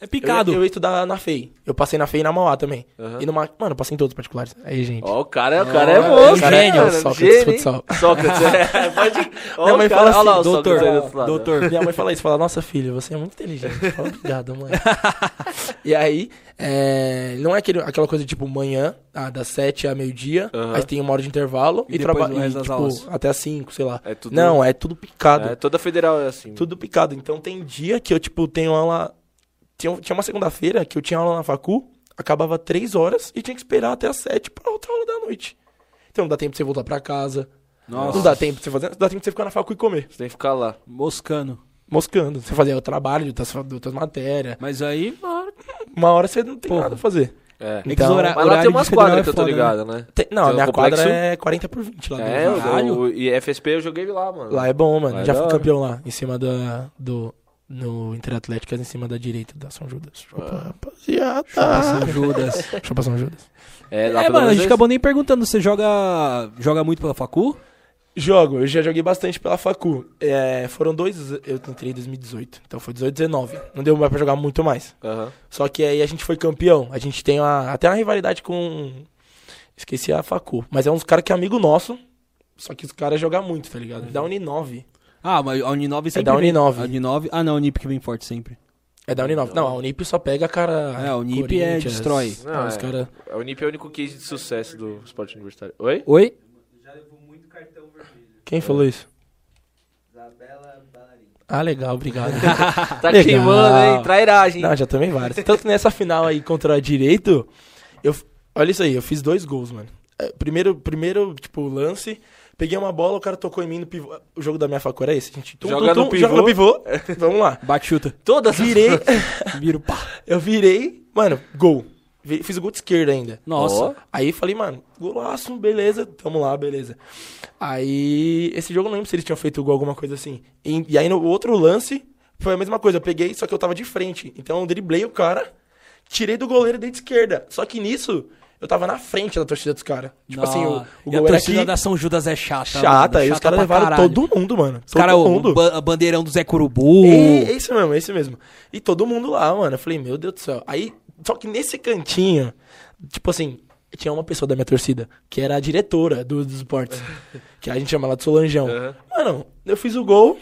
Speaker 2: É
Speaker 3: eu ia,
Speaker 2: picado.
Speaker 3: eu ia estudar na FEI. Eu passei na FEI e na Mauá também.
Speaker 1: Aham.
Speaker 3: E numa. Mano, eu passei em todos os particulares. Aí, gente.
Speaker 1: Ó, o cara, o cara é
Speaker 3: Ah,
Speaker 1: monstro.
Speaker 3: gênio,
Speaker 1: cara,
Speaker 3: Sócrates,
Speaker 1: gênio, hein?
Speaker 3: futsal.
Speaker 1: Sócrates, é, pode. Ó,
Speaker 3: Minha mãe
Speaker 1: o cara,
Speaker 3: fala assim,
Speaker 1: ó lá o
Speaker 2: doutor,
Speaker 1: Sócrates aí do outro lado.
Speaker 2: doutor.
Speaker 3: Minha mãe fala isso, fala, nossa filho, você é muito inteligente. Eu falo, Obrigado, mãe. e aí, é, não é aquele, aquela coisa tipo manhã, ah, das sete a meio-dia,
Speaker 1: Aham.
Speaker 3: aí tem uma hora de intervalo
Speaker 2: E
Speaker 3: e,
Speaker 2: depois
Speaker 3: trabalha.
Speaker 2: o resto das aulas.
Speaker 3: até as cinco, sei lá.
Speaker 1: É tudo-
Speaker 3: Não, é tudo picado.
Speaker 1: É, toda federal é assim.
Speaker 3: Tudo picado. Então tem dia que eu, tipo, tenho aula. Tinha, tinha uma segunda-feira que eu tinha aula na facu, acabava três horas e tinha que esperar até as sete pra outra aula da noite. Então não dá tempo de você voltar pra casa.
Speaker 2: Nossa.
Speaker 3: Não dá tempo de você fazer. Não dá tempo de você ficar na facu e comer.
Speaker 1: Você tem que ficar lá.
Speaker 2: Moscando.
Speaker 3: Moscando. Você fazer o trabalho de outras, de outras matérias.
Speaker 2: Mas aí,
Speaker 3: Uma hora você não tem
Speaker 2: Porra.
Speaker 3: nada pra fazer.
Speaker 1: É.
Speaker 3: Então,
Speaker 2: que hora-
Speaker 1: Mas lá tem
Speaker 2: horário de
Speaker 1: umas
Speaker 2: federal
Speaker 1: quadras
Speaker 2: é
Speaker 1: que eu tô
Speaker 2: foda, né?
Speaker 1: ligado, né?
Speaker 3: Tem- não, a
Speaker 1: Tem um
Speaker 3: minha
Speaker 1: complexo?
Speaker 3: quadra é 40 por 20 lá
Speaker 1: É,
Speaker 3: dentro.
Speaker 2: Caralho.
Speaker 1: o, o IFSP eu joguei lá, mano.
Speaker 3: Lá é bom, mano.
Speaker 1: Lá é
Speaker 3: Já
Speaker 1: da
Speaker 3: fui
Speaker 1: hora.
Speaker 3: campeão lá, em cima da, do. No Interatléticas, em cima da direita da São Judas.
Speaker 1: Ah.
Speaker 3: Opa, rapaziada.
Speaker 2: São Judas.
Speaker 3: Deixa eu passar um Judas.
Speaker 1: É, lá pelo
Speaker 2: Ah. É, mano, a
Speaker 1: menos
Speaker 2: gente
Speaker 1: eles-
Speaker 2: acabou nem perguntando. Você joga joga muito pela facu?
Speaker 3: Jogo, eu já joguei bastante pela Facu. É, foram dois. Eu entrei em 2018, então foi 18, 19. Não deu mais pra jogar muito mais.
Speaker 1: Aham.
Speaker 3: Só que aí a gente foi campeão. A gente tem uma, até uma rivalidade com. Esqueci a Facu. Mas é uns caras que é amigo nosso. Só que os caras jogam muito, tá ligado? Da Uni9.
Speaker 2: Ah, mas a
Speaker 1: É
Speaker 2: Uninove sempre
Speaker 3: da
Speaker 2: vem-
Speaker 3: Uninove.
Speaker 2: A Uninove... Ah, não, a Unip que vem forte sempre.
Speaker 3: É da Uni9. Não, a Unip só pega a cara.
Speaker 2: É, a Unip é
Speaker 3: Corinthians.
Speaker 2: destrói.
Speaker 3: Não,
Speaker 1: Ah,
Speaker 3: os
Speaker 1: é.
Speaker 3: cara...
Speaker 1: A Unip é o único case de sucesso do esporte universitário. Oi?
Speaker 2: Oi?
Speaker 4: Já levou muito cartão vermelho.
Speaker 3: Quem falou isso?
Speaker 4: Isabela Balarim.
Speaker 3: Ah, legal, obrigado.
Speaker 1: Tá
Speaker 3: Legal.
Speaker 1: queimando, hein? Trairagem.
Speaker 3: Não, já tomei vários. Tanto que nessa final aí contra a direito, eu. Olha isso aí, eu fiz dois gols, mano. É, Primeiro, primeiro tipo, lance. Peguei uma bola, o cara tocou em mim no pivô. O jogo da minha facu era esse, gente.
Speaker 1: Joga no É.
Speaker 3: Joga no pivô. Vamos lá.
Speaker 2: Bate chuta.
Speaker 1: Todas as-
Speaker 3: Virei.
Speaker 2: Vira o pá.
Speaker 3: Eu virei. Mano, gol. Vi- Fiz o gol de esquerda ainda.
Speaker 2: Nossa.
Speaker 3: Aí falei, mano, golaço, beleza, tamo lá, beleza. Aí, esse jogo eu não lembro se eles tinham feito gol, alguma coisa assim. E, e aí no outro lance, foi a mesma coisa, eu peguei, só que eu tava de frente. Então eu driblei o cara, tirei do goleiro e dei de esquerda. Só que nisso, eu tava na frente da torcida dos caras. Tipo
Speaker 2: Nossa.
Speaker 3: assim, o, o
Speaker 2: E a
Speaker 3: gol era
Speaker 2: torcida
Speaker 3: aqui,
Speaker 2: da São Judas é chata,
Speaker 3: chata,
Speaker 2: mano.
Speaker 3: aí os caras
Speaker 2: pra
Speaker 3: levaram
Speaker 2: caralho.
Speaker 3: todo mundo, mano.
Speaker 2: Os
Speaker 3: todo
Speaker 2: caras, o
Speaker 3: mundo.
Speaker 2: ba- bandeirão do Zé Curubu.
Speaker 3: É, é isso mesmo, é isso mesmo. E todo mundo lá, mano. Eu falei, meu Deus do céu. Aí, só que nesse cantinho, tipo assim, tinha uma pessoa da minha torcida, que era a diretora do- dos esportes. que a gente chama ela de Solanjão.
Speaker 1: Aham.
Speaker 3: Mano, eu fiz o gol.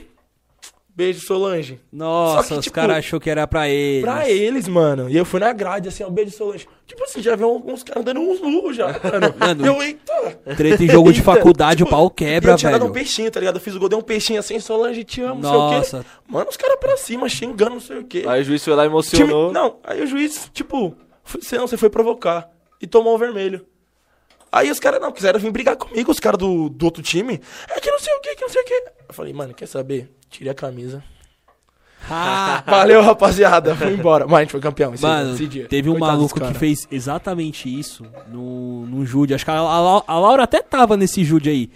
Speaker 3: Beijo, Solange.
Speaker 2: Nossa,
Speaker 3: Só que,
Speaker 2: os
Speaker 3: tipo,
Speaker 2: caras achou que era pra eles.
Speaker 3: Pra eles, mano. E eu fui na grade, assim, ó, beijo, Solange. Tipo assim, já vi alguns caras dando uns burros já, mano.
Speaker 2: Mano.
Speaker 3: Eu, eita.
Speaker 2: Treta em jogo de
Speaker 3: Eita.
Speaker 2: faculdade, o
Speaker 3: Tipo,
Speaker 2: pau
Speaker 3: e
Speaker 2: quebra,
Speaker 3: eu tinha dado um
Speaker 2: velho.
Speaker 3: peixinho, tá ligado? Eu fiz o gol, dei um peixinho assim, Solange, te amo, não sei o
Speaker 2: Nossa.
Speaker 3: quê. Mano, os caras pra cima, xingando, não sei o quê.
Speaker 1: Aí o juiz foi lá e
Speaker 3: Time-
Speaker 1: emocionou.
Speaker 3: Não, aí o juiz, tipo, foi- você não, você foi provocar. E tomou o vermelho. Aí os caras não quiseram vir brigar comigo, os caras do, do outro time. É que não sei o que, que não sei o que. Eu falei, mano, quer saber? Tirei a camisa.
Speaker 2: Ah,
Speaker 3: Valeu, rapaziada. Fui embora. Mas a gente foi campeão esse,
Speaker 2: Mano,
Speaker 3: esse dia.
Speaker 2: teve um
Speaker 3: Coitado dos
Speaker 2: maluco que
Speaker 3: cara.
Speaker 2: fez exatamente isso no, no Jude. Acho que a, a Lau- a Laura até tava nesse Jude aí.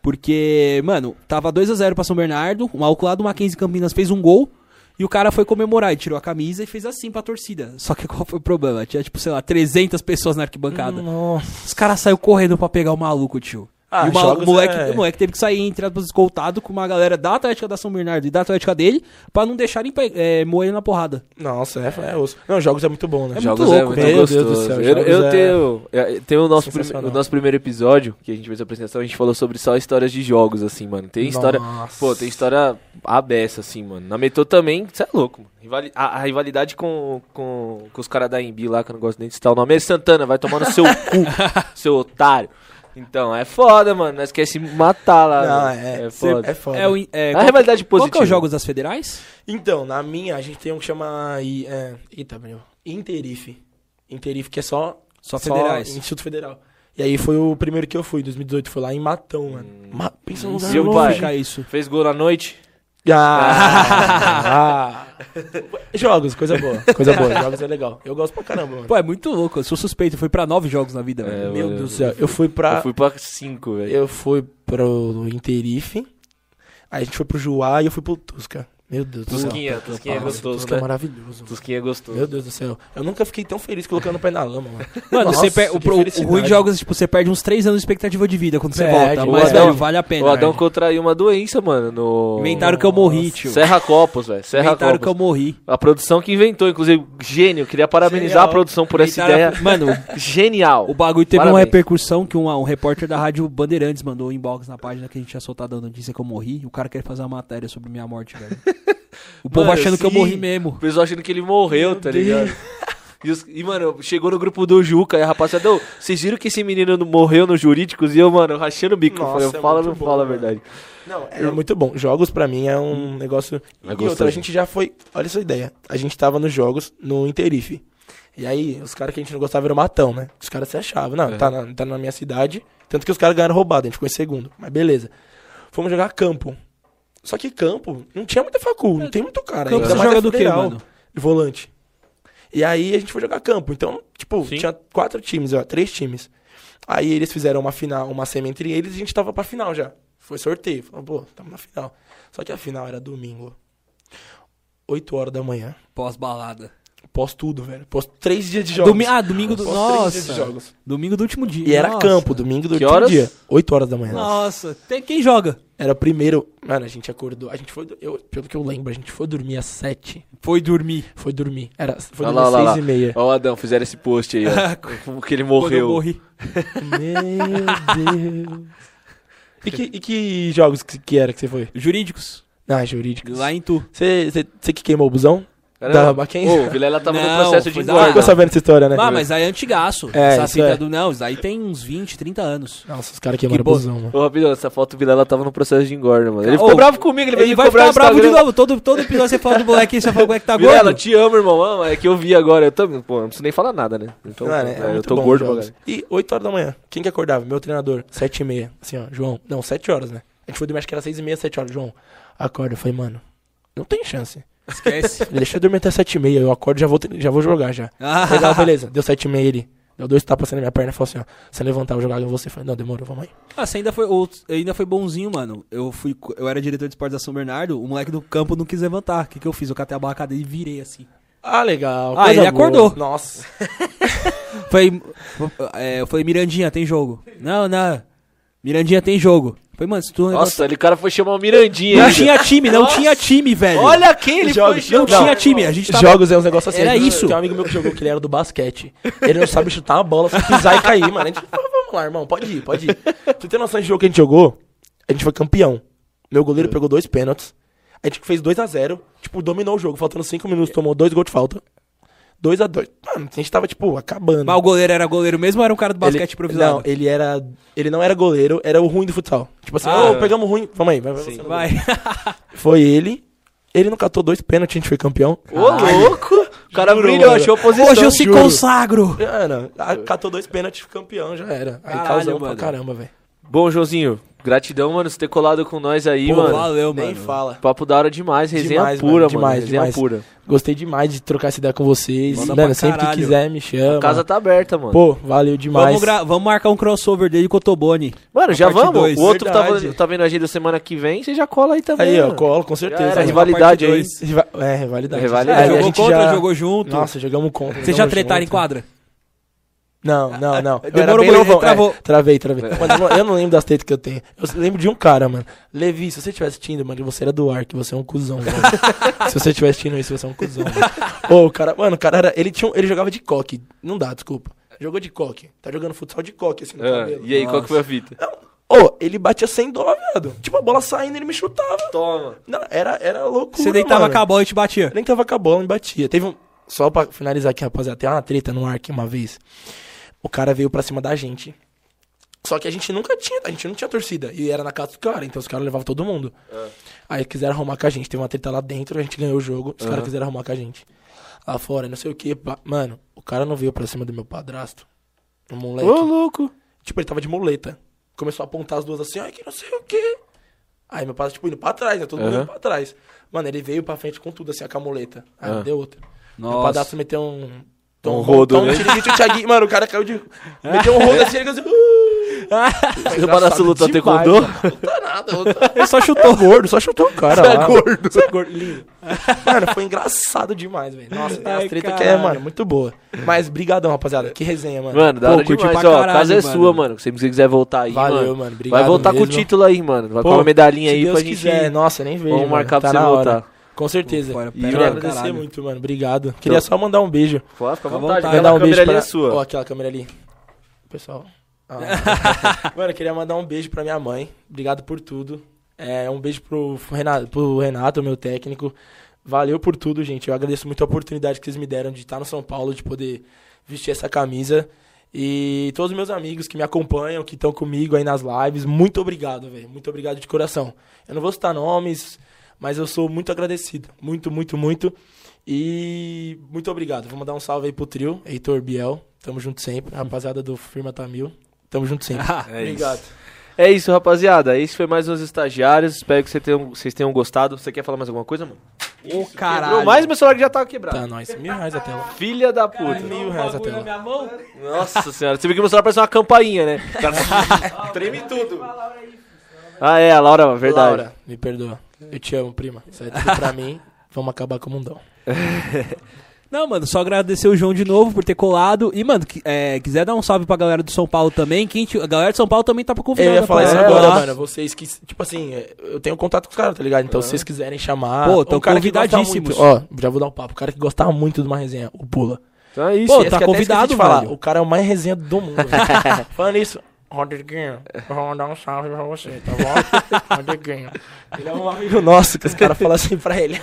Speaker 2: Porque, mano, tava 2x0 pra São Bernardo. O maluco lá do Mackenzie Campinas fez um gol. E o cara foi comemorar e tirou a camisa e fez assim pra torcida. Só que qual foi o problema? Tinha, tipo, sei lá, 300 pessoas na arquibancada.
Speaker 3: Nossa.
Speaker 2: Os caras saíram correndo pra pegar o maluco, tio.
Speaker 3: Ah,
Speaker 2: e o, maluco,
Speaker 3: jogos
Speaker 2: o moleque,
Speaker 3: é-
Speaker 2: o moleque teve que sair, entre aspas, escoltado com uma galera da Atlética da São Bernardo e da Atlética dele pra não deixarem pe- eh, moer ele na porrada.
Speaker 3: Nossa, é, é osso. Não, jogos é muito bom, né?
Speaker 2: É
Speaker 1: Jogos
Speaker 2: muito
Speaker 1: é
Speaker 2: louco,
Speaker 1: muito
Speaker 3: velho. Meu Deus
Speaker 1: gostoso.
Speaker 3: do céu,
Speaker 1: eu
Speaker 3: jogos
Speaker 1: eu
Speaker 3: é
Speaker 1: tenho. é, Tem o nosso, prime-
Speaker 3: sensacional.
Speaker 1: o nosso primeiro episódio, que a gente fez a apresentação, a gente falou sobre só histórias de jogos, assim, mano. Tem história.
Speaker 3: Nossa.
Speaker 1: Pô, tem história abessa, assim, mano. Na Metô também, você é louco, mano. Rivali- a, a rivalidade com, com, com os caras da Embi lá, que eu não gosto nem de citar o nome, é Santana, vai tomar no seu cu, seu otário. Então, é foda, mano. Nós quer se matar lá.
Speaker 3: Não,
Speaker 1: mano.
Speaker 3: é,
Speaker 1: é foda.
Speaker 3: É foda.
Speaker 2: ah, É, o, in- eh,
Speaker 1: A
Speaker 2: qual-
Speaker 1: rivalidade
Speaker 2: Qual que é
Speaker 1: positiva.
Speaker 2: os jogos das federais?
Speaker 3: Então, na minha, a gente tem um que chama. I- É, eita, meu. Interife. Interife, que é só.
Speaker 2: Só federais.
Speaker 3: Instituto Federal. E aí foi o primeiro que eu fui, 2018. Foi lá em Matão, mano. Ma- Pensa num lugar
Speaker 1: E o
Speaker 3: longe.
Speaker 1: Hum. pai?
Speaker 2: Fica isso.
Speaker 1: Fez gol na noite?
Speaker 3: Ah! jogos, coisa boa. Coisa boa. Jogos é legal. Eu gosto pra caramba, mano.
Speaker 2: Pô, é muito louco. Eu sou suspeito. Eu fui pra nove jogos na vida, velho.
Speaker 1: É,
Speaker 3: Meu
Speaker 1: eu-
Speaker 3: Deus do céu. Eu fui pra.
Speaker 1: Eu fui pra cinco, velho.
Speaker 3: Ah. Eu fui pro Interife. Aí a gente foi pro Juá e eu fui pro Tusca. Meu Deus do céu.
Speaker 1: Tusquinha, Tusquinha é
Speaker 3: Nossa,
Speaker 1: gostoso,
Speaker 3: Tusca é
Speaker 1: né?
Speaker 3: maravilhoso. mano.
Speaker 1: Tusquinha é gostoso.
Speaker 3: Meu Deus do céu. Eu nunca fiquei tão feliz colocando o pé na lama, mano.
Speaker 2: Mano,
Speaker 3: Nossa,
Speaker 2: você per- o,
Speaker 3: que
Speaker 2: pro- o ruim
Speaker 3: felicidade.
Speaker 2: de jogos é, tipo, você perde uns três anos de expectativa de vida quando você
Speaker 3: Perde.
Speaker 2: volta.
Speaker 1: O
Speaker 2: Mas,
Speaker 1: Adão-
Speaker 2: velho, vale a pena.
Speaker 1: O Adão
Speaker 2: velho.
Speaker 1: contraiu uma doença, mano, no...
Speaker 2: Inventaram que eu morri, tio.
Speaker 1: Serra Copos, velho. Serra
Speaker 2: Inventaram
Speaker 1: Copos.
Speaker 2: que eu morri.
Speaker 1: A produção que inventou, inclusive, gênio. Queria parabenizar
Speaker 3: Genial.
Speaker 1: a produção por essa
Speaker 2: Inventaram-
Speaker 1: ideia
Speaker 2: Mano,
Speaker 1: genial.
Speaker 2: O bagulho teve uma
Speaker 1: Parabéns.
Speaker 2: repercussão que um, um repórter da Rádio Bandeirantes mandou um inbox na página que a gente tinha soltado a notícia que eu morri. E o cara quer fazer uma matéria sobre minha morte, velho. O povo
Speaker 1: Mano,
Speaker 2: achando que eu
Speaker 1: sim.
Speaker 2: morri mesmo.
Speaker 1: O pessoal achando que ele morreu, tá ligado? E, os- e, mano, chegou no grupo do Juca e a rapaziada, "Ô, vocês viram que esse menino não morreu nos jurídicos? E eu, mano, rachando o bico.
Speaker 3: Nossa,
Speaker 1: falei, eu
Speaker 3: é
Speaker 1: falo ou
Speaker 3: muito
Speaker 1: não
Speaker 3: bom,
Speaker 1: fala a
Speaker 3: mano.
Speaker 1: verdade?
Speaker 3: Não, é muito bom. Jogos pra mim é
Speaker 2: Hum.
Speaker 3: um negócio.
Speaker 1: É
Speaker 3: e outra,
Speaker 1: gostoso.
Speaker 3: a gente já foi. Olha essa ideia. A gente tava nos jogos no Interife. E aí, os caras que a gente não gostava eram matão, né? Os caras se achavam. Não,
Speaker 1: É.
Speaker 3: tá, na, tá na minha cidade. Tanto que os caras ganharam roubado, a gente ficou em segundo. Mas beleza. Fomos jogar campo. Só que campo não tinha muita facul, não tem muito cara.
Speaker 2: Campo
Speaker 3: ainda
Speaker 2: você
Speaker 3: mais
Speaker 2: joga
Speaker 3: na
Speaker 2: do que,
Speaker 3: Federal,
Speaker 2: mano?
Speaker 3: De volante. E aí a gente foi jogar campo. Então, tipo,
Speaker 1: Sim.
Speaker 3: tinha quatro times, ó, três times. Aí eles fizeram uma final, uma semi entre eles e a gente tava pra final já. Foi sorteio. Falou, pô, tamo na final. Só que a final era domingo. 8 horas da manhã.
Speaker 2: Pós-balada.
Speaker 3: Pós tudo, velho. Pós três dias de jogos.
Speaker 2: Domi ah, domingo do.
Speaker 3: Pós três dias de
Speaker 2: Nossa.
Speaker 3: jogos.
Speaker 2: Domingo do último dia.
Speaker 3: E era
Speaker 2: Nossa.
Speaker 3: campo, domingo do
Speaker 1: Que
Speaker 3: último
Speaker 1: horas?
Speaker 3: dia. 8 horas da manhã.
Speaker 2: Nossa, tem quem joga.
Speaker 3: Era o primeiro. Mano, a gente acordou. A gente foi. Eu, pelo que eu lembro, a gente foi dormir às 7.
Speaker 2: Foi dormir.
Speaker 3: Foi dormir. Era, foi
Speaker 1: Olha lá,
Speaker 3: dormir às
Speaker 1: olha
Speaker 3: 6
Speaker 1: lá.
Speaker 3: e meia.
Speaker 1: Ó o Adão, fizeram esse post aí, ó. Como que ele
Speaker 2: Quando
Speaker 1: morreu.
Speaker 2: eu morri.
Speaker 3: Meu Deus. E que, e que jogos que, que era que você foi?
Speaker 2: Jurídicos.
Speaker 3: Ah, jurídicos.
Speaker 2: Lá em Tu.
Speaker 3: Você você- você que queimou o busão? Da
Speaker 1: Caramba.
Speaker 3: Mackenzie?
Speaker 1: Ô, o Vilela tava
Speaker 2: Ah, Não,
Speaker 1: no processo de
Speaker 2: foi da
Speaker 1: engorda.
Speaker 2: hora.
Speaker 3: Ficou sabendo essa história, né?
Speaker 2: Ah, mas aí é antigaço.
Speaker 3: É,
Speaker 2: Essa
Speaker 3: isso
Speaker 2: fita
Speaker 3: é.
Speaker 2: do- Não, isso aí tem uns 20, 30 anos.
Speaker 3: Nossa, os caras queimaram o
Speaker 2: bo-
Speaker 3: busão, mano.
Speaker 1: Ô, rapidão, essa foto do Vilela tava no processo de engorda, mano. Ele ficou
Speaker 2: Ô,
Speaker 1: bravo comigo, ele veio
Speaker 2: Ele
Speaker 1: me
Speaker 2: vai
Speaker 1: cobrar
Speaker 2: ficar
Speaker 1: o
Speaker 2: bravo de
Speaker 1: Instagram.
Speaker 2: novo. Todo, todo episódio você fala do moleque aí, você fala que o moleque tá
Speaker 1: Vilela,
Speaker 2: gordo.
Speaker 1: te amo, irmão. ama. É que eu vi agora. Eu também, pô, não preciso nem falar nada, né? Então,
Speaker 3: Mano, é
Speaker 1: é, eu
Speaker 3: muito
Speaker 1: tô
Speaker 3: bom
Speaker 1: gordo pra
Speaker 3: jogos.
Speaker 1: galera.
Speaker 3: E 8 horas da manhã. Quem que acordava? Meu treinador. 7 e meia. Assim, ó, João. Não, 7 horas, né? A gente foi dormir, acho que era 6 e meia, 7 horas. João, acorda. Eu falei, mano, não tem chance.
Speaker 2: Esquece.
Speaker 3: Falei, Deixa eu dormir até 7 e meia. Eu acordo e já vou, tre- já vou jogar já.
Speaker 2: Ah,
Speaker 3: Legal, beleza. Deu 7 e meia ele. Deu dois tapas assim na minha perna e falou assim, ó. Se eu levantar, eu vou jogar com você. Eu Falei, não, demorou, vamos aí.
Speaker 2: Ah, você ainda foi, o- ainda foi bonzinho, mano. Eu fui, eu era diretor de esportes da São Bernardo, o moleque do campo não quis levantar. O que, que eu fiz? Eu catei a barraca dele e virei assim.
Speaker 3: Ah, legal.
Speaker 2: Ah,
Speaker 3: coisa
Speaker 2: ele
Speaker 3: boa.
Speaker 2: acordou.
Speaker 3: Nossa.
Speaker 2: Falei, é, eu falei, Mirandinha, tem jogo. Não, não. Mirandinha tem jogo. Falei, mano, se tu não
Speaker 1: Nossa, ele cara foi chamar o Mirandinha.
Speaker 2: Não
Speaker 1: ainda.
Speaker 2: tinha time, não
Speaker 1: Nossa.
Speaker 2: tinha time, velho.
Speaker 1: Olha quem ele
Speaker 3: Jogos.
Speaker 1: foi
Speaker 2: não,
Speaker 1: chamar.
Speaker 2: tinha time, a gente tava.
Speaker 3: Jogos é uns negócios assim.
Speaker 2: Era
Speaker 3: Tem um-
Speaker 2: isso.
Speaker 3: Tem um amigo meu que jogou que ele era do basquete. Ele não sabe chutar uma bola, só pisar e cair, mano. A gente falou, vamos lá, irmão, pode ir, pode ir. Você tem noção de jogo que a gente jogou? A gente foi campeão. Meu goleiro pegou dois pênaltis. A gente fez 2x0, tipo, dominou o jogo. Faltando 5
Speaker 1: É.
Speaker 3: minutos, tomou dois gols de falta. 2x2. Mano, a gente tava, tipo, acabando.
Speaker 2: Mas o goleiro era goleiro mesmo ou era um cara do
Speaker 3: Ele-
Speaker 2: basquete improvisado?
Speaker 3: Não, ele era. Ele não era goleiro, era o ruim do futsal. Tipo assim,
Speaker 1: Ah.
Speaker 3: ô, pegamos o ruim. Vamos aí, vai, vai,
Speaker 1: Sim.
Speaker 3: você.
Speaker 2: Vai.
Speaker 3: Foi ele. Ele não catou dois pênaltis, a gente foi campeão.
Speaker 1: Ô, louco! O cara
Speaker 3: Juro,
Speaker 1: brilhou,
Speaker 3: mano.
Speaker 1: achou a posição.
Speaker 2: Hoje eu se
Speaker 1: juro.
Speaker 2: consagro!
Speaker 3: Mano, a- ah, catou dois pênaltis, campeão, já era. Aí
Speaker 2: Caralho,
Speaker 3: causou pra
Speaker 2: mano.
Speaker 3: caramba, velho.
Speaker 1: Bom, Joãozinho, gratidão, mano, você ter colado com nós aí,
Speaker 2: Pô,
Speaker 1: mano.
Speaker 2: valeu,
Speaker 3: Nem
Speaker 2: mano.
Speaker 3: fala.
Speaker 1: Papo da hora demais, resenha
Speaker 3: Demais, mano,
Speaker 1: pura, mano.
Speaker 3: demais,
Speaker 1: resenha
Speaker 3: demais.
Speaker 1: pura.
Speaker 3: Gostei demais de trocar essa ideia com vocês.
Speaker 2: Manda
Speaker 3: Mano,
Speaker 2: pra
Speaker 3: sempre que
Speaker 2: caralho.
Speaker 3: quiser, me chama.
Speaker 1: A casa tá aberta, mano.
Speaker 3: Pô, valeu demais.
Speaker 2: Vamos, gra- vamos marcar um crossover dele com o Toboni.
Speaker 1: mano, já
Speaker 2: parte
Speaker 1: vamos.
Speaker 2: dois.
Speaker 1: o outro tá,
Speaker 3: Verdade.
Speaker 1: tá vendo a agenda semana que vem, você já cola aí também.
Speaker 3: Aí, ó,
Speaker 1: mano.
Speaker 3: colo, com
Speaker 1: Já era,
Speaker 3: certeza.
Speaker 2: rival-
Speaker 1: rivalidade
Speaker 2: parte
Speaker 1: aí.
Speaker 2: dois.
Speaker 3: Riva- É, rivalidade.
Speaker 1: Rivalidade.
Speaker 3: É,
Speaker 2: jogou
Speaker 3: a gente
Speaker 2: contra,
Speaker 3: já...
Speaker 2: jogou junto.
Speaker 3: Nossa, jogamos contra.
Speaker 2: Vocês já
Speaker 3: jogamos
Speaker 2: tretaram em
Speaker 3: junto.
Speaker 2: quadra?
Speaker 3: Não, não, não. Eu
Speaker 2: Ah, demorou
Speaker 3: era bem
Speaker 2: muito,
Speaker 3: novão, é,
Speaker 2: travou.
Speaker 3: travei, travei. Mano, eu não- eu não lembro das tetas que eu tenho. Eu lembro de um cara, mano. Levi, se você tivesse tindo, mano, você era do ar, que você é um cuzão, mano. se você tivesse tindo isso, você é um cuzão, mano. Ô, o cara, mano, o cara era. Ele, tinha, um- ele jogava de coque. Não dá, desculpa. Jogou de coque. Tá jogando futsal de coque, assim, no
Speaker 1: Ah,
Speaker 3: cabelo.
Speaker 1: e aí, qual que foi a fita?
Speaker 2: é-
Speaker 3: Ô, ele batia sem dó, viado. Tipo, a bola saindo, ele me
Speaker 2: Então-
Speaker 3: chutava.
Speaker 1: Toma.
Speaker 3: Não, era, era loucura,
Speaker 2: Você deitava
Speaker 3: mano.
Speaker 2: com a bola e te batia.
Speaker 3: Eu nem tava com a bola e batia. Teve um. Só pra finalizar aqui, rapaziada, tem uma treta no ar aqui uma vez. O cara veio pra cima da gente. Só que a gente nunca tinha, a gente não tinha torcida. E era na casa do cara, então os caras levavam todo mundo. Aí quiseram arrumar com a gente. Teve uma treta lá dentro, a gente ganhou o jogo, os caras quiseram arrumar com a gente. Lá fora, não sei o que. Mano, o cara não veio pra cima do meu padrasto. O moleque.
Speaker 1: Ô, louco.
Speaker 3: Tipo, ele tava de muleta. Começou a apontar as duas assim, ai, que não sei o quê. Aí meu padrasto, tipo, indo pra trás, né? Todo mundo
Speaker 1: Aham.
Speaker 3: indo pra trás. Mano, ele veio pra frente com tudo, assim, com a muleta. Aí
Speaker 1: Ah.
Speaker 3: deu outra. Meu
Speaker 2: Nossa.
Speaker 3: padrasto meteu um...
Speaker 1: Um rodo,
Speaker 3: um,
Speaker 1: né?
Speaker 3: tiririca, o Thiaguinho- Mano, o cara caiu de... Meteu um rodo assim, ele caiu assim... Uh!
Speaker 1: Seu padrasto lutou até com dor?
Speaker 3: Não nada, outra...
Speaker 2: Ele só chutou.
Speaker 3: gordo, só chutou o cara
Speaker 1: Você é
Speaker 3: lá.
Speaker 1: gordo.
Speaker 3: Você é gordo, lindo. Mano, foi engraçado demais, velho. Nossa, tem umas
Speaker 2: Ai,
Speaker 3: treta que é,
Speaker 2: caralho.
Speaker 3: mano, muito boa. Mas, brigadão, rapaziada. Que resenha, mano.
Speaker 1: Mano, da
Speaker 2: Pô,
Speaker 1: hora
Speaker 2: curti
Speaker 1: demais,
Speaker 2: pra
Speaker 1: ó.
Speaker 2: caralho,
Speaker 1: a casa é
Speaker 2: mano.
Speaker 1: sua, mano. Se você quiser voltar aí,
Speaker 3: Valeu,
Speaker 1: mano.
Speaker 3: mano, obrigado
Speaker 1: Vai voltar com o
Speaker 3: mesmo.
Speaker 1: título aí, mano. Vai
Speaker 3: Pô,
Speaker 1: com uma medalhinha
Speaker 3: se
Speaker 1: aí
Speaker 3: Deus
Speaker 1: pra gente.
Speaker 3: quiser. Nossa, nem vejo.
Speaker 1: Vamos
Speaker 3: mano.
Speaker 1: marcar pra você
Speaker 3: Tá na hora.
Speaker 1: voltar. Então-
Speaker 3: Com certeza.
Speaker 2: Fora,
Speaker 3: E
Speaker 2: pera,
Speaker 3: eu agradecer
Speaker 2: caralho.
Speaker 3: muito, mano. Obrigado. Queria só mandar um beijo.
Speaker 1: Pô, fica à
Speaker 2: Fica à
Speaker 1: vontade.
Speaker 2: vontade.
Speaker 1: Aquela
Speaker 3: mandar um
Speaker 1: câmera
Speaker 3: beijo
Speaker 1: ali
Speaker 3: pra...
Speaker 1: é sua.
Speaker 3: Ó, aquela câmera ali. Pessoal. Ah. mano, eu queria mandar um beijo pra minha mãe. Obrigado por tudo. É, um beijo pro Renato, pro Renato, meu técnico. Valeu por tudo, gente. Eu agradeço muito a oportunidade que vocês me deram de estar no São Paulo, de poder vestir essa camisa. E todos os meus amigos que me acompanham, que estão comigo aí nas lives, muito obrigado, velho. Muito obrigado de coração. Eu não vou citar nomes, mas eu sou muito agradecido. Muito, muito, muito. E muito obrigado. Vou mandar um salve aí pro trio, Heitor Biel. Tamo junto sempre. Rapaziada do Firma Tamil. Tamo junto sempre.
Speaker 1: É
Speaker 3: tá, obrigado.
Speaker 1: É isso, rapaziada. Esse foi mais uns estagiários. Espero que vocês tenham, vocês tenham gostado. Você quer falar mais alguma coisa, mano?
Speaker 2: Ô,
Speaker 1: Quebrou mais meu celular que já tava quebrado.
Speaker 3: Tá, nós. Mil reais até lá.
Speaker 1: Filha da puta.
Speaker 3: mil reais até lá.
Speaker 1: Nossa senhora. Você viu que meu celular parece uma campainha, né? Treme tudo. Ah, é, a Laura, verdade.
Speaker 3: Laura, me perdoa. Eu te amo, prima. Isso é tudo pra mim. Vamos acabar com o mundão.
Speaker 2: Não, mano, só agradecer o João de novo por ter colado. E, mano, qui- é, quiser dar um salve pra galera do São Paulo também. Quem te- a galera de São Paulo também tá pra convidar.
Speaker 3: Eu ia falar isso
Speaker 1: rapaziada.
Speaker 3: agora,
Speaker 1: É.
Speaker 3: mano. Vocês que. Tipo assim, é, eu tenho contato com os caras, tá ligado? Então, se vocês quiserem chamar.
Speaker 2: Pô, tão
Speaker 3: um cara que gosta
Speaker 2: convidadíssimos.
Speaker 3: muito- Ó, já vou dar um papo. O cara que gostava muito de uma resenha, o Pula.
Speaker 1: Então é isso.
Speaker 2: Pô,
Speaker 3: Esse
Speaker 2: tá
Speaker 3: que até
Speaker 2: convidado,
Speaker 3: esqueci de falar.
Speaker 2: velho.
Speaker 3: O cara é o mais resenha do mundo. velho. Falando isso, Rodriguinho, eu vou mandar um salve pra você, tá bom? Rodriguinho. Ele é um amigo nosso que os caras falam assim pra ele.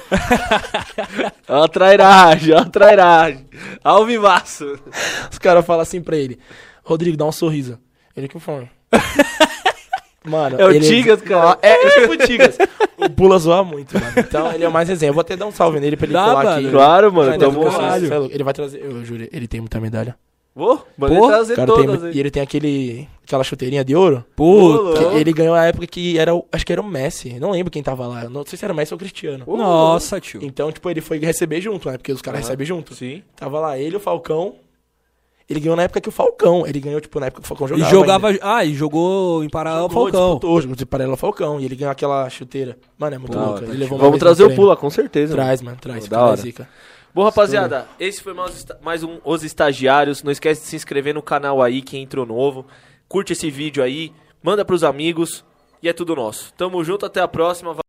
Speaker 1: Ó a É trairagem, ó a trairagem. Ao vivaço.
Speaker 3: Os caras falam assim pra ele. Rodrigo, dá um sorriso. Ele que foi. Mano,
Speaker 1: É o
Speaker 3: ele-
Speaker 1: Tigas, cara.
Speaker 3: É, é tipo o Tigas. O Pula zoa muito, mano. Então ele é o mais resenha. Eu vou até dar um salve nele pra ele
Speaker 2: Dá,
Speaker 3: colar
Speaker 2: mano.
Speaker 3: aqui.
Speaker 1: Claro,
Speaker 3: Mano,
Speaker 1: mano.
Speaker 3: ele é do
Speaker 1: Tamo...
Speaker 3: caralho.
Speaker 2: caralho.
Speaker 3: Cê é louco. Ele vai trazer, eu juro, ele tem muita medalha.
Speaker 1: Ô, mano,
Speaker 2: Pô,
Speaker 1: ele trazer
Speaker 3: O cara tem,
Speaker 1: todas.
Speaker 3: e
Speaker 1: aí.
Speaker 3: ele tem aquele, aquela chuteirinha de ouro.
Speaker 2: Puta.
Speaker 3: Que
Speaker 1: Ô, louco.
Speaker 3: ele ganhou a época que era, o- acho que era o Messi, não lembro quem tava lá, Eu não sei se era o Messi ou o Cristiano.
Speaker 1: Uhum.
Speaker 2: Nossa, tio.
Speaker 3: Então, tipo, ele foi receber junto, né? Porque os caras
Speaker 1: Aham.
Speaker 3: recebem junto.
Speaker 1: Sim.
Speaker 3: Tava lá ele, o Falcão. Ele ganhou na época que o Falcão, ele ganhou, tipo, na época que o Falcão
Speaker 2: E
Speaker 3: jogava. Tipo,
Speaker 2: jogava. Ah, e jogou em
Speaker 3: ainda.
Speaker 2: Paraná o
Speaker 3: Jogou,
Speaker 2: Falcão.
Speaker 3: Disputou, jogou de paralelo ao Falcão, e ele ganhou aquela chuteira. Mano, é muito
Speaker 1: Da
Speaker 3: louco.
Speaker 1: hora.
Speaker 3: Ele levou uma
Speaker 1: Vamos
Speaker 3: vez no
Speaker 1: trazer o
Speaker 3: treino.
Speaker 1: Pula, com certeza. mano.
Speaker 3: Traz, mano, traz.
Speaker 1: Da
Speaker 3: fica na
Speaker 1: hora.
Speaker 3: zica.
Speaker 1: Bom, rapaziada, esse foi mais, esta- mais um Os Estagiários. Não esquece de se inscrever no canal aí, quem entrou novo. Curte esse vídeo aí, manda pros amigos e é tudo nosso. Tamo junto, até a próxima.